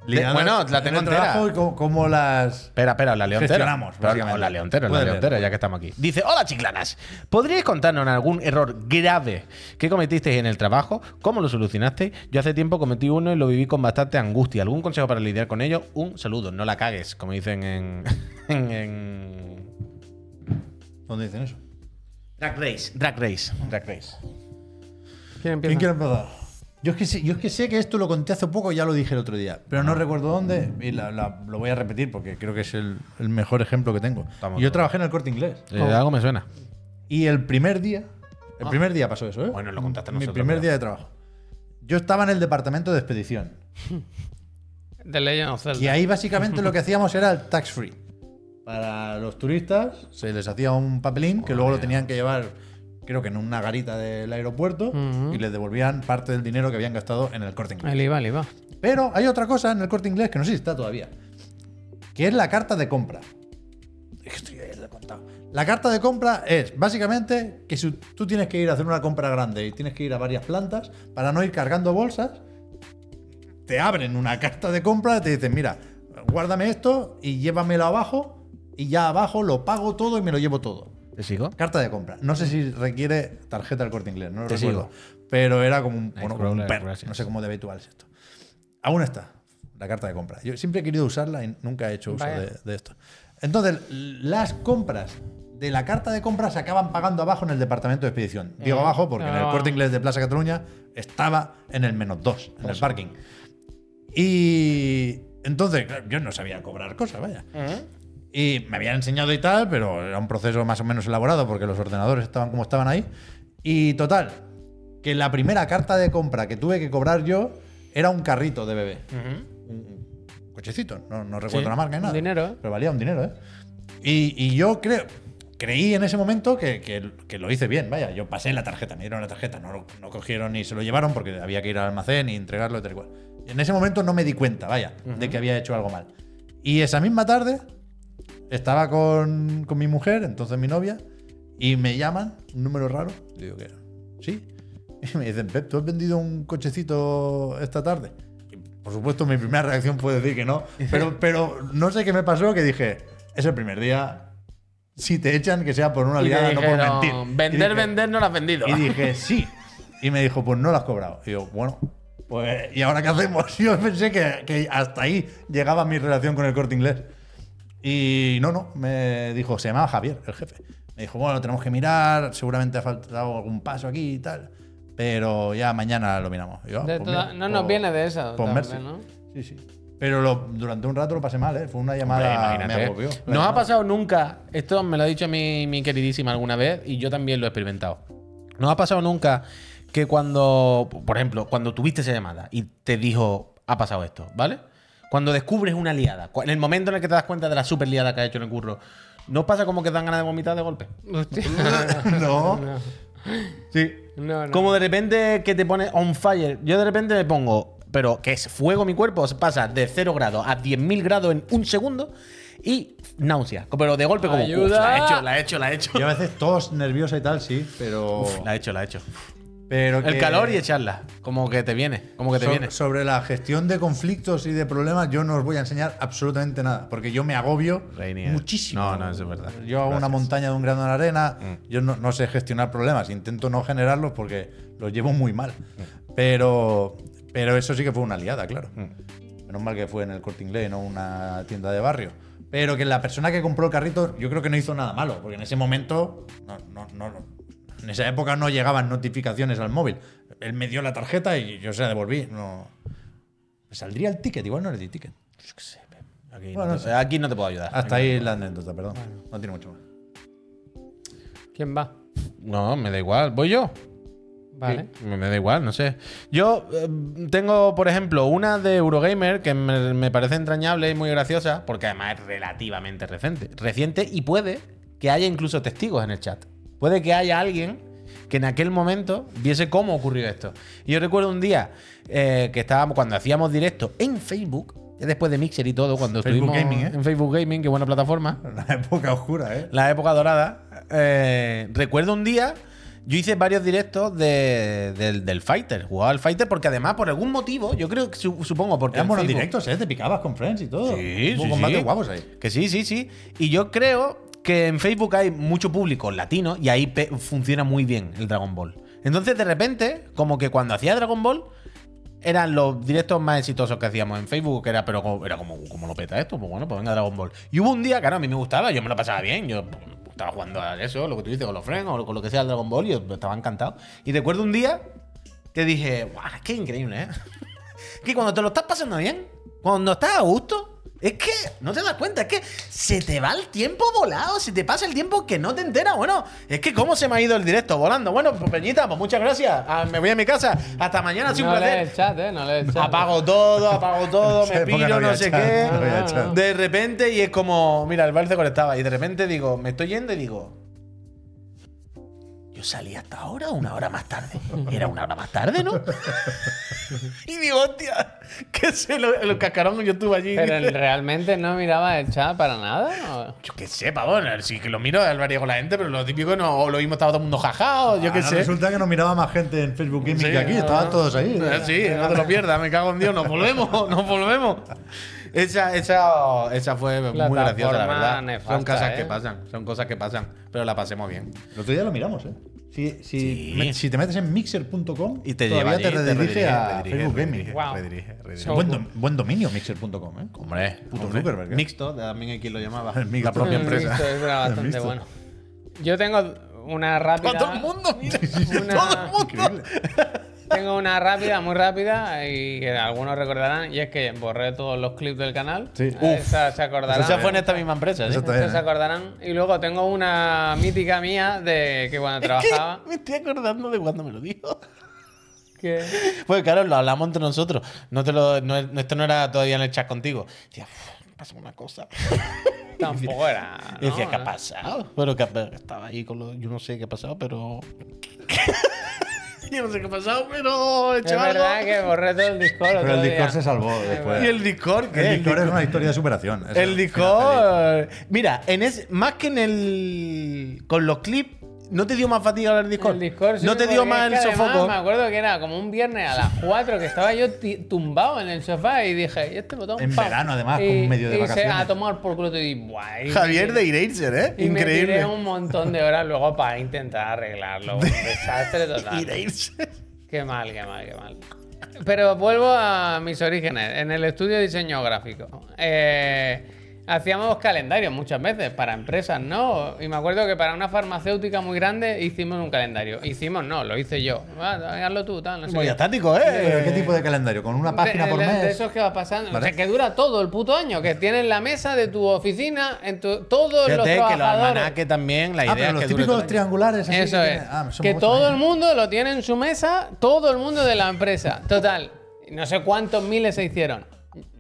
Speaker 3: Liadas bueno, la tengo
Speaker 2: en el
Speaker 3: entera.
Speaker 2: trabajo y co- como las.
Speaker 3: Espera, espera, la leontera.
Speaker 2: Gestionamos,
Speaker 3: Pero
Speaker 2: básicamente.
Speaker 3: no, la leontera, la
Speaker 2: Puedes leer.
Speaker 3: leontera, ya que estamos aquí. Dice, hola chiclanas, ¿podríais contarnos algún error grave que cometisteis en el trabajo? ¿Cómo lo solucionasteis? Yo hace tiempo cometí uno y lo viví con bastante angustia. ¿Algún consejo para lidiar con ello? Un saludo, no la cagues, como dicen en... *laughs* en, en-
Speaker 2: ¿Dónde dicen eso?
Speaker 3: Drag Race. Drag Race. Drag Race.
Speaker 1: ¿Quién
Speaker 2: ¿Quién
Speaker 1: empieza?
Speaker 2: quiere empezar? Yo es, que sé, yo es que sé que esto lo conté hace poco, ya lo dije el otro día, pero no recuerdo dónde y la- la- lo voy a repetir porque creo que es el, el mejor ejemplo que tengo.
Speaker 3: Estamos
Speaker 2: yo
Speaker 3: todos.
Speaker 2: trabajé en el corte inglés
Speaker 3: Eh, algo me suena.
Speaker 2: y el primer día, el primer día pasó eso, ¿eh?
Speaker 3: Ah. Bueno, lo contaste
Speaker 2: Mi
Speaker 3: nosotros,
Speaker 2: primer
Speaker 3: pero-
Speaker 2: día de trabajo. Yo estaba en el departamento de expedición
Speaker 1: The Legend of Zelda.
Speaker 2: y ahí básicamente lo que hacíamos era el tax free. Para los turistas se les hacía un papelín que luego lo tenían que llevar, creo que en una garita del aeropuerto
Speaker 1: Ujú.
Speaker 2: y les devolvían parte del dinero que habían gastado en el corte inglés.
Speaker 1: El IVA, el IVA.
Speaker 2: Pero hay otra cosa en el corte inglés que no sé si está todavía. Que es la carta de compra. Esto ya lo he contado. La carta de compra es básicamente que si tú tienes que ir a hacer una compra grande y tienes que ir a varias plantas para no ir cargando bolsas, te abren una carta de compra y te dicen, mira, guárdame esto y llévamelo abajo y ya abajo lo pago todo y me lo llevo todo.
Speaker 3: ¿Te sigo?
Speaker 2: Carta de compra. No sé si requiere tarjeta del corte inglés, no lo
Speaker 3: Te
Speaker 2: recuerdo. Pero era como un,
Speaker 3: Nice
Speaker 2: bueno, como un
Speaker 3: roller,
Speaker 2: perk.
Speaker 3: gracias.
Speaker 2: No sé cómo de habitual es esto. Aún está, la carta de compra. Yo siempre he querido usarla y nunca he hecho uso
Speaker 1: Vaya.
Speaker 2: de, de esto. Entonces, las compras de la carta de compra se acaban pagando abajo en el departamento de expedición. Digo
Speaker 1: Eh,
Speaker 2: abajo porque en el
Speaker 1: no.
Speaker 2: corte inglés de Plaza Cataluña estaba en el menos 2, en el parking. Y entonces, claro, yo no sabía cobrar cosas, vaya. Y me habían enseñado y tal, pero era un proceso más o menos elaborado porque los ordenadores estaban como estaban ahí. Y total, que la primera carta de compra que tuve que cobrar yo era un carrito de bebé. Un un cochecito, no, no recuerdo
Speaker 3: Sí.
Speaker 2: la marca ni nada.
Speaker 1: Un dinero, ¿eh?
Speaker 2: Pero valía un dinero, ¿eh? Y, y yo creo, creí en ese momento que, que- que lo hice bien, vaya. Yo pasé la tarjeta, me dieron la tarjeta, no, lo- no cogieron ni se lo llevaron porque había que ir al almacén y entregarlo y tal y cual. Y en ese momento no me di cuenta, vaya, de que había hecho algo mal. Y esa misma tarde estaba con, con mi mujer, entonces mi novia, y me llaman, un número raro. Le digo que sí. *laughs* Y me dicen, Pep, ¿tú has vendido un cochecito esta tarde? Y, por supuesto, mi primera reacción fue decir que
Speaker 3: *laughs*
Speaker 2: no, pero, pero no sé qué me pasó, que dije, es el primer día, si te echan, que sea por una
Speaker 3: Y te
Speaker 2: liada, no
Speaker 3: dijeron,
Speaker 2: por mentir.
Speaker 3: Vender,
Speaker 2: Y dije-
Speaker 3: vender, no lo has vendido.
Speaker 2: y dije, sí. Y me dijo, pues no lo has cobrado. Y yo, bueno, pues ¿y ahora qué hacemos? *laughs* Yo pensé que, que hasta ahí llegaba mi relación con el corte inglés. Y no, no, me dijo, se llamaba Javier, el jefe. Me dijo, bueno, tenemos que mirar, seguramente ha faltado algún paso aquí y tal. Pero ya mañana lo miramos. Y yo,
Speaker 1: De
Speaker 2: pues
Speaker 1: toda-
Speaker 2: mira,
Speaker 1: no
Speaker 2: pues-
Speaker 1: nos viene de esa.
Speaker 2: pues
Speaker 1: también,
Speaker 2: merci.
Speaker 1: ¿no?
Speaker 2: Sí, sí. Pero lo- durante un rato lo pasé mal, ¿eh? Fue una
Speaker 3: Hombre,
Speaker 2: llamada. me
Speaker 3: imagínate.
Speaker 2: agobió. La *laughs*
Speaker 3: Nos ha
Speaker 2: llamada.
Speaker 3: pasado nunca, esto me lo ha dicho mi, mi queridísima alguna vez y yo también lo he experimentado. Nos ha pasado nunca que cuando, por ejemplo, cuando tuviste esa llamada y te dijo, ha pasado esto, ¿vale? Cuando descubres una liada, cu- en el momento en el que te das cuenta de la super liada que has hecho en el curro, ¿no pasa como que te dan ganas de vomitar de golpe?
Speaker 1: Hostia.
Speaker 2: *laughs*
Speaker 1: *laughs*
Speaker 2: no. Sí.
Speaker 1: No, no.
Speaker 3: Como de repente que te pones on fire. Yo de repente me pongo, pero que es fuego mi cuerpo, se pasa de 0 grados a 10.000 grados en un segundo y náusea. Pero de golpe como,
Speaker 1: Ayuda.
Speaker 3: "Uf, la he hecho, la he hecho, la he hecho.
Speaker 2: Yo a veces tos nerviosa y tal, sí, pero.
Speaker 3: Uf, *laughs* la he hecho, la he hecho.
Speaker 2: pero
Speaker 3: El
Speaker 2: que-
Speaker 3: calor y echarla. Como que te viene, como que te
Speaker 2: So-
Speaker 3: viene.
Speaker 2: Sobre la gestión de conflictos y de problemas, yo no os voy a enseñar absolutamente nada, porque yo me agobio
Speaker 3: Rainier.
Speaker 2: muchísimo.
Speaker 3: No, no, eso es verdad.
Speaker 2: Yo hago una
Speaker 3: Gracias. Mm.
Speaker 2: montaña de un grano en la arena, yo no, no sé gestionar problemas, intento no generarlos
Speaker 3: Mm. Mm.
Speaker 2: porque los llevo muy mal. Pero, pero eso sí que fue una liada, claro. Menos mal que fue en el corte inglés, no una tienda de barrio. Pero que la persona que compró el carrito, yo creo que no hizo nada malo, porque en ese momento, no, no, no, no. en esa época no llegaban notificaciones al móvil. Él me dio la tarjeta y yo se la devolví. No. Me saldría el ticket, igual no le di ticket.
Speaker 3: Aquí,
Speaker 2: Bueno,
Speaker 3: no
Speaker 2: sí.
Speaker 3: te, aquí no te puedo ayudar.
Speaker 2: Hasta ahí la anécdota, perdón. No tiene mucho más.
Speaker 1: ¿Quién va?
Speaker 3: No, me da igual. Voy yo.
Speaker 1: Vale.
Speaker 3: Sí, Me da igual, no sé. Yo eh, tengo, por ejemplo, una de Eurogamer que me, me parece entrañable y muy graciosa, porque además es relativamente reciente, reciente y puede que haya incluso testigos en el chat. Puede que haya alguien que en aquel momento viese cómo ocurrió esto. Y yo recuerdo un día eh, que estábamos, cuando hacíamos directo en Facebook, ya después de Mixer y todo, cuando
Speaker 2: Facebook
Speaker 3: estuvimos
Speaker 2: Gaming, ¿eh?
Speaker 3: en Facebook Gaming, qué buena plataforma
Speaker 2: Una *laughs* época oscura, ¿eh?
Speaker 3: la época dorada. eh, recuerdo un día, yo hice varios directos de- del, del Fighter. Jugaba al Fighter porque además, por algún motivo, yo creo que su- supongo porque.
Speaker 2: Eran
Speaker 3: el
Speaker 2: buenos
Speaker 3: Facebook-
Speaker 2: directos, ¿eh? Te picabas con Friends y todo.
Speaker 3: Sí,
Speaker 2: Hubo
Speaker 3: sí,
Speaker 2: combates
Speaker 3: sí.
Speaker 2: guapos ahí.
Speaker 3: Que sí, sí, sí. Y yo creo que en Facebook hay mucho público latino y ahí pe- funciona muy bien el Dragon Ball. Entonces, de repente, como que cuando hacía Dragon Ball, eran los directos más exitosos que hacíamos en Facebook, que era, pero como, era como, como lo peta esto, pues bueno, pues venga Dragon Ball. Y hubo un día, claro, a mí me gustaba, yo me lo pasaba bien, yo pues, estaba jugando a eso, lo que tú dices, con los friends o con lo que sea el Dragon Ball, y yo estaba encantado. Y recuerdo un día que dije, guau, qué increíble, ¿eh? *laughs* que cuando te lo estás pasando bien, cuando estás a gusto, es que no te das cuenta, es que se te va el tiempo volado, se te pasa el tiempo que no te enteras. Bueno, es que cómo se me ha ido el directo volando. Bueno, pues Peñita, pues muchas gracias. Ah, me voy a mi casa. Hasta mañana, ha sido
Speaker 1: No
Speaker 3: un placer.
Speaker 1: lees el chat, ¿eh? No lees el chat.
Speaker 3: Apago todo, apago
Speaker 2: *laughs*
Speaker 3: todo,
Speaker 2: Sí,
Speaker 3: me
Speaker 2: porque
Speaker 3: piro, no,
Speaker 2: no había
Speaker 3: sé
Speaker 2: chat,
Speaker 3: qué.
Speaker 2: no había
Speaker 1: No, no,
Speaker 2: chat.
Speaker 1: no.
Speaker 3: De repente, y es como, mira, el bar se conectaba. Y de repente digo, me estoy yendo y digo, yo salí hasta ahora, una hora más tarde. Era una hora más
Speaker 2: *laughs*
Speaker 3: tarde, ¿no? y digo, hostia, que se lo, lo cascarón en YouTube allí.
Speaker 1: Pero
Speaker 3: dice,
Speaker 1: realmente no miraba el chat para nada.
Speaker 3: yo qué sé, pavón, sí que lo miro al barrio con la gente, pero lo típico no, o lo mismo estaba todo el mundo jajado, yo qué
Speaker 2: Ahora
Speaker 3: sé.
Speaker 2: Resulta que Ah, no miraba más gente en Facebook Gaming
Speaker 3: Sí,
Speaker 2: que aquí,
Speaker 3: no,
Speaker 2: estaban
Speaker 3: no.
Speaker 2: todos ahí.
Speaker 3: Eh, Sí, no te lo pierdas, me cago en Dios, nos volvemos, *laughs* nos volvemos. Esa, esa, esa fue muy
Speaker 1: Plataforma
Speaker 3: graciosa, la verdad.
Speaker 1: nefasta,
Speaker 3: son cosas
Speaker 1: ¿eh?
Speaker 3: que pasan, son cosas que pasan, pero la pasemos bien.
Speaker 2: El otro día lo miramos, ¿eh? Si, si,
Speaker 3: Sí.
Speaker 2: me- si te metes en mixer.com,
Speaker 3: Y te
Speaker 2: todavía
Speaker 3: lleva
Speaker 2: te
Speaker 3: allí, te
Speaker 2: redirige a
Speaker 3: redirige,
Speaker 2: Facebook
Speaker 3: redirige,
Speaker 2: Gaming.
Speaker 1: Wow.
Speaker 3: redirige, redirige.
Speaker 1: Wow.
Speaker 2: Buen, do- buen dominio, mixer.com, ¿eh?
Speaker 3: Hombre,
Speaker 2: Puto
Speaker 3: hombre.
Speaker 2: Zuckerberg, ¿eh?
Speaker 3: Mixto, también hay quien lo *laughs* llamaba.
Speaker 2: El mixto.
Speaker 3: La propia
Speaker 1: Mm,
Speaker 3: empresa.
Speaker 1: Esto
Speaker 3: *laughs*
Speaker 1: es bastante
Speaker 2: Visto.
Speaker 1: bueno. Yo tengo una rápida.
Speaker 3: todo el mundo, mira.
Speaker 1: Una-
Speaker 3: Todo el mundo.
Speaker 2: Increíble.
Speaker 1: Tengo una rápida, muy rápida, y que algunos recordarán, y es que borré todos los clips del canal. Eh,
Speaker 2: Sí.
Speaker 1: Esa se acordarán.
Speaker 3: Esa fue en esta misma empresa, ¿sí?
Speaker 2: Eso está-
Speaker 1: Esas
Speaker 2: bien,
Speaker 1: se
Speaker 2: ¿eh?
Speaker 1: acordarán. Y luego tengo una mítica mía de que cuando
Speaker 3: Es que
Speaker 1: trabajaba.
Speaker 3: Me estoy acordando de cuando me lo dijo. *laughs*
Speaker 1: Que...
Speaker 3: Pues claro, lo hablamos entre nosotros. No te lo, no, no- esto no era todavía en el chat contigo. Decía, "Uf, pasa una cosa.
Speaker 1: Tampoco era.
Speaker 3: Y decía,
Speaker 1: ¿no?
Speaker 3: ¿qué ha pasado? Pero que ha- estaba ahí con los. Yo no sé qué ha pasado, pero. *laughs* yo no sé qué ha pasado, pero. he
Speaker 1: Es
Speaker 3: hecho algo.
Speaker 1: verdad que borré todo el Discord.
Speaker 2: *laughs* Pero el
Speaker 1: otro
Speaker 2: Discord
Speaker 1: día.
Speaker 2: se salvó después.
Speaker 3: Y Eh, el Discord, ¿qué?
Speaker 2: El Discord es una historia de superación. eso
Speaker 3: El
Speaker 2: es.
Speaker 3: Discord. Mira, en ese- más que en el. Con los clips, ¿no te dio más fatiga hablar del Discord?
Speaker 1: El Discord sí,
Speaker 3: ¿No te dio
Speaker 1: porque
Speaker 3: más
Speaker 1: es
Speaker 3: el
Speaker 1: que además
Speaker 3: sofoco?
Speaker 1: Me acuerdo que era como un viernes a las 4 que estaba yo ti- tumbado en el sofá y dije, ¿y este botón?
Speaker 2: En
Speaker 1: pa".
Speaker 2: verano, además,
Speaker 1: Y-
Speaker 2: con medio de
Speaker 1: y se-
Speaker 2: vacaciones.
Speaker 1: a tomar por culo y guay.
Speaker 3: Javier de Eraser, ¿eh?
Speaker 1: Y me
Speaker 3: Increíble.
Speaker 1: tiré un montón de horas luego para intentar arreglarlo. Un desastre total.
Speaker 3: Eraser.
Speaker 1: qué mal, qué mal, qué mal. Pero vuelvo a mis orígenes. En el estudio de diseño gráfico. Eh, hacíamos calendarios muchas veces para empresas, ¿no? Y me acuerdo que para una farmacéutica muy grande hicimos un calendario. Hicimos, no, lo hice yo. Ah, hazlo tú, tal, no sé.
Speaker 3: Muy
Speaker 1: qué.
Speaker 3: estático, ¿eh?
Speaker 2: Pero, ¿Qué tipo de calendario? ¿Con una página
Speaker 1: de,
Speaker 2: por
Speaker 1: de-
Speaker 2: mes? Ah,
Speaker 1: de esos que va pasando.
Speaker 2: ¿Vale?
Speaker 1: O sea, que dura todo el puto año. Que tienes la mesa de tu oficina, en tu, todos los
Speaker 3: Fíjate que los
Speaker 1: trabajadores.
Speaker 3: almanaques también, la idea
Speaker 2: ah, pero
Speaker 3: es
Speaker 2: los
Speaker 3: que dure todo
Speaker 2: típicos
Speaker 3: el año.
Speaker 2: triangulares. así
Speaker 1: Eso
Speaker 2: que
Speaker 1: es.
Speaker 2: tiene- ah, somos
Speaker 1: que
Speaker 2: ocho
Speaker 1: todo el
Speaker 2: años.
Speaker 1: mundo lo tiene en su mesa, todo el mundo de la empresa. Total. No sé cuántos miles se hicieron.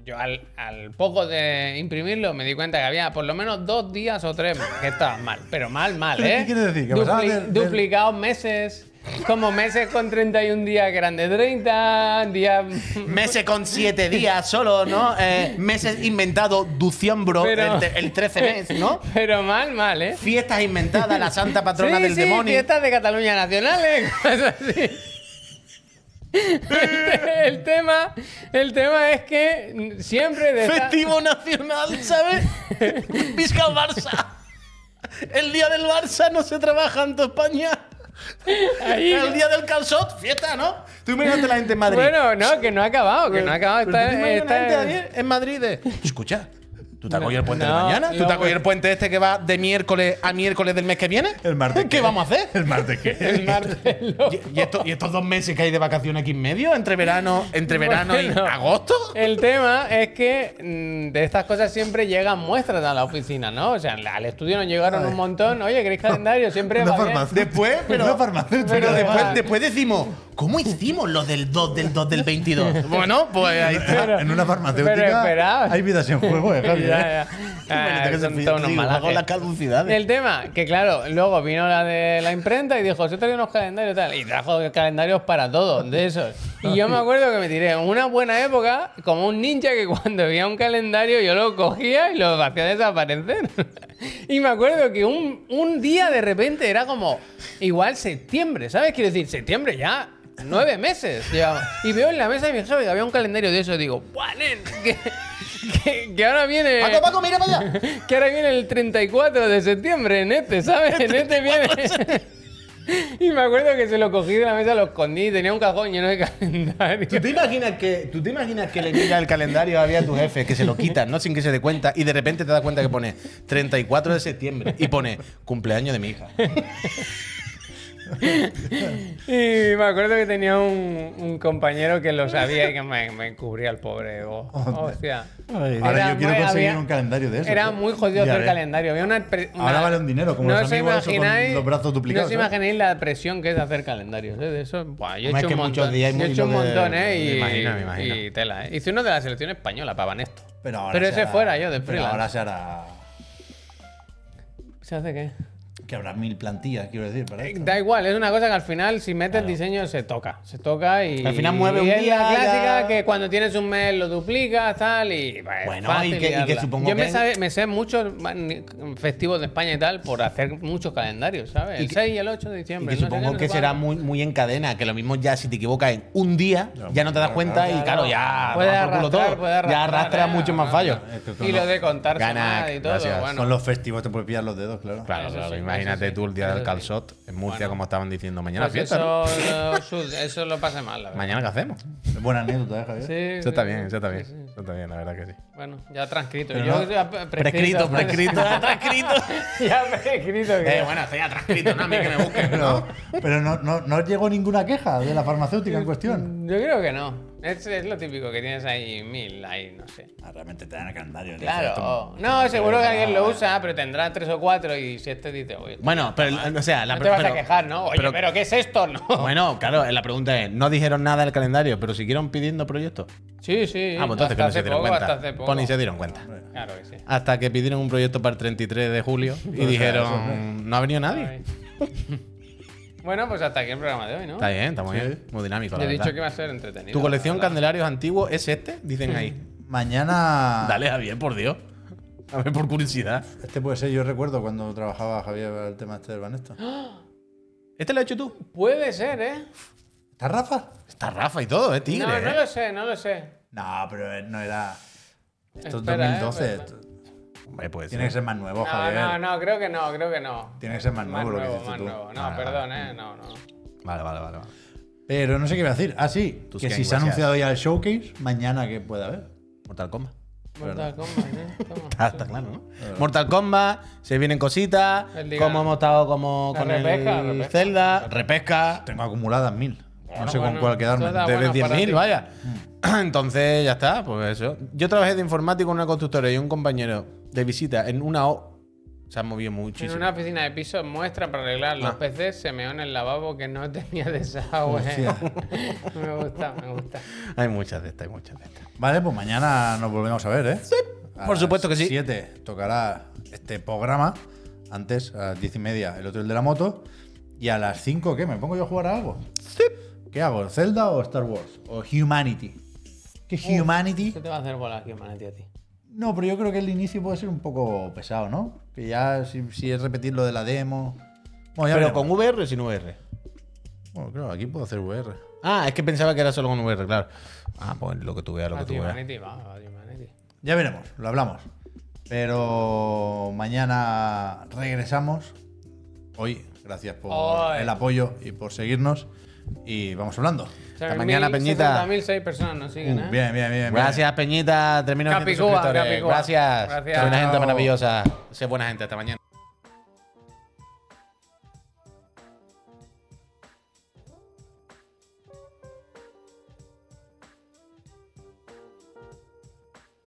Speaker 1: Yo al, al poco de imprimirlo me di cuenta que había por lo menos dos días o tres que estaban mal. Pero mal, mal,
Speaker 2: ¿Pero
Speaker 1: ¿eh?
Speaker 2: qué quiere decir? ¿Que
Speaker 1: Dupli-
Speaker 2: pasaban del- del-
Speaker 1: Duplicados meses. Como meses con 31 días que eran de 30, días... *laughs*
Speaker 3: Meses con siete días solo,
Speaker 2: *laughs*
Speaker 3: ¿no? Eh, meses inventado, Duciembro,
Speaker 1: Pero-
Speaker 3: el, te- el 13 mes, ¿no?
Speaker 1: Pero mal, mal, ¿eh?
Speaker 3: Fiestas inventadas, la santa patrona
Speaker 1: sí,
Speaker 3: del
Speaker 1: sí,
Speaker 3: demonio.
Speaker 1: fiestas de Cataluña ¿eh? *laughs* nacionales, cosas así. El, te- el tema, el tema es que siempre de esta-
Speaker 3: Festivo nacional,
Speaker 1: *laughs*
Speaker 3: ¿sabes? Vizca Barça. El día del Barça no se trabaja en toda España.
Speaker 1: Ahí.
Speaker 4: El día del calzot, fiesta, ¿no? Tú imagínate la gente en Madrid. Pues,
Speaker 1: Bueno, no, que no ha acabado, que no ha acabado.
Speaker 3: Pero tú
Speaker 1: Está,
Speaker 3: te imaginas la
Speaker 1: está-
Speaker 3: gente ayer en Madrid de, Escucha, ¿tú te has cogido el puente de
Speaker 1: No,
Speaker 3: mañana?
Speaker 1: no,
Speaker 3: ¿Tú te has
Speaker 1: pues-
Speaker 3: cogido el puente este que va de miércoles a miércoles del mes que viene?
Speaker 2: El martes.
Speaker 3: ¿Qué vamos a hacer?
Speaker 2: *laughs* El martes
Speaker 3: *laughs*
Speaker 4: pues,
Speaker 2: que.
Speaker 1: el martes. lo-
Speaker 3: ¿Y, y esto- y estos dos meses que hay de vacaciones aquí en medio? ¿Entre verano, entre verano
Speaker 1: Bueno.
Speaker 3: y agosto?
Speaker 1: El tema es que mm, de estas cosas siempre llegan muestras a la oficina, ¿no? O sea, al estudio nos llegaron un montón. Oye, ¿queréis calendario? Siempre
Speaker 2: Una
Speaker 1: va bien.
Speaker 2: farmacéutica. *laughs*
Speaker 3: Después, pero-
Speaker 2: Una farmacéutica.
Speaker 1: ¿eh? pero
Speaker 3: Pero
Speaker 1: va.
Speaker 3: después, después decimos, ¿cómo hicimos lo del 2 del 2
Speaker 1: *laughs*
Speaker 3: del 22? Bueno, pues ahí está.
Speaker 1: pero-
Speaker 2: en una
Speaker 1: pero
Speaker 2: farmacéutica
Speaker 1: esperad.
Speaker 2: hay vidas en juego, *laughs*
Speaker 1: *laughs*
Speaker 2: eh,
Speaker 1: Ya,
Speaker 2: Javi. eh.
Speaker 1: ya. Ah,
Speaker 4: Imagínate que se
Speaker 1: son
Speaker 4: fíe-
Speaker 1: todos unos
Speaker 4: sí, luego
Speaker 1: malajes.
Speaker 4: las caducidades.
Speaker 1: El tema, que claro, luego vino la de la imprenta y dijo, yo traigo unos calendarios tal, y trajo calendarios para todos, de esos. Y yo me acuerdo que me tiré una buena época como un ninja que cuando veía un calendario yo lo cogía y lo hacía desaparecer. Y me acuerdo que un, un día de repente era como, igual septiembre, ¿sabes? Quiero decir, septiembre ya. Nueve meses, llevaba. Y veo en la mesa de mi jefe que había un calendario de eso. Digo, ¡buah, nen! Que, que- que ahora viene.
Speaker 4: Paco, Paco, mira para allá.
Speaker 1: *laughs* Que ahora viene el 34 de septiembre, en este, ¿sabes? En este viene. *laughs* Y me acuerdo que se lo cogí de la mesa, lo escondí, tenía un cajón lleno de *laughs*
Speaker 4: ¿Tú
Speaker 1: calendario.
Speaker 4: te imaginas que, tú te imaginas que le
Speaker 3: Mira el calendario había a tu jefe que se lo quitan, ¿no? Sin que se dé cuenta. Y de repente te das cuenta que pone 34 de septiembre. Y pone cumpleaños de
Speaker 1: *laughs*
Speaker 3: mi hija.
Speaker 1: Y me acuerdo que tenía un, un compañero que lo sabía y que me, me cubría el pobre. oh, hostia.
Speaker 2: Ay,
Speaker 1: Era
Speaker 2: Ahora yo quiero
Speaker 1: muy-
Speaker 2: conseguir
Speaker 1: había-
Speaker 2: un calendario de eso.
Speaker 1: Era
Speaker 2: tío.
Speaker 1: muy jodido
Speaker 2: Ya
Speaker 1: hacer
Speaker 2: ves.
Speaker 1: calendario. Había una pre-
Speaker 2: Ahora
Speaker 1: una-
Speaker 2: vale un dinero, como los
Speaker 1: os
Speaker 2: amigos esos con los brazos duplicados, ¿eh?
Speaker 1: No os
Speaker 2: ¿sabes?
Speaker 1: imagináis la presión que es hacer calendarios. ¿eh? De eso, buah, yo he
Speaker 3: Hombre,
Speaker 1: hecho
Speaker 3: es que
Speaker 1: un montón.
Speaker 3: muchos días hay
Speaker 1: yo he
Speaker 3: muy
Speaker 1: hecho un
Speaker 3: lo de-
Speaker 1: montón, ¿eh?
Speaker 3: me
Speaker 1: Y,
Speaker 3: imagino, me imagino.
Speaker 1: y tela, ¿eh? Hice uno de la selección española, para Vanesto.
Speaker 2: Pero, ahora
Speaker 1: Pero
Speaker 2: se
Speaker 1: ese
Speaker 2: hará-
Speaker 1: fuera yo, de
Speaker 2: Pero
Speaker 1: freelance.
Speaker 2: ahora se hará.
Speaker 1: ¿Se hace qué?
Speaker 2: Que habrá mil plantillas, quiero decir, para esto.
Speaker 1: Da igual, es una cosa que al final, si metes diseño, se toca. Se toca y.
Speaker 3: Al final mueve
Speaker 1: y
Speaker 3: un
Speaker 1: es la
Speaker 3: día,
Speaker 1: clásica
Speaker 3: ya.
Speaker 1: que cuando tienes un mes lo duplicas, tal, y. bah, es
Speaker 3: Bueno,
Speaker 1: fácil
Speaker 3: y que- y que
Speaker 1: liarla.
Speaker 3: supongo
Speaker 1: Yo me,
Speaker 3: que-
Speaker 1: sabe- me sé muchos man- festivos de España y tal por hacer muchos calendarios, ¿sabes? El 6 y el 8 de
Speaker 3: Y
Speaker 1: diciembre.
Speaker 3: que
Speaker 1: no sé qué,
Speaker 3: supongo
Speaker 1: no
Speaker 3: que
Speaker 1: sé
Speaker 3: será
Speaker 1: cuándo.
Speaker 3: muy, muy en cadena, que lo mismo ya si te equivocas en un día,
Speaker 2: Ya,
Speaker 3: ya no te das
Speaker 2: claro,
Speaker 3: cuenta y claro, ya
Speaker 1: Puede
Speaker 3: toma por culo
Speaker 1: arrastrar,
Speaker 3: todo.
Speaker 1: puede arrastrar,
Speaker 3: ya arrastra
Speaker 1: eh,
Speaker 3: mucho más fallos.
Speaker 2: Esto
Speaker 1: Y
Speaker 2: no-
Speaker 1: lo de contar
Speaker 3: Gana,
Speaker 1: semanas y todo.
Speaker 3: gracias.
Speaker 1: Bueno,
Speaker 2: Con los festivos te puedes pillar los dedos, claro.
Speaker 3: Claro,
Speaker 1: Eso
Speaker 3: claro.
Speaker 1: sí,
Speaker 3: Imagínate
Speaker 1: eso sí,
Speaker 3: tú el día
Speaker 1: eso
Speaker 3: del
Speaker 1: sí.
Speaker 3: calzot en Murcia,
Speaker 1: Bueno.
Speaker 3: como estaban diciendo. Mañana
Speaker 1: pues
Speaker 3: fiesta,
Speaker 1: eso, lo sud- eso lo pase mal, la
Speaker 3: ¿no?
Speaker 1: verdad.
Speaker 3: Mañana, ¿qué hacemos?
Speaker 2: Buena anécdota, ¿eh, Javier.
Speaker 1: Sí,
Speaker 3: Eso está
Speaker 1: sí,
Speaker 3: bien,
Speaker 1: sí,
Speaker 3: eso está
Speaker 1: sí,
Speaker 3: bien.
Speaker 1: sí.
Speaker 3: Eso está bien, la verdad que sí.
Speaker 1: Bueno, ya transcrito.
Speaker 2: Pero
Speaker 1: Yo
Speaker 2: no-
Speaker 1: ya pre-
Speaker 3: Prescrito, prescrito.
Speaker 1: prescrito.
Speaker 3: ya transcrito.
Speaker 1: *laughs* ya prescrito.
Speaker 3: *laughs*
Speaker 1: que-
Speaker 3: Eh, bueno, estoy ya transcrito, no a mí que me busquen, ¿no?
Speaker 2: Pero, pero no, no, no llegó ninguna queja de la farmacéutica en cuestión.
Speaker 1: Mm, Yo creo que no. Es, es lo típico que tienes ahí mil, ahí no sé.
Speaker 2: Ah, realmente te dan el calendario. te dicen,
Speaker 1: Claro.
Speaker 2: esto-
Speaker 1: No, seguro que alguien lo usa, pero tendrá tres o cuatro y si este dice, oye,
Speaker 3: Bueno, pero, o sea, la
Speaker 1: no te vas
Speaker 3: pero-
Speaker 1: a quejar, ¿no? Oye, pero,
Speaker 3: pero-
Speaker 1: ¿qué es esto? No.
Speaker 3: *laughs* Bueno, claro, la pregunta es, no dijeron nada del calendario, pero siguieron pidiendo proyectos.
Speaker 1: Sí, sí.
Speaker 3: Ah, pues entonces que
Speaker 1: hasta
Speaker 3: no se
Speaker 1: hace
Speaker 3: dieron
Speaker 1: poco, hasta
Speaker 3: cuenta.
Speaker 1: hace poco.
Speaker 3: Pues ni se dieron cuenta.
Speaker 1: Claro que sí.
Speaker 3: Hasta que pidieron un proyecto para el 33 de julio y dijeron, no ha venido nadie.
Speaker 1: Pues Ay. *laughs* bueno, pues hasta aquí el programa de hoy, ¿no?
Speaker 3: Está bien, está muy bien. Muy dinámico,
Speaker 1: Yo
Speaker 3: la
Speaker 1: he dicho
Speaker 3: verdad.
Speaker 1: que va a ser entretenido.
Speaker 3: ¿Tu colección
Speaker 1: la verdad.
Speaker 3: candelarios antiguos es este? Dicen ahí.
Speaker 2: Mañana.
Speaker 3: Dale, Javier, por Dios. A ver, por curiosidad.
Speaker 2: Este puede ser, yo recuerdo cuando trabajaba Javier el tema este del Banesto.
Speaker 3: ¿Este lo has hecho tú?
Speaker 1: Puede ser, ¿eh?
Speaker 2: ¿Está Rafa?
Speaker 3: Está Rafa y todo, es tigre.
Speaker 1: no, no
Speaker 3: ¿eh?
Speaker 1: lo sé, no lo sé.
Speaker 2: No, pero no era. Esto es
Speaker 1: Espera, eh,
Speaker 2: 2012.
Speaker 1: pues-
Speaker 2: esto-
Speaker 3: Hombre, pues,
Speaker 2: Tiene que ser más nuevo,
Speaker 1: No,
Speaker 2: Javier.
Speaker 1: no, no, creo que no, creo que no.
Speaker 2: Tiene que ser más nuevo lo que hiciste
Speaker 1: más
Speaker 2: tú.
Speaker 1: nuevo. No,
Speaker 3: Vale, vale.
Speaker 1: perdón, eh. No, no.
Speaker 3: Vale, vale, vale. vale.
Speaker 2: Pero no sé qué voy a decir. Ah, sí.
Speaker 3: Tus
Speaker 2: que si se ha
Speaker 3: ganguasias.
Speaker 2: anunciado ya el showcase, mañana que pueda haber.
Speaker 3: Mortal Kombat.
Speaker 1: Mortal Kombat, eh. Toma.
Speaker 3: *laughs* Ah, está claro, ¿no? Mortal Kombat, se vienen cositas,
Speaker 1: El Ligano.
Speaker 3: como hemos estado como
Speaker 1: La
Speaker 3: con
Speaker 1: repesca,
Speaker 3: el
Speaker 1: repesca.
Speaker 3: Zelda, repesca,
Speaker 2: Tengo acumuladas mil.
Speaker 1: Bueno,
Speaker 2: no sé
Speaker 1: bueno,
Speaker 2: con cuál quedarme.
Speaker 1: todas-
Speaker 3: de
Speaker 1: bueno, para ti.
Speaker 3: 10.000, vaya. *clears throat* Entonces, ya está, pues eso. Yo trabajé de informático en una constructora y un compañero de visita en una O. Se han movido
Speaker 1: En
Speaker 3: muchísimo. Ah.
Speaker 1: una oficina de piso muestra para arreglar los PCs, se meó en el lavabo que no tenía *laughs* desagüe.
Speaker 2: Hostia.
Speaker 1: *laughs* me gusta, me gusta.
Speaker 3: Hay muchas de estas, hay muchas de estas.
Speaker 2: Vale, pues mañana nos volvemos a ver, ¿eh? Sí.
Speaker 3: por supuesto que sí.
Speaker 2: 7 tocará este programa. Antes, a las 10 y media, el otro el de la moto. Y a las 5, ¿qué? ¿Me pongo yo a jugar a algo? Sí. ¿Qué hago? ¿Zelda o Star Wars? ¿O Humanity? Que Humanity.
Speaker 1: ¿Qué te va a hacer volar aquí, Manetti, a ti?
Speaker 2: No, pero yo creo que el inicio puede ser un poco pesado, ¿no? Que ya, si, si es repetir lo de la demo. Bueno, ya
Speaker 3: Pero
Speaker 2: veremos.
Speaker 3: con VR o sin VR.
Speaker 2: Bueno, claro, aquí puedo hacer VR.
Speaker 3: Ah, es que pensaba que era solo con VR, claro. Ah, pues lo que tú veas, lo
Speaker 1: A
Speaker 3: que
Speaker 1: ti,
Speaker 3: tú veas.
Speaker 1: Manetti, va, a ti, Manetti.
Speaker 2: Ya veremos, lo hablamos. Pero mañana regresamos. Hoy Gracias por
Speaker 1: Oy.
Speaker 2: el apoyo y por seguirnos. Y vamos hablando.
Speaker 3: Hasta mañana, Peñita.
Speaker 1: 60.000 personas nos siguen, ¿eh?
Speaker 2: Bien, bien, bien. bien.
Speaker 3: Gracias, Peñita. 3.900
Speaker 1: Capicúa,
Speaker 3: suscriptores.
Speaker 1: Capicúa.
Speaker 3: Gracias.
Speaker 1: Gracias.
Speaker 3: Soy una gente
Speaker 2: Chao.
Speaker 3: maravillosa. Sé buena gente. Hasta mañana.